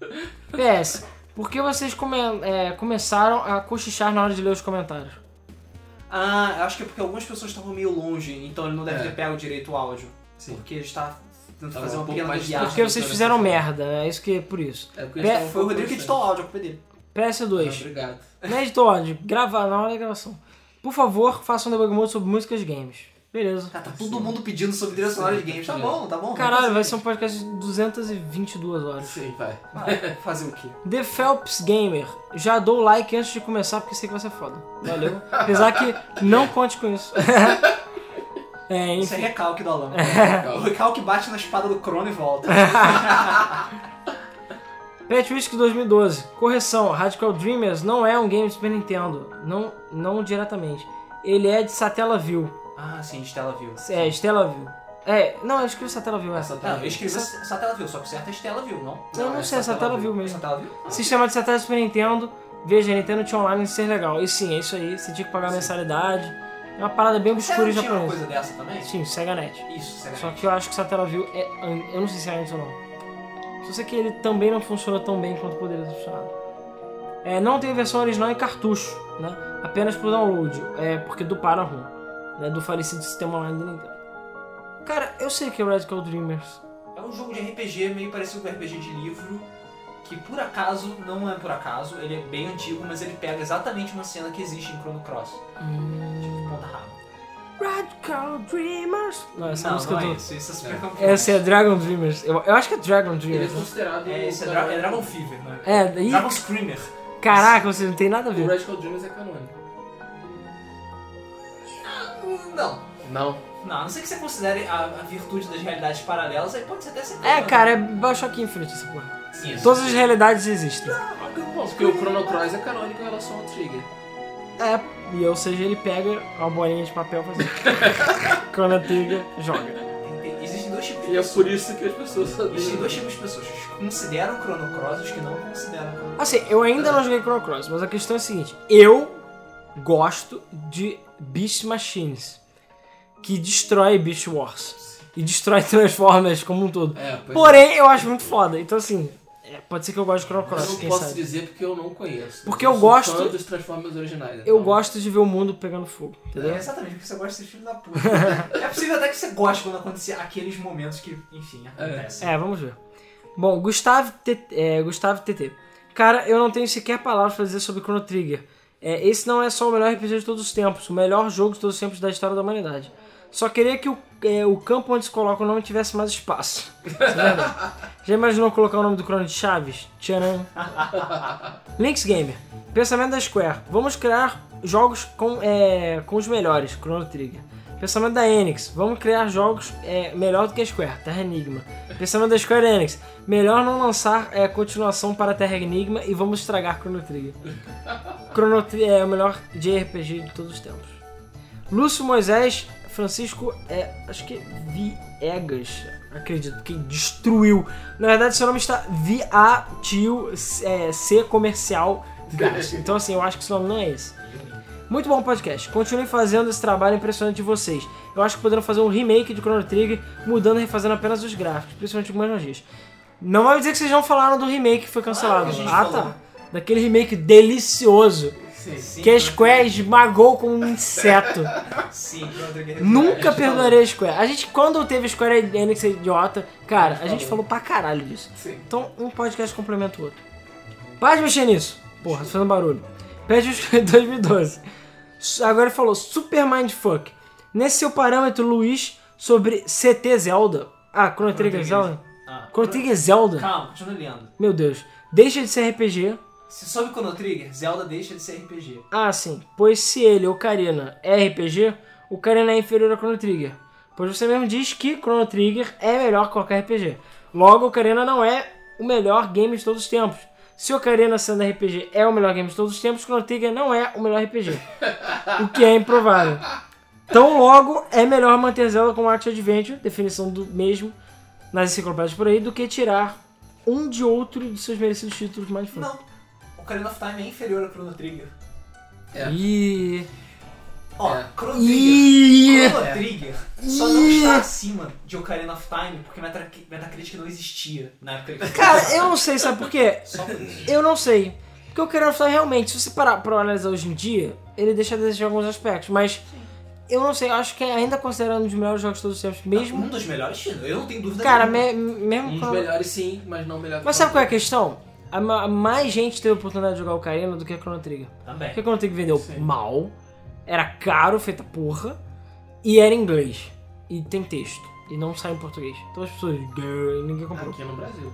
S3: PS, por que vocês come- é, começaram a cochichar na hora de ler os comentários?
S1: Ah, eu acho que é porque algumas pessoas estavam meio longe, então ele não deve
S2: É.
S1: ter pego direito o áudio.
S2: Sim.
S1: Porque ele está tentando
S2: Tava
S1: fazer
S2: um
S1: uma
S2: pouco
S1: pequena
S2: mais
S1: viagem.
S3: Porque vocês fizeram merda, né? é isso que é por isso.
S2: É porque a gente tava um
S1: Foi o
S2: pouco
S1: Rodrigo que editou o áudio, a culpa é dele.
S3: PS2,
S2: Obrigado.
S3: Nerd Todd, gravar na hora da gravação. Por favor, façam debug mode sobre músicas e games. Beleza.
S1: Cara, tá todo mundo pedindo sobre trilha sonora de games. Tá
S2: Sim.
S1: bom, tá bom.
S3: Caralho, vai
S1: vamos
S3: ser um podcast de 222 horas.
S2: Sim, vai.
S1: fazer. Ah, Fazer o quê?
S3: The Phelps Gamer, já dou like antes de começar porque sei que vai ser foda. Valeu. Apesar que não conte com isso. é, enfim.
S1: Isso é recalque do Alan. É o
S2: Calma.
S1: recalque bate na espada do Crono e volta.
S3: Pet Whisky 2012. Correção, Radical Dreamers não é um game de Super Nintendo. Não, não diretamente. Ele é de Satellaview.
S1: ah, sim, Estela viu.
S3: É, Stellaview. É, não, eu escrevi Satellaview, é.
S2: Essa tá
S1: Não, eu escrevi Satela viu, só que o certo é Estela viu, não?
S3: Eu não sei, Satela View mesmo.
S1: Satela viu?
S3: Sistema de satélite Super Nintendo. Veja, Nintendo tinha online ser legal. E sim, é isso aí. Você tinha que pagar mensalidade. É uma parada bem
S1: Sério,
S3: obscura e
S1: não tinha uma
S3: japonesa.
S1: coisa dessa também?
S3: Sim, SegaNet.
S1: Isso, sério.
S3: Só que eu acho que Satellaview é... an- Eu não sei se é antes ou não. Só sei que ele também não funciona tão bem quanto poderia ter funcionado. É, não tem versão original em cartucho, né? Apenas pro download, é, porque do para ROM, né? Do falecido sistema online da Nintendo. Cara, eu sei que é Radical Dreamers.
S1: É um jogo de RPG meio parecido com RPG de livro, que por acaso, não é por acaso, ele é bem antigo, mas ele pega exatamente uma cena que existe em Chrono Cross.
S3: Hum.
S1: Tipo, ponta rabo.
S3: Radical Dreamers. Não, essa
S1: não,
S3: música
S1: não é
S3: do...
S1: isso, isso é super
S2: É.
S1: confuso.
S3: Essa é Dragon Dreamers. Eu, eu acho que é Dragon
S2: Ele é
S3: Dreamers. né?
S2: considerado.
S1: É, esse é, Dra é Dragon Fever, né?
S3: É, daí.
S1: Dragon Screamer.
S3: Caraca, vocês não tem nada a
S2: O
S3: ver.
S2: Radical Dreamers é canônico.
S3: Hum,
S1: Não.
S2: Não.
S1: Não, a não ser que você considere a, a virtude das realidades paralelas, aí pode ser até ser.
S3: É, cara, é Bioshock Infinite essa porra.
S1: Isso.
S3: Todas as realidades existem.
S2: Bom, porque o Chrono Cross é canônico em relação ao Trigger.
S3: É, e ou seja, ele pega uma bolinha de papel e faz. assim, Quando Trigger joga.
S1: Tem- tem- Existem dois tipos de
S2: E é
S1: pessoas.
S2: por isso que as pessoas
S1: Existem
S2: odeiam.
S1: dois tipos de pessoas. Os que consideram Chrono Cross e os que não consideram Chrono Cross.
S3: Assim, eu ainda não joguei Chrono Cross, mas a questão é a seguinte: eu gosto de Beast Machines, que destrói Beast Wars e destrói Transformers como um todo.
S2: É, pois é.
S3: Porém, eu acho muito foda, então assim, é, pode ser que eu goste de Chrono
S2: Eu
S3: Cross,
S2: não
S3: quem
S2: posso
S3: sabe.
S2: dizer porque eu não conheço.
S3: Porque eu
S2: sou
S3: gosto-
S2: Fã dos Transformers originais.
S3: Eu
S2: então.
S3: gosto de ver o mundo pegando fogo,
S1: É
S3: entendeu?
S1: exatamente, porque você gosta de filho da puta. é possível até que você goste quando acontecer aqueles momentos que, enfim, acontecem.
S3: É, vamos ver. Bom, Gustavo, T- é, Gustavo TT. Cara, eu não tenho sequer palavras pra dizer sobre Chrono Trigger. É, É, esse não é só o melhor RPG de todos os tempos, o melhor jogo de todos os tempos da história da humanidade. Só queria que o, é, o campo onde se coloca o nome tivesse mais espaço. Isso é verdade. Já imaginou colocar o nome do Crono de Chaves? Tcharam. Links Gamer. Pensamento da Square. Vamos criar jogos com, é, com os melhores. Chrono Trigger. Pensamento da Enix. Vamos criar jogos é, melhor do que a Square. Terra Enigma. Pensamento da Square Enix. Melhor não lançar é, continuação para Terra Enigma e vamos estragar Chrono Trigger. Chrono Trigger é o melhor JRPG de todos os tempos. Lúcio Moisés Francisco é, acho que é Viegas, acredito, que destruiu. Na verdade, seu nome está Viatio é, C Comercial Gás. Então, assim, eu acho que seu nome não é esse. Muito bom podcast. Continue fazendo esse trabalho impressionante de vocês. Eu acho que poderiam fazer um remake de Chrono Trigger, mudando e refazendo apenas os gráficos, principalmente com mais dias. Não vai me dizer que vocês não falaram do remake que foi cancelado.
S1: Claro que a gente
S3: Ah,
S1: falou.
S3: tá. Daquele remake delicioso
S2: Sim.
S1: Sim,
S3: É. que a Square esmagou como um inseto.
S1: Sim, Chrono Trigger é
S3: Nunca
S2: gente falou.
S3: perdoarei a Square. A gente, quando teve Square Enix é idiota, cara, a gente falou pra caralho disso.
S2: Sim.
S3: Então, um podcast complementa o outro. Para de mexer nisso. Porra, tô fazendo barulho. Pede os 2012. Su- Agora ele falou Super Mindfuck. Nesse seu parâmetro, Luiz, sobre CT Zelda. Ah, Chrono Trigger
S1: Trigger.
S3: Zelda?
S1: Ah,
S3: Chrono Trigger Zelda?
S1: Calma, continua lendo.
S3: Meu Deus. Deixa de ser RPG.
S1: Se sobe Chrono Trigger, Zelda deixa de ser RPG.
S3: Ah, sim. Pois se ele, Ocarina, é RPG, Ocarina é inferior a Chrono Trigger. Pois você mesmo diz que Chrono Trigger é melhor que qualquer RPG. Logo, Ocarina não é o melhor game de todos os tempos. Se Ocarina sendo RPG é o melhor game de todos os tempos, Chrono Trigger não é o melhor RPG. o que é improvável. Então, logo, é melhor manter Zelda como Art Adventure, definição do mesmo, nas enciclopédias por aí, do que tirar um de outro de seus merecidos títulos mais fortes.
S1: Não. Ocarina of Time é inferior a Chrono Trigger.
S2: É.
S3: E...
S1: Ó,
S2: É.
S1: Chrono Trigger.
S3: E... é
S1: Chrono Trigger só não está acima de Ocarina of Time porque Meta- Metacritic não existia na época que
S3: Cara, eu não sei, sabe por quê?
S1: Só por isso.
S3: Eu não sei. Porque o Ocarina of Time, realmente, se você parar pra analisar hoje em dia, ele deixa a desejar em alguns aspectos, mas eu não sei, eu acho que é ainda considerando um dos melhores jogos de todos os tempos mesmo.
S1: Um dos melhores títulos, eu não tenho dúvida
S3: Cara,
S1: nenhuma.
S3: me- mesmo
S2: Um dos
S3: quando-
S2: melhores sim, mas não o melhor que
S3: Mas sabe qual é a questão? A ma- mais gente teve a oportunidade de jogar o Ocarina do que a Chrono Trigger.
S1: Também.
S3: Porque a Chrono Trigger vendeu
S2: Sim.
S3: mal, era caro, feita porra, e era em inglês. E tem texto. E não sai em português. Então as pessoas. "Grrr", e Ninguém comprou.
S2: Aqui no Brasil.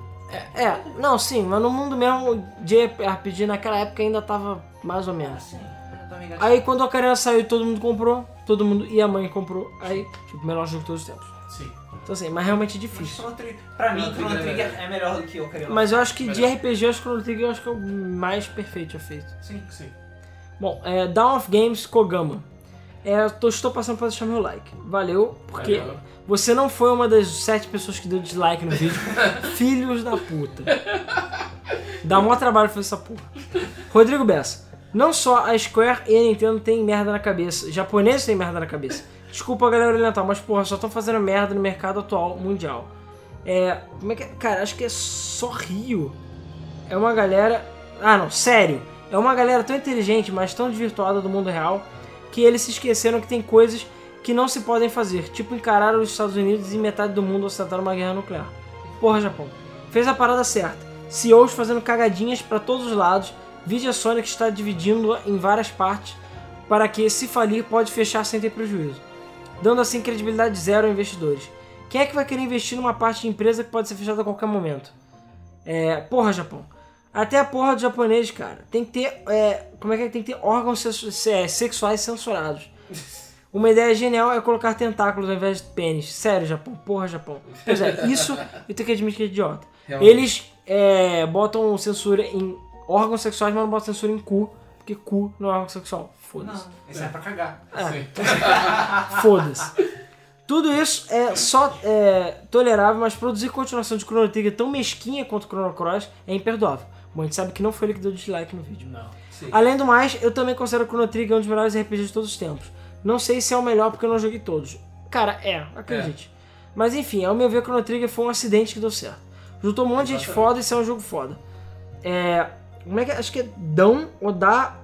S3: É, não, sim, mas no mundo mesmo de RPG naquela época ainda tava mais ou menos.
S1: Sim, eu também gosto.
S3: Aí quando a Ocarina saiu, todo mundo comprou, todo mundo e a mãe comprou. Aí, tipo, melhor jogo de todos os tempos.
S2: Sim.
S3: Então assim, mas realmente é
S1: Mas
S3: difícil.
S1: Chrono Trigger- Pra mim,
S2: Chrono
S1: Chrono
S2: Trigger
S1: Trigger é melhor do que Ocarina of
S3: Mas eu acho que de RPG, eu acho que o Chrono Trigger eu acho que é o mais perfeito já feito.
S1: Time. Sim.
S2: Sim.
S3: Bom, é, Down of Games Kogama. É, eu tô, estou passando pra deixar meu like. Valeu, porque
S2: Valeu.
S3: você não foi uma das sete pessoas que deu dislike no vídeo. Filhos da puta. Dá mó trabalho fazer essa porra. Rodrigo Bessa. Não só a Square e a Nintendo têm merda na cabeça. Japoneses têm merda na cabeça. Desculpa a galera oriental, mas porra, só estão fazendo merda no mercado atual mundial. É. Como é que é? Cara, acho que é só Rio. É uma galera. Ah, não, sério. É uma galera tão inteligente, mas tão desvirtuada do mundo real, que eles se esqueceram que tem coisas que não se podem fazer, tipo encarar os Estados Unidos e metade do mundo ostentar uma guerra nuclear. Porra, Japão. Fez a parada certa. CEOs fazendo cagadinhas pra todos os lados, vide a Sony que está dividindo em várias partes para que, se falir, pode fechar sem ter prejuízo. Dando assim credibilidade zero a investidores. Quem é que vai querer investir numa parte de empresa que pode ser fechada a qualquer momento? É, porra, Japão. Até a porra do japonês, cara. Tem que ter. é, como é que é? Tem que ter órgãos sexu- se- é, sexuais censurados. Uma ideia genial é colocar tentáculos ao invés de pênis. Sério, Japão. Porra, Japão. Pois é, isso eu tenho que admitir que é idiota.
S2: Realmente.
S3: Eles é, botam censura em órgãos sexuais, mas não botam censura em cu. Porque cu não é órgão sexual. Foda-se.
S1: Não, isso é pra cagar.
S3: É,
S2: Sim.
S3: foda-se. Tudo isso é só é, tolerável, mas produzir continuação de Chrono Trigger tão mesquinha quanto Chrono Cross é imperdoável. Bom, a gente sabe que não foi ele que deu dislike no vídeo.
S1: Não.
S2: Sim.
S3: Além do mais, eu também considero Chrono Trigger um dos melhores RPGs de todos os tempos. Não sei se é o melhor porque eu não joguei todos. Cara, é, acredite. Mas enfim, ao meu ver, Chrono Trigger foi um acidente que deu certo. Juntou um monte de gente
S2: Exatamente.
S3: foda e saiu um jogo foda. É. Como é que é? Acho que é Dão ou Dá.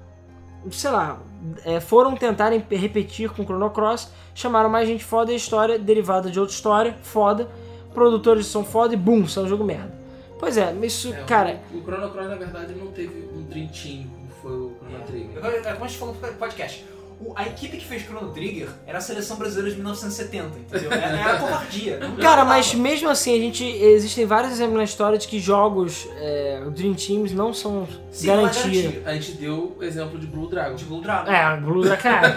S3: Sei lá. é, foram tentarem repetir com Chrono Cross, chamaram mais gente foda e a história é derivada de outra história, foda. Produtores são foda e bum, saiu um jogo merda. Pois é, isso,
S2: É,
S3: cara.
S2: O, o Chrono Cross, na verdade, não teve um Dream Team, como foi o Chrono Trigger.
S1: Agora, é como a gente falou no podcast, o- a equipe que fez Chrono Trigger era a seleção brasileira de 1970, entendeu? Era, era a covardia. não
S3: Cara,
S1: dava.
S3: mas mesmo assim, a gente. Existem vários exemplos na história de que jogos é, Dream Teams não são
S1: Sim, não é
S3: garantia.
S2: A gente deu o exemplo de Blue Dragon.
S1: De Blue Dragon.
S3: É, Blue Dragon. Cara,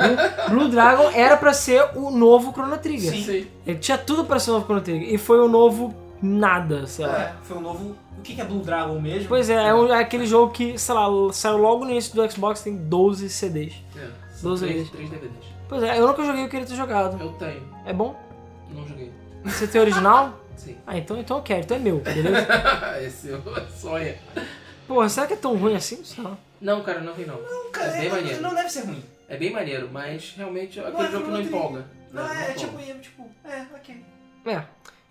S3: Blue, Blue Dragon era pra ser o novo Chrono Trigger.
S1: Sim.
S2: Sei.
S3: Ele tinha tudo pra ser o novo Chrono Trigger. E foi o novo nada, sei lá.
S1: É, foi um novo... O que que é Blue Dragon mesmo?
S3: Pois é, é, um- é aquele jogo que, sei lá, saiu logo no início do Xbox, tem 12 CDs.
S2: É, são
S3: Doze
S2: três,
S3: vezes.
S2: três DVDs.
S3: Pois é, eu nunca joguei, eu queria ter jogado.
S2: Eu tenho,
S3: É bom?
S2: não joguei.
S3: Você tem original?
S2: Sim.
S3: Ah, então, então eu quero, então é meu, beleza?
S2: Esse é o sonho.
S3: Porra, será que é tão ruim assim? Sei lá.
S2: Não, cara, não vi não.
S1: Cara,
S2: é bem
S1: né? não-
S2: maneiro.
S1: Não deve ser ruim.
S2: É bem maneiro, mas realmente é
S1: Não
S2: aquele
S1: é
S2: jogo que não
S1: Chrono
S2: empolga.
S1: Não,
S2: Não,
S1: é,
S2: não
S1: tipo,
S2: empolga.
S1: é, tipo... É, ok.
S3: É.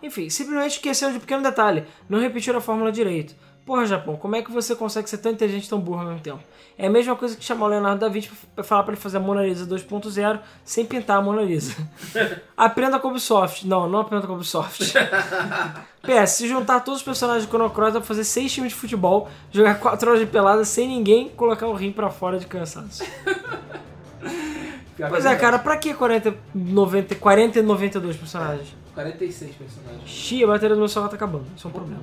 S3: Enfim, simplesmente esqueceram de um pequeno detalhe. Não repetiram a fórmula direito. Porra, Japão, como é que você consegue ser tão inteligente e tão burro ao mesmo tempo? É a mesma coisa que chamar o Leonardo da Vinci pra falar pra ele fazer a Mona Lisa 2.0 sem pintar a Mona Lisa. aprenda com a Ubisoft. Não, não aprenda com a Ubisoft. PS, se juntar todos os personagens do Chrono Cross dá pra fazer seis times de futebol, jogar quatro horas de pelada sem ninguém colocar o rim pra fora de cansaço.
S2: Pior que
S3: Pois é,
S2: verdade.
S3: cara, pra que 40, 90, 40 e 92 personagens?
S2: 46 personagens.
S3: Xi, a bateria do meu celular tá acabando. Isso é um problema.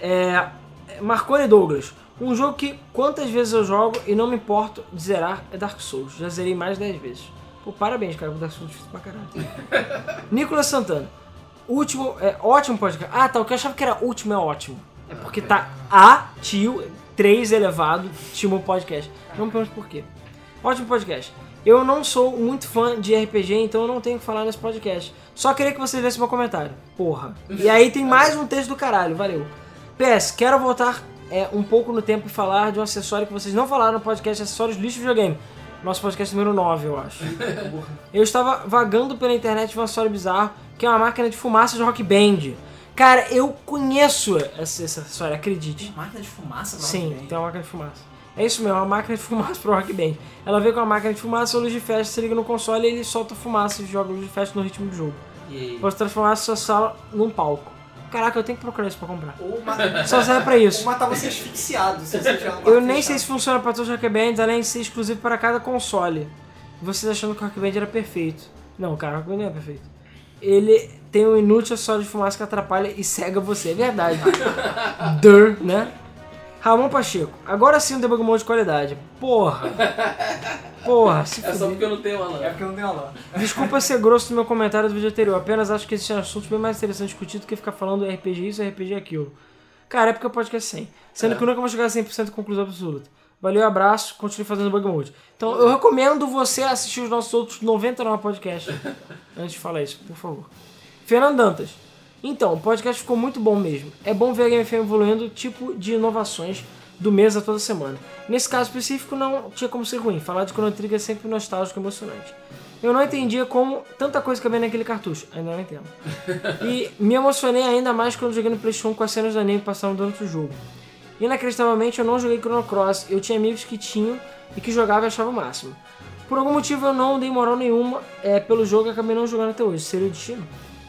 S3: É, é, Marconi Douglas. Um jogo que quantas vezes eu jogo e não me importo de zerar é Dark Souls. Já zerei mais de 10 vezes. Pô, parabéns, cara. O Dark Souls é difícil pra caralho. Nicolas Santana. Último, é ótimo podcast. Ah, tá. O que eu achava que era último é ótimo. É porque tá A, tio, 3 elevado, timo podcast. Não me pergunte por quê. Ótimo podcast. Eu não sou muito fã de RPG, então eu não tenho o que falar nesse podcast. Só queria que vocês lessem meu comentário. Porra. E aí tem mais um texto do caralho, valeu. PS, quero voltar é, um pouco no tempo e falar de um acessório que vocês não falaram no podcast, acessórios lixo de videogame. Nosso podcast número 9, eu acho. Eu estava vagando pela internet de um acessório bizarro, que é uma máquina de fumaça de rock band. Cara, eu conheço essa, essa acessório, acredite.
S1: Máquina de fumaça? não,
S3: Sim, então,
S1: também.
S3: tem uma máquina de fumaça. É isso mesmo, é uma máquina de fumaça pro Rock Band. Ela veio com uma máquina de fumaça, luz de festa, se liga no console e ele solta fumaça e joga luz de festa no ritmo do jogo.
S2: E aí?
S3: Pode transformar a sua sala num palco. Caraca, eu tenho que procurar isso pra comprar.
S1: Ou, ma...
S3: Só serve pra
S1: Ou
S3: isso.
S1: matar você asfixiado, se você tiver um
S3: Eu nem sei se funciona pra todos os Rock Bands, além de ser exclusivo para cada console. Vocês achando que o Rock Band era perfeito. Não, cara, o Rock Band não é perfeito. Ele tem um inútil acessório de fumaça que atrapalha e cega você. É verdade. Dur, né? Ramon Pacheco. Agora sim um debug mode de qualidade. Porra. Porra, se
S2: É só
S3: fuder.
S2: porque eu não tenho Alan.
S1: É porque eu não tenho aula.
S3: Desculpa ser grosso no meu comentário do vídeo anterior, apenas acho que existem assuntos bem mais interessantes de discutir do que ficar falando RPG isso, RPG aquilo. Cara, é porque o podcast é 100. Sendo
S2: É.
S3: que eu nunca vou chegar a 100% de conclusão absoluta. Valeu, abraço, continue fazendo bug mode. Então, eu recomendo você assistir os nossos outros 99 podcasts. Antes de falar isso, por favor. Fernando Dantas. Então, o podcast ficou muito bom mesmo. É bom ver a Game FM evoluindo o tipo de inovações do mês a toda semana. Nesse caso específico, não tinha como ser ruim. Falar de Chrono Trigger é sempre nostálgico e emocionante. Eu não entendia como tanta coisa cabia naquele cartucho. Ainda não entendo. E me emocionei ainda mais quando joguei no PlayStation com as cenas do anime que passavam durante o jogo. Inacreditavelmente, eu não joguei Chrono Cross. Eu tinha amigos que tinham e que jogavam e achavam o máximo. Por algum motivo, eu não dei moral nenhuma é, pelo jogo e acabei não jogando até hoje. Seria o destino?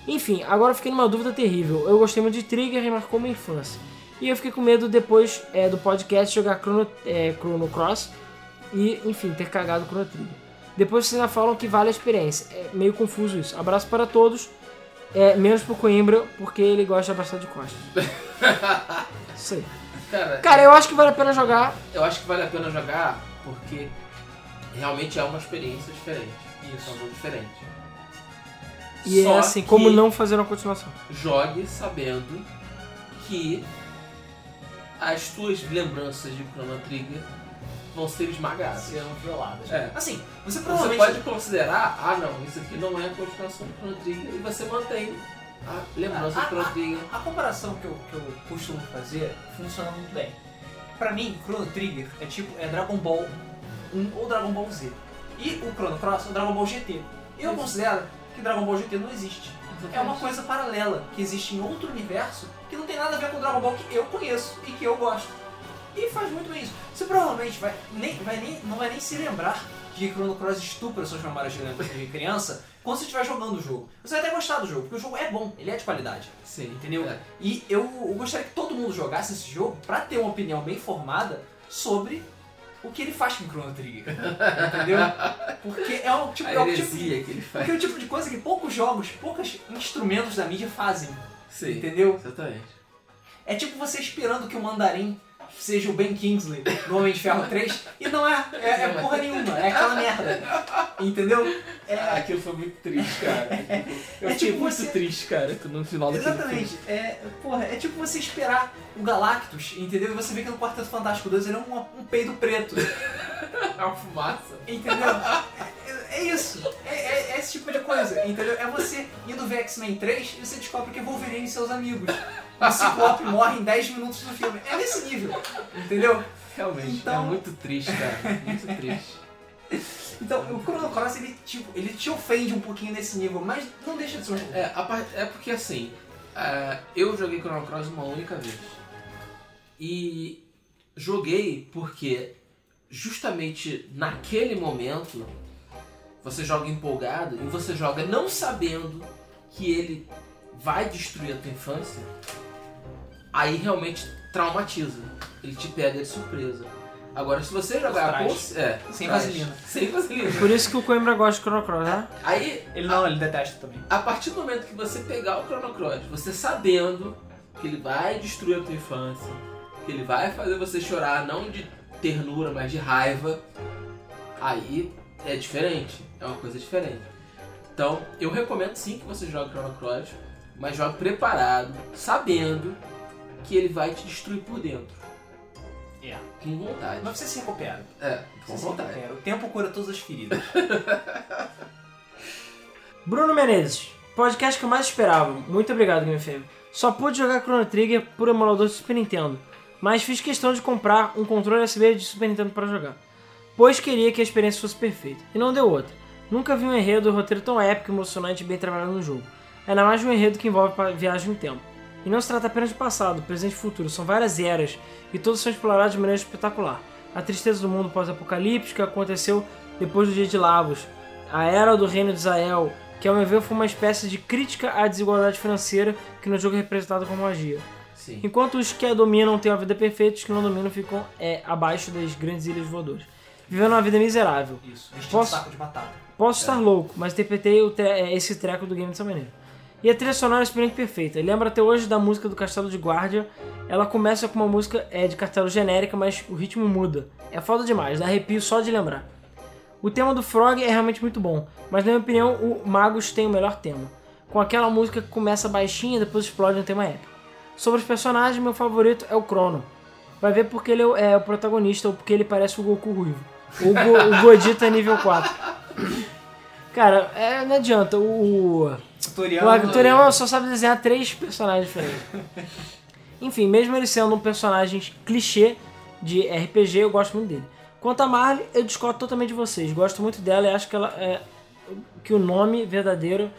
S3: Enfim, agora eu fiquei numa dúvida terrível. Eu gostei muito de Trigger e marcou minha infância. E eu fiquei com medo depois é, do podcast jogar Chrono, é, Chrono Cross e, enfim, ter cagado o Chrono Trigger. Depois vocês ainda falam que vale a experiência. É meio confuso isso. Abraço para todos, é, menos pro Coimbra, porque ele gosta de abraçar de costas. Isso aí.
S2: Cara,
S3: Cara, eu acho que vale a pena jogar.
S2: eu acho que vale a pena jogar porque realmente é uma experiência diferente. Isso. É um jogo diferente.
S3: E
S2: Só
S3: é assim, como
S2: que
S3: não fazer uma continuação.
S2: Jogue sabendo que as tuas lembranças de Chrono Trigger vão ser esmagadas.
S1: Serão trolladas.
S2: Ah, É.
S1: Assim, você
S2: Você
S1: provavelmente...
S2: pode considerar, ah não, isso aqui não é a continuação do Chrono Trigger e você mantém a lembrança
S1: Ah,
S2: do Chrono Trigger.
S1: A comparação que eu, que eu costumo fazer funciona muito bem. Pra mim, Chrono Trigger é tipo é Dragon Ball 1 ou Dragon Ball Z. E o Chrono Cross é o Dragon Ball GT. Eu
S2: Isso.
S1: considero que Dragon Ball GT não existe. É uma coisa paralela que existe em outro universo que não tem nada a ver com o Dragon Ball que eu conheço e que eu gosto. E faz muito bem isso. Você provavelmente vai, nem, vai nem, não vai nem se lembrar de que Chrono Cross estupra suas memórias de lembra- de criança quando você estiver jogando o jogo. Você vai até gostar do jogo, porque o jogo é bom, ele é de qualidade.
S2: Sim,
S1: Entendeu?
S2: É.
S1: E eu, eu gostaria que todo mundo jogasse esse jogo pra ter uma opinião bem formada sobre o que ele faz com Chrono Trigger. Entendeu? Porque é um tipo,
S2: A
S1: é um tipo de,
S2: heresia que ele faz.
S1: porque é o tipo de coisa que poucos jogos, poucos instrumentos da mídia fazem.
S2: Sim.
S1: Entendeu?
S2: Exatamente.
S1: É tipo você esperando que o Mandarim seja o Ben Kingsley no Homem de Ferro 3 e não é, é, é porra nenhuma, é aquela merda. Entendeu?
S2: É.
S4: Ah, aquilo foi muito triste, cara. Eu
S1: É
S4: fiquei
S1: tipo
S4: muito
S1: você-
S4: triste, cara, no final daquele filme.
S1: Exatamente. É, porra, é tipo você esperar o Galactus, entendeu? E você vê que no Quarteto Fantástico 2 ele é um, um peido preto.
S2: É uma fumaça.
S1: Entendeu? É, é isso. É, é- é esse tipo de coisa, entendeu? É você indo ver X-Men 3 e você descobre que é Wolverine e seus amigos. O Ciclope morre em 10 minutos do filme. É nesse nível, entendeu?
S2: Realmente.
S1: Então-
S2: É muito triste, cara. Muito triste.
S1: Então, o Chrono Cross, ele, tipo, ele te ofende um pouquinho nesse nível, mas não deixa de ser um jogo.
S2: É, a par- é porque assim, ah, eu joguei Chrono Cross uma única vez. E joguei porque justamente naquele momento você joga empolgado e você joga não sabendo que ele vai destruir a tua infância, aí realmente traumatiza. Ele te pega de surpresa. Agora se você jogar
S1: trás.
S2: cons- é,
S1: Sem
S2: trás.
S1: vaselina.
S2: Sem vaselina.
S3: Por isso que o Coimbra gosta de Chrono Cross, né?
S2: Aí
S1: Ele não, ele detesta também.
S2: a partir do momento que você pegar o Chrono Cross, você sabendo que ele vai destruir a tua infância, que ele vai fazer você chorar, não de ternura, mas de raiva, aí é diferente, é uma coisa diferente. Então, eu recomendo sim que você jogue Chrono Cross, mas jogue preparado, sabendo que ele vai te destruir por dentro,
S1: É.
S2: com vontade.
S1: Mas você se recupera.
S2: É, com
S1: Você se
S2: vontade.
S1: recupera. O tempo cura todas as feridas.
S3: Bruno Menezes, podcast que eu mais esperava. Muito obrigado, Game Fave. Só pude jogar Chrono Trigger por emulador de Super Nintendo, mas fiz questão de comprar um controle USB de Super Nintendo para jogar, pois queria que a experiência fosse perfeita. E não deu outra. Nunca vi um enredo e roteiro tão épico, emocionante e bem trabalhado no jogo. Ainda mais um enredo que envolve pa- viagem no tempo. E não se trata apenas de passado, presente e futuro, são várias eras, e todos são explorados de maneira espetacular. A tristeza do mundo pós-apocalíptico aconteceu depois do dia de Lavos, a era do reino de Israel, que ao meu ver foi uma espécie de crítica à desigualdade financeira que no jogo é representada como magia.
S2: Sim.
S3: Enquanto os que a dominam têm uma vida perfeita, os que não dominam ficam é, abaixo das grandes ilhas voadoras, vivendo uma vida miserável.
S1: Isso. Vestindo
S3: Posso-
S1: saco de batata.
S3: Posso estar louco, mas interpretei o tre- eh, esse treco do game dessa maneira. E a trilha sonora é simplesmente perfeita. Lembra até hoje da música do Castelo de Guardia. Ela começa com uma música eh, de castelo genérica, mas o ritmo muda. É foda demais, dá arrepio só de lembrar. O tema do Frog é realmente muito bom, mas na minha opinião o Magus tem o melhor tema. Com aquela música que começa baixinha e depois explode um tema épico. Sobre os personagens, meu favorito é o Crono. Vai ver porque ele é o- é o protagonista ou porque ele parece o Goku ruivo. O, Go- o Godita nível 4. Cara, é, não adianta. O, o,
S1: Tutorial.
S3: o é Agritoriano só sabe desenhar três personagens diferentes. Enfim, mesmo ele sendo um personagem clichê de RPG, eu gosto muito dele. Quanto a Marley, eu discordo totalmente de vocês. Gosto muito dela e acho que ela é- que o nome verdadeiro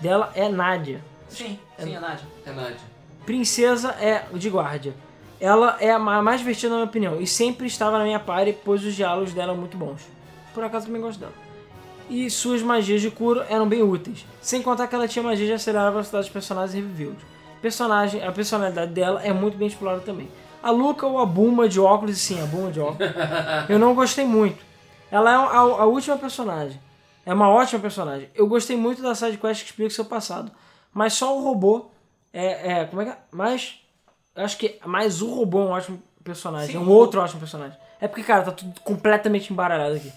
S3: dela é Nadia.
S1: Sim, sim, é Nádia.
S2: Renato.
S3: Princesa é de guarda. Ela é a ma- mais divertida na minha opinião e sempre estava na minha party, pois os diálogos dela eram muito bons. Por acaso também gosto dela. E suas magias de cura eram bem úteis, sem contar que ela tinha magia de acelerar a velocidade dos personagens e revivê-los. Personagem, a personalidade dela é muito bem explorada também. A Luca ou a Buma de óculos, e sim, a Buma de óculos. Eu não gostei muito. Ela é a, a última personagem. É uma ótima personagem. Eu gostei muito da sidequest que explica o seu passado. Mas só o robô é, é, como é que é? Mas. Eu acho que. Mas o robô é um ótimo personagem.
S1: Sim.
S3: é um outro ótimo personagem. É porque, cara, tá tudo completamente embaralhado aqui.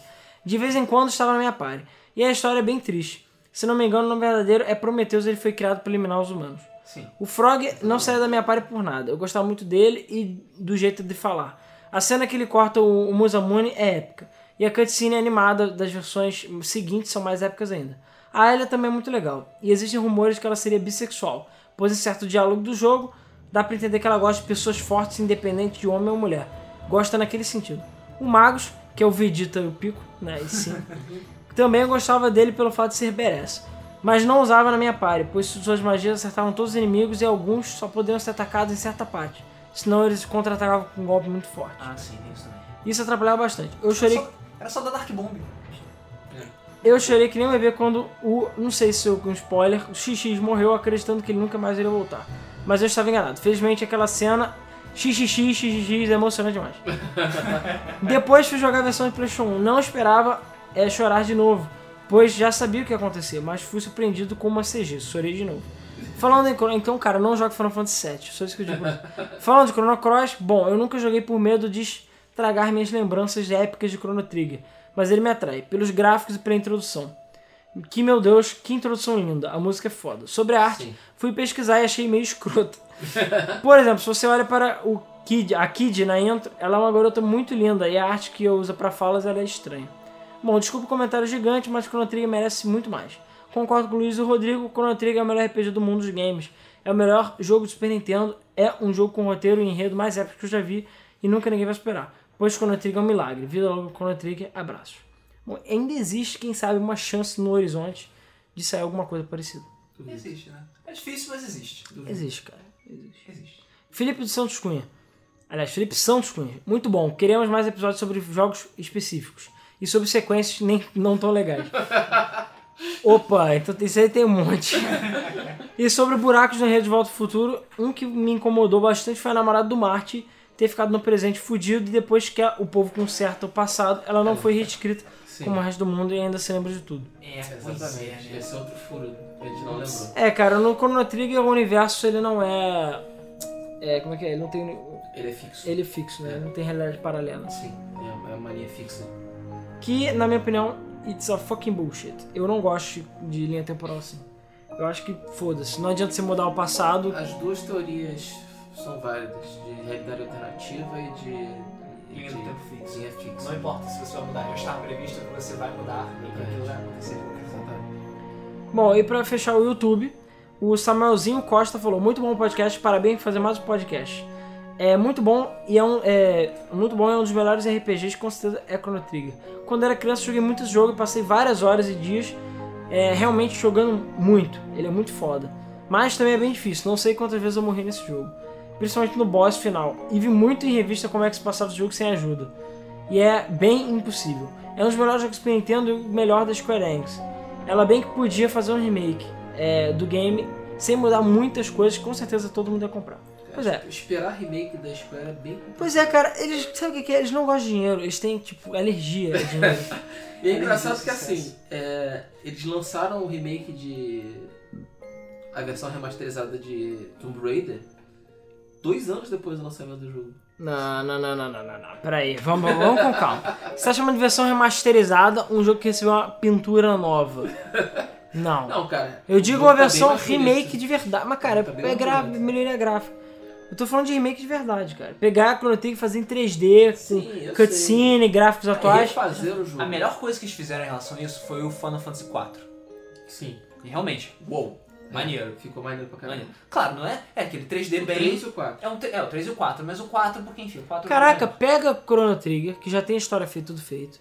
S3: De vez em quando estava na minha pare. E a história é bem triste. Se não me engano, o nome verdadeiro é Prometheus, ele foi criado para eliminar os humanos.
S1: Sim.
S3: O Frog não saiu da minha pare por nada. Eu gostava muito dele e do jeito de falar. A cena que ele corta o, o Musamune é épica. E a cutscene é animada das versões seguintes são mais épicas ainda. A Elia também é muito legal. E existem rumores que ela seria bissexual, pois em certo diálogo do jogo dá pra entender que ela gosta de pessoas fortes, independente de homem ou mulher. Gosta naquele sentido. O Magus, que é o Vegeta e o Pico, né? E sim. Também eu gostava dele pelo fato de ser badass, mas não usava na minha pare, pois suas magias acertavam todos os inimigos e alguns só podiam ser atacados em certa parte, senão eles contra-atacavam com um golpe muito forte.
S1: Ah, sim, tem isso também.
S3: Isso atrapalhava bastante. Eu chorei,
S1: Só- Era só da Dark Bomb.
S3: eu chorei que nem um bebê quando o, não sei se eu com spoiler, o XX morreu acreditando que ele nunca mais iria voltar. Mas eu estava enganado. Felizmente aquela cena XXX, XXX, é emocionante demais. Depois fui jogar a versão de PlayStation 1. Não esperava é, chorar de novo, pois já sabia o que ia acontecer, mas fui surpreendido com uma CG. Chorei de novo. Falando em Chrono... Então, cara, eu não jogo Final Fantasy VII. Só isso que eu digo. pra você. Falando de Chrono Cross, bom, eu nunca joguei por medo de estragar minhas lembranças épicas de Chrono Trigger. Mas ele me atrai, pelos gráficos e pela introdução. Que, meu Deus, que introdução linda. A música é foda. Sobre a arte,
S2: Sim.
S3: fui pesquisar e achei meio escroto. Por exemplo, se você olha para o Kid, a Kid na intro, ela é uma garota muito linda e a arte que usa para falas ela é estranha. Bom, desculpa o comentário gigante, mas Chrono Trigger merece muito mais. Concordo com o Luiz e o Rodrigo, Chrono Trigger é o melhor RPG do mundo dos games. É o melhor jogo do Super Nintendo, é um jogo com roteiro e enredo mais épico que eu já vi e nunca ninguém vai superar. Pois Chrono Trigger é um milagre. Vida logo Chrono Trigger, abraços. Bom, ainda existe, quem sabe, uma chance no horizonte de sair alguma coisa parecida.
S1: Existe, né? É difícil, mas existe.
S3: Existe, cara. Existe.
S1: Existe.
S3: Felipe dos Santos Cunha. Aliás, Felipe Santos Cunha. Muito bom. Queremos mais episódios sobre jogos específicos. E sobre sequências nem não tão legais. Opa, então isso aí tem um monte. E sobre buracos na rede de Volta ao Futuro, um que me incomodou bastante foi a namorada do Marte ter ficado no presente fudido e depois que a- o povo conserta o passado, ela não foi reescrita
S2: Sim.
S3: como o resto do mundo e ainda se lembra de tudo.
S1: É, pois é,
S2: Exatamente.
S1: né?
S2: Esse é outro furo que a gente não lembrou.
S3: É, cara, no Chrono Trigger o universo ele não é... É, como é que é? Ele não tem...
S2: Ele é fixo.
S3: Ele é fixo, né? Não tem realidade paralela.
S2: Sim, é uma- é uma linha fixa.
S3: Que, na minha opinião, it's a fucking bullshit. Eu não gosto de linha temporal assim. Eu acho que foda-se. Não adianta você mudar o passado.
S2: As duas teorias são válidas, de realidade alternativa e de.
S1: Linha
S2: de-
S1: do tempo fixo.
S2: Linha fixa.
S1: Não importa se você vai mudar, já está previsto que você vai mudar e que aquilo vai acontecer de qualquer forma.
S2: Exatamente.
S3: Bom, e pra fechar o YouTube, o Samuelzinho Costa falou: Muito bom o podcast, parabéns por fazer mais um podcast. É muito bom e é um. É, muito bom, é um dos melhores RPGs, com certeza é Chrono Trigger. Quando era criança, joguei muitos jogos e passei várias horas e dias é, realmente jogando muito. Ele é muito foda. Mas também é bem difícil, não sei quantas vezes eu morri nesse jogo. Principalmente no boss final. E vi muito em revista como é que se passava o jogo sem ajuda. E é bem impossível. É um dos melhores jogos do Super Nintendo e o melhor da Square Enix. Ela bem que podia fazer um remake é, do game sem mudar muitas coisas, com certeza todo mundo ia comprar. Pois é.
S2: Esperar remake da Square é bem complicado.
S3: Pois é, cara, eles. Sabe o que que é? Eles não gostam de dinheiro, eles têm, tipo, alergia a dinheiro.
S2: E é
S1: Além
S2: engraçado
S1: do
S2: que assim,
S1: sucesso.
S2: é, eles lançaram o remake de. a versão remasterizada de Tomb Raider dois anos depois do lançamento do jogo.
S3: não, não, não, não, não, não, não. Peraí, vamos, vamos com calma. Você tá chamando de versão remasterizada um jogo que recebeu uma pintura nova. Não.
S2: Não, cara.
S3: Eu digo
S2: o
S3: uma
S2: jogo tá bem
S3: versão
S2: mais
S3: remake
S2: bonito.
S3: de verdade. Mas, cara,
S2: Tá bem
S3: é
S2: mais
S3: gra...
S2: bonito.
S3: melhoria gráfica. Eu tô falando de remake de verdade, cara. Pegar a Chrono Trigger e fazer em 3D,
S2: Sim, eu É
S3: com cutscene, gráficos atuais.
S2: Refazer o jogo.
S1: A melhor coisa que eles fizeram em relação a isso foi o Final Fantasy IV.
S2: Sim. É,
S1: E realmente, uou, maneiro.
S2: Ficou maneiro pra caramba.
S1: maneiro. Claro, não é? É aquele 3D
S2: O
S1: bem.
S2: 3 e o 4.
S1: É, um, tre- é, o 3 e o 4, mas o 4, porque enfim, o 4
S3: Caraca, pega Chrono Trigger, que já tem a história feita, tudo feito.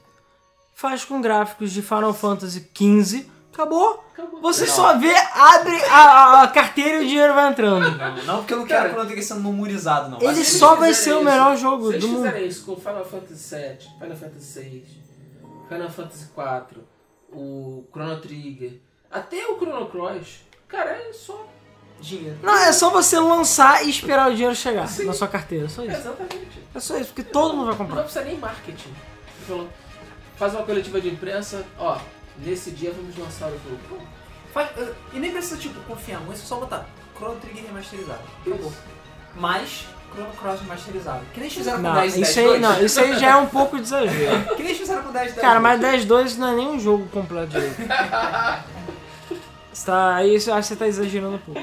S3: Faz com gráficos de Final Fantasy XV. Acabou. Você
S1: Não.
S3: só vê, abre a, a- a carteira e o dinheiro vai entrando.
S1: Não, é não, porque eu não quero
S2: Cara,
S1: que não tenha sendo memorizado, não.
S3: Ele
S1: Vai ser-
S3: só vai ser o
S2: fizerem
S3: melhor
S2: isso-
S3: jogo
S2: se eles
S3: do mundo.
S2: fizerem isso com Final Fantasy VII, Final Fantasy VI, Final Fantasy IV, o Chrono Trigger, até o Chrono Cross, cara, é só dinheiro.
S3: Não, é só você lançar e esperar o dinheiro chegar
S2: Sim.
S3: na sua carteira. Só isso.
S2: Exatamente.
S3: É só isso, porque todo mundo vai
S2: Não vai
S3: comprar.
S2: precisar nem marketing. Ele falou, Faz uma coletiva de imprensa, ó, nesse dia vamos lançar o jogo. Pô,
S1: Faz- E nem precisa, tipo, confiar muito, é só botar Chrono Trigger remasterizado. Acabou.
S2: isso.
S1: Mais Chrono Cross remasterizado. Que nem eles fizeram com
S3: Não,
S1: 10
S3: isso
S1: 10,
S3: aí, não, isso aí já é um pouco de exagero.
S1: Que nem eles fizeram com 10 10.
S3: Cara, mas 10-2 não é nem um jogo completo de jogo. Você tá, aí eu acho que você tá exagerando um pouco.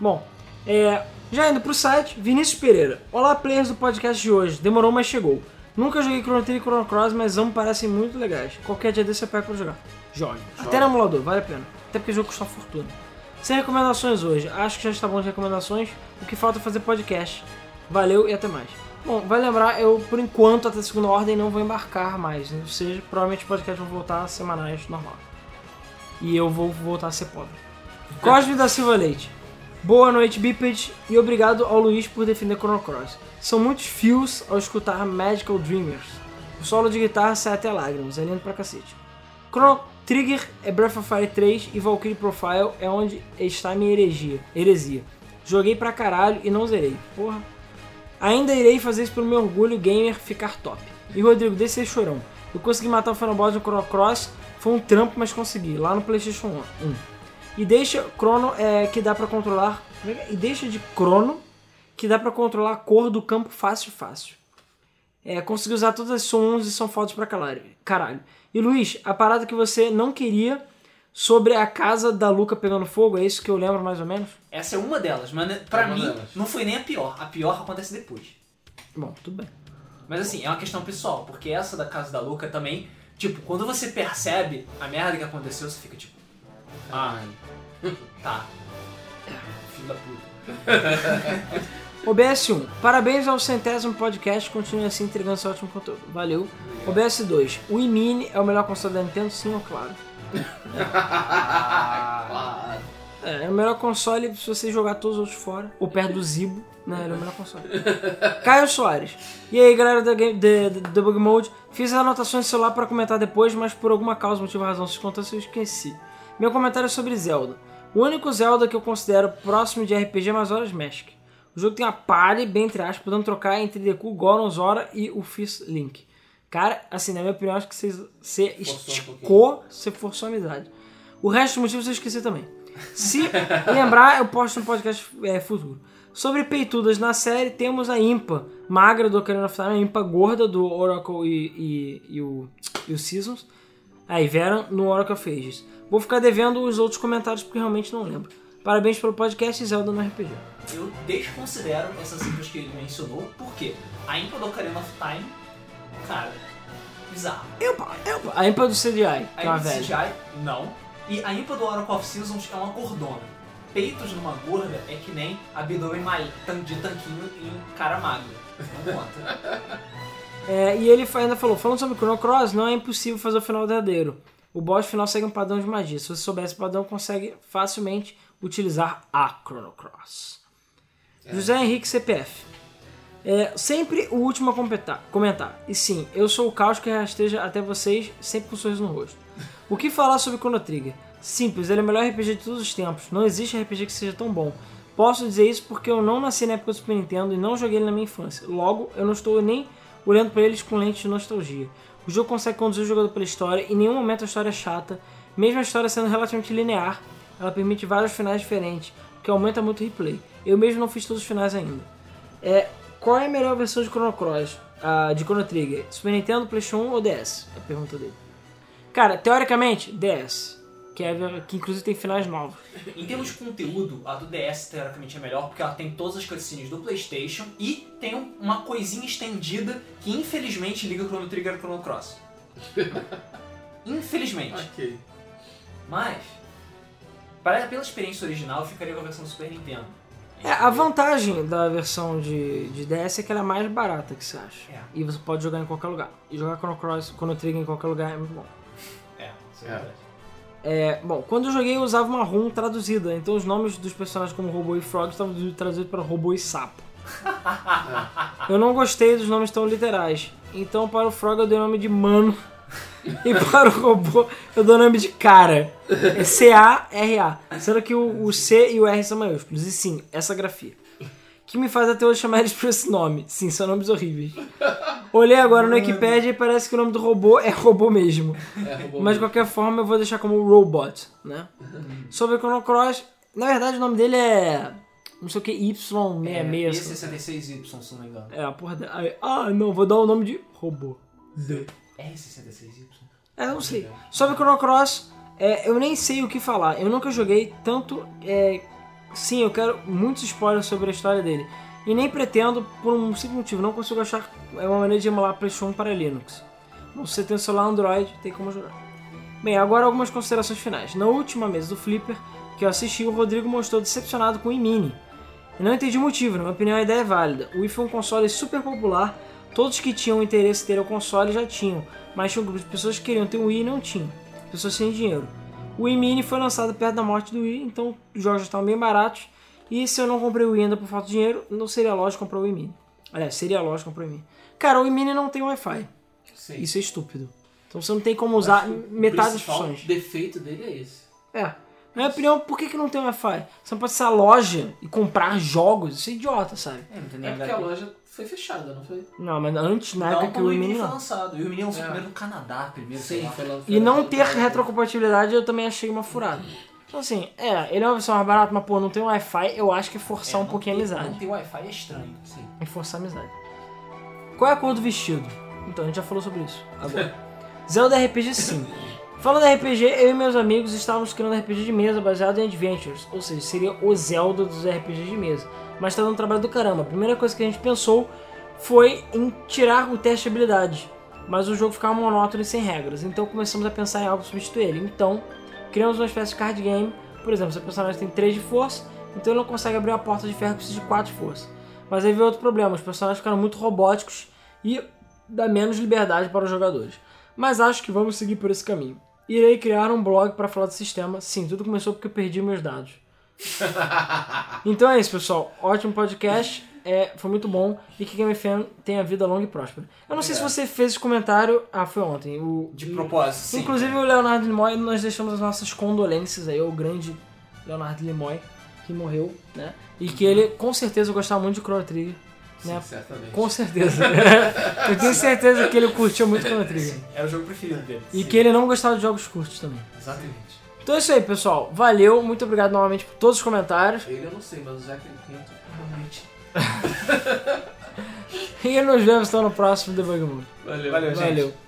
S3: Bom, é, já indo pro site, Vinícius Pereira. Olá, players do podcast de hoje. Demorou, mas chegou. Nunca joguei Chrono Trigger e Chrono Cross, mas ambos parecem muito legais. Qualquer dia desse eu pego pra jogar. Jogue. Até no emulador, vale a pena. Até porque o jogo custa uma fortuna. Sem recomendações hoje. Acho que já está bom de recomendações. O que falta é fazer podcast. Valeu e até mais. Bom, vai lembrar, eu por enquanto, até segunda ordem, não vou embarcar mais. Né? Ou seja, provavelmente o podcast vão voltar a semanais normal. E eu vou voltar a ser pobre. Cosme da Silva Leite. Boa noite, Biped, e obrigado ao Luiz por defender Chrono Cross. São muitos fios ao escutar Magical Dreamers. O solo de guitarra sai até lágrimas, é lindo pra cacete. Chrono Trigger é Breath of Fire 3 e Valkyrie Profile é onde está minha heresia. heresia. Joguei pra caralho e não zerei. Porra. Ainda irei fazer isso pelo meu orgulho gamer ficar top. E Rodrigo, deixa ser chorão. Eu consegui matar o Final Boss no Chrono Cross, foi um trampo, mas consegui, lá no Playstation 1. E deixa Crono, é, que dá pra controlar... como é que é? E deixa de Crono, que dá pra controlar a cor do campo fácil, fácil. É, consegui usar todas as sons e são fotos pra calar- caralho. E Luiz, a parada que você não queria sobre a casa da Luca pegando fogo, é isso que eu lembro mais ou menos?
S1: Essa é uma delas, mas né, pra
S2: uma
S1: mim
S2: delas.
S1: não foi nem a pior. A pior acontece depois.
S3: Bom, tudo bem.
S1: Mas assim, é uma questão pessoal, porque essa da casa da Luca também, tipo, quando você percebe a merda que aconteceu, você fica tipo, ah, tá. Filho da puta.
S3: OBS1, parabéns ao centésimo podcast, continue assim entregando seu ótimo conteúdo. Valeu. OBS2, o iMini é o melhor console da Nintendo? Sim, ou claro.
S2: Ah,
S3: É, é o melhor console se você jogar todos os outros fora, ou perto do Zibo. Né, ele é o melhor console. Caio Soares. E aí, galera da Game, da- da- do Bug Mode. Fiz as anotações do celular para comentar depois, mas por alguma causa, motivo, razão, se contou, eu esqueci. Meu comentário é sobre Zelda. O único Zelda que eu considero próximo de RPG é mais horas Mask. O jogo tem uma palha, bem entre aspas, podendo trocar entre Deku, Goron, Zora e o Fist Link. Cara, assim, na minha opinião, acho que você, você
S2: Forçou um
S3: esticou, você forçou a amizade. O resto dos motivos eu esqueci também. Se lembrar, eu posto no podcast é, futuro. Sobre peitudas na série, temos a Impa, magra do Ocarina of Time, a Impa gorda do Oracle e, e, e o, e o Seasons. Aí, Veron no Oracle of Ages. Vou ficar devendo os outros comentários porque realmente não lembro. Parabéns pelo podcast e Zelda no RPG.
S1: Eu desconsidero essas cifras que ele mencionou, porque a Impa do Ocarina of Time, cara, bizarro.
S3: A Impa do CDI,
S1: A
S3: que é
S1: Impa
S3: uma
S1: do
S3: velha.
S1: CGI, não. E a Impa do Oracle of Seasons é uma gordona. Peitos numa gorda é que nem abdômen mai- tan- de tanquinho em um cara magro. Não conta.
S3: É, e ele fa- ainda falou, falando sobre Chrono Cross, não é impossível fazer o final verdadeiro. O boss final segue um padrão de magia. Se você soubesse o padrão, consegue facilmente utilizar a Chrono Cross. José Henrique CPF. É, sempre o último a completar- comentar. E sim, eu sou o caos que rasteja até vocês, sempre com um sorriso no rosto. O que falar sobre Chrono Trigger? Simples, ele é o melhor RPG de todos os tempos. Não existe RPG que seja tão bom. Posso dizer isso porque eu não nasci na época do Super Nintendo e não joguei ele na minha infância. Logo, eu não estou nem olhando para eles com lente de nostalgia. O jogo consegue conduzir o jogador pela história e em nenhum momento a história é chata. Mesmo a história sendo relativamente linear, ela permite vários finais diferentes, o que aumenta muito o replay. Eu mesmo não fiz todos os finais ainda. É, qual é a melhor versão de Chrono Cross? Ah, de Chrono Trigger? Super Nintendo, PlayStation 1 ou DS? É a pergunta dele. Cara, teoricamente, DS. Que, é, a ver- que inclusive tem finais novos.
S1: em termos de conteúdo, a do DS teoricamente é melhor, porque ela tem todas as cutscenes do PlayStation e tem um- uma coisinha estendida que infelizmente liga o Chrono Trigger e o Chrono Cross. infelizmente.
S2: ok.
S1: Mas, para, pela experiência original, eu ficaria com a versão do Super Nintendo.
S3: É, a vantagem da versão de, de DS é que ela é mais barata, que você acha.
S1: É.
S3: E você pode jogar em qualquer lugar. E jogar Chrono Cross, Chrono Trigger em qualquer lugar é muito bom.
S1: É, isso é
S2: É.
S1: verdade.
S3: É, bom, quando eu joguei eu usava uma ROM traduzida, então os nomes dos personagens como Robô e Frog estavam traduzidos para Robô e Sapo. eu não gostei dos nomes tão literais, então para o Frog eu dei o nome de Mano e para o Robô eu dei o nome de Cara. É C-A-R-A. Sendo que o, o C e o R são maiúsculos, e sim, essa grafia. Que me faz até hoje chamar eles por esse nome. Sim, são nomes horríveis. Olhei agora no Wikipedia e parece que o nome do robô é robô mesmo.
S2: É, roubou
S3: Mas de qualquer forma eu vou deixar como Robot, né? Sobre o Chrono Cross, na verdade o nome dele é. Não sei o que,
S1: É,
S3: Y66.
S1: E66Y, se não me engano.
S3: É, a porra dela. Aí, Ah, não, vou dar o nome de robô.
S1: R66Y?
S3: É, eu não sei. Sobre o Chrono Cross, é, eu nem sei o que falar. Eu nunca joguei tanto. é, sim, eu quero muitos spoilers sobre a história dele. E nem pretendo, por um simples motivo, não consigo achar é, uma maneira de emular PlayStation para Linux. Bom, se você tem um celular Android, tem como jogar. Bem, agora algumas considerações finais. Na última mesa do Flipper, que eu assisti, o Rodrigo mostrou decepcionado com o iMini. Eu não entendi o motivo, na minha opinião a ideia é válida. O Wii foi um console super popular, todos que tinham interesse em ter o console já tinham, mas tinha um grupo de pessoas que queriam ter o Wii e não tinham. Pessoas sem dinheiro. O Wii Mini foi lançado perto da morte do Wii, então os jogos já estavam bem baratos. E se eu não comprei o Wii ainda por falta de dinheiro, não seria lógico comprar o Wii Mini. Aliás, seria lógico comprar o Wii Mini. Cara, o Wii Mini não tem Wi-Fi.
S2: Sim.
S3: Isso é estúpido. Então você não tem como usar
S2: O
S3: metade das
S2: principal
S3: funções.
S2: defeito dele é esse.
S3: É. Na minha opinião, por que, que não tem Wi-Fi? Você não pode ser a loja e comprar jogos, isso é idiota, sabe?
S1: É, não tem nem
S2: É porque a
S1: lugar.
S2: loja foi fechada, não foi?
S3: Não, mas antes, na
S1: Não,
S3: época que
S1: quando
S3: o
S1: o Minion
S3: menino
S1: foi
S3: não.
S1: lançado. E o Minion lançou
S2: É.
S1: primeiro no Canadá, primeiro, sei lá.
S2: foi lá- foi
S3: E
S2: lá-
S3: não
S1: né?
S2: foi
S3: ter
S2: lá-
S3: retrocompatibilidade eu também achei uma furada. Então assim, é, ele é uma versão mais barata, mas pô, não tem Wi-Fi, eu acho que é
S1: É,
S3: forçar um
S1: não
S3: pouquinho a
S1: ter-
S3: amizade.
S1: Não ter Wi-Fi é estranho.
S2: Sim.
S3: É forçar a amizade. Qual é a cor do vestido? Então, a gente já falou sobre isso. Agora. Zelda RPG 5. Falando de RPG, eu e meus amigos estávamos criando RPG de mesa baseado em Adventures, ou seja, seria o Zelda dos RPGs de mesa. Mas tá dando trabalho do caramba. A primeira coisa que a gente pensou foi em tirar o teste de habilidade, mas o jogo ficava monótono e sem regras, então começamos a pensar em algo pra substituir ele. Então, criamos uma espécie de card game, por exemplo, seu personagem tem 3 de força, então ele não consegue abrir uma porta de ferro que precisa de 4 de força. Mas aí veio outro problema, os personagens ficaram muito robóticos e dá menos liberdade para os jogadores. Mas acho que vamos seguir por esse caminho. Irei criar um blog para falar do sistema. Sim, tudo começou porque eu perdi meus dados. então é isso, pessoal. Ótimo podcast. É, foi muito bom. E que Game Fan tenha vida longa e próspera. Eu não sei se você fez esse comentário. Ah, foi ontem. O,
S1: De
S3: o-
S1: propósito, sim. é.
S3: Inclusive o Leonardo Nimoy, nós deixamos as nossas condolências aí ao grande Leonardo Nimoy, que morreu, né? E
S1: Uhum.
S3: que ele com certeza gostava muito de Chrono Trigger, né?
S2: Sim,
S1: É.
S2: certamente.
S3: Com certeza. Eu tenho certeza que ele curtia muito Chrono Trigger.
S1: Era É o jogo preferido dele.
S3: E que ele não gostava de jogos curtos também.
S1: Exatamente.
S3: Então é isso aí, pessoal. Valeu, muito obrigado novamente por todos os comentários.
S2: Ele eu não sei, mas o Zé é um Quinto realmente.
S3: E nos vemos então no próximo Debug Mundo.
S1: Valeu, gente.
S3: Valeu.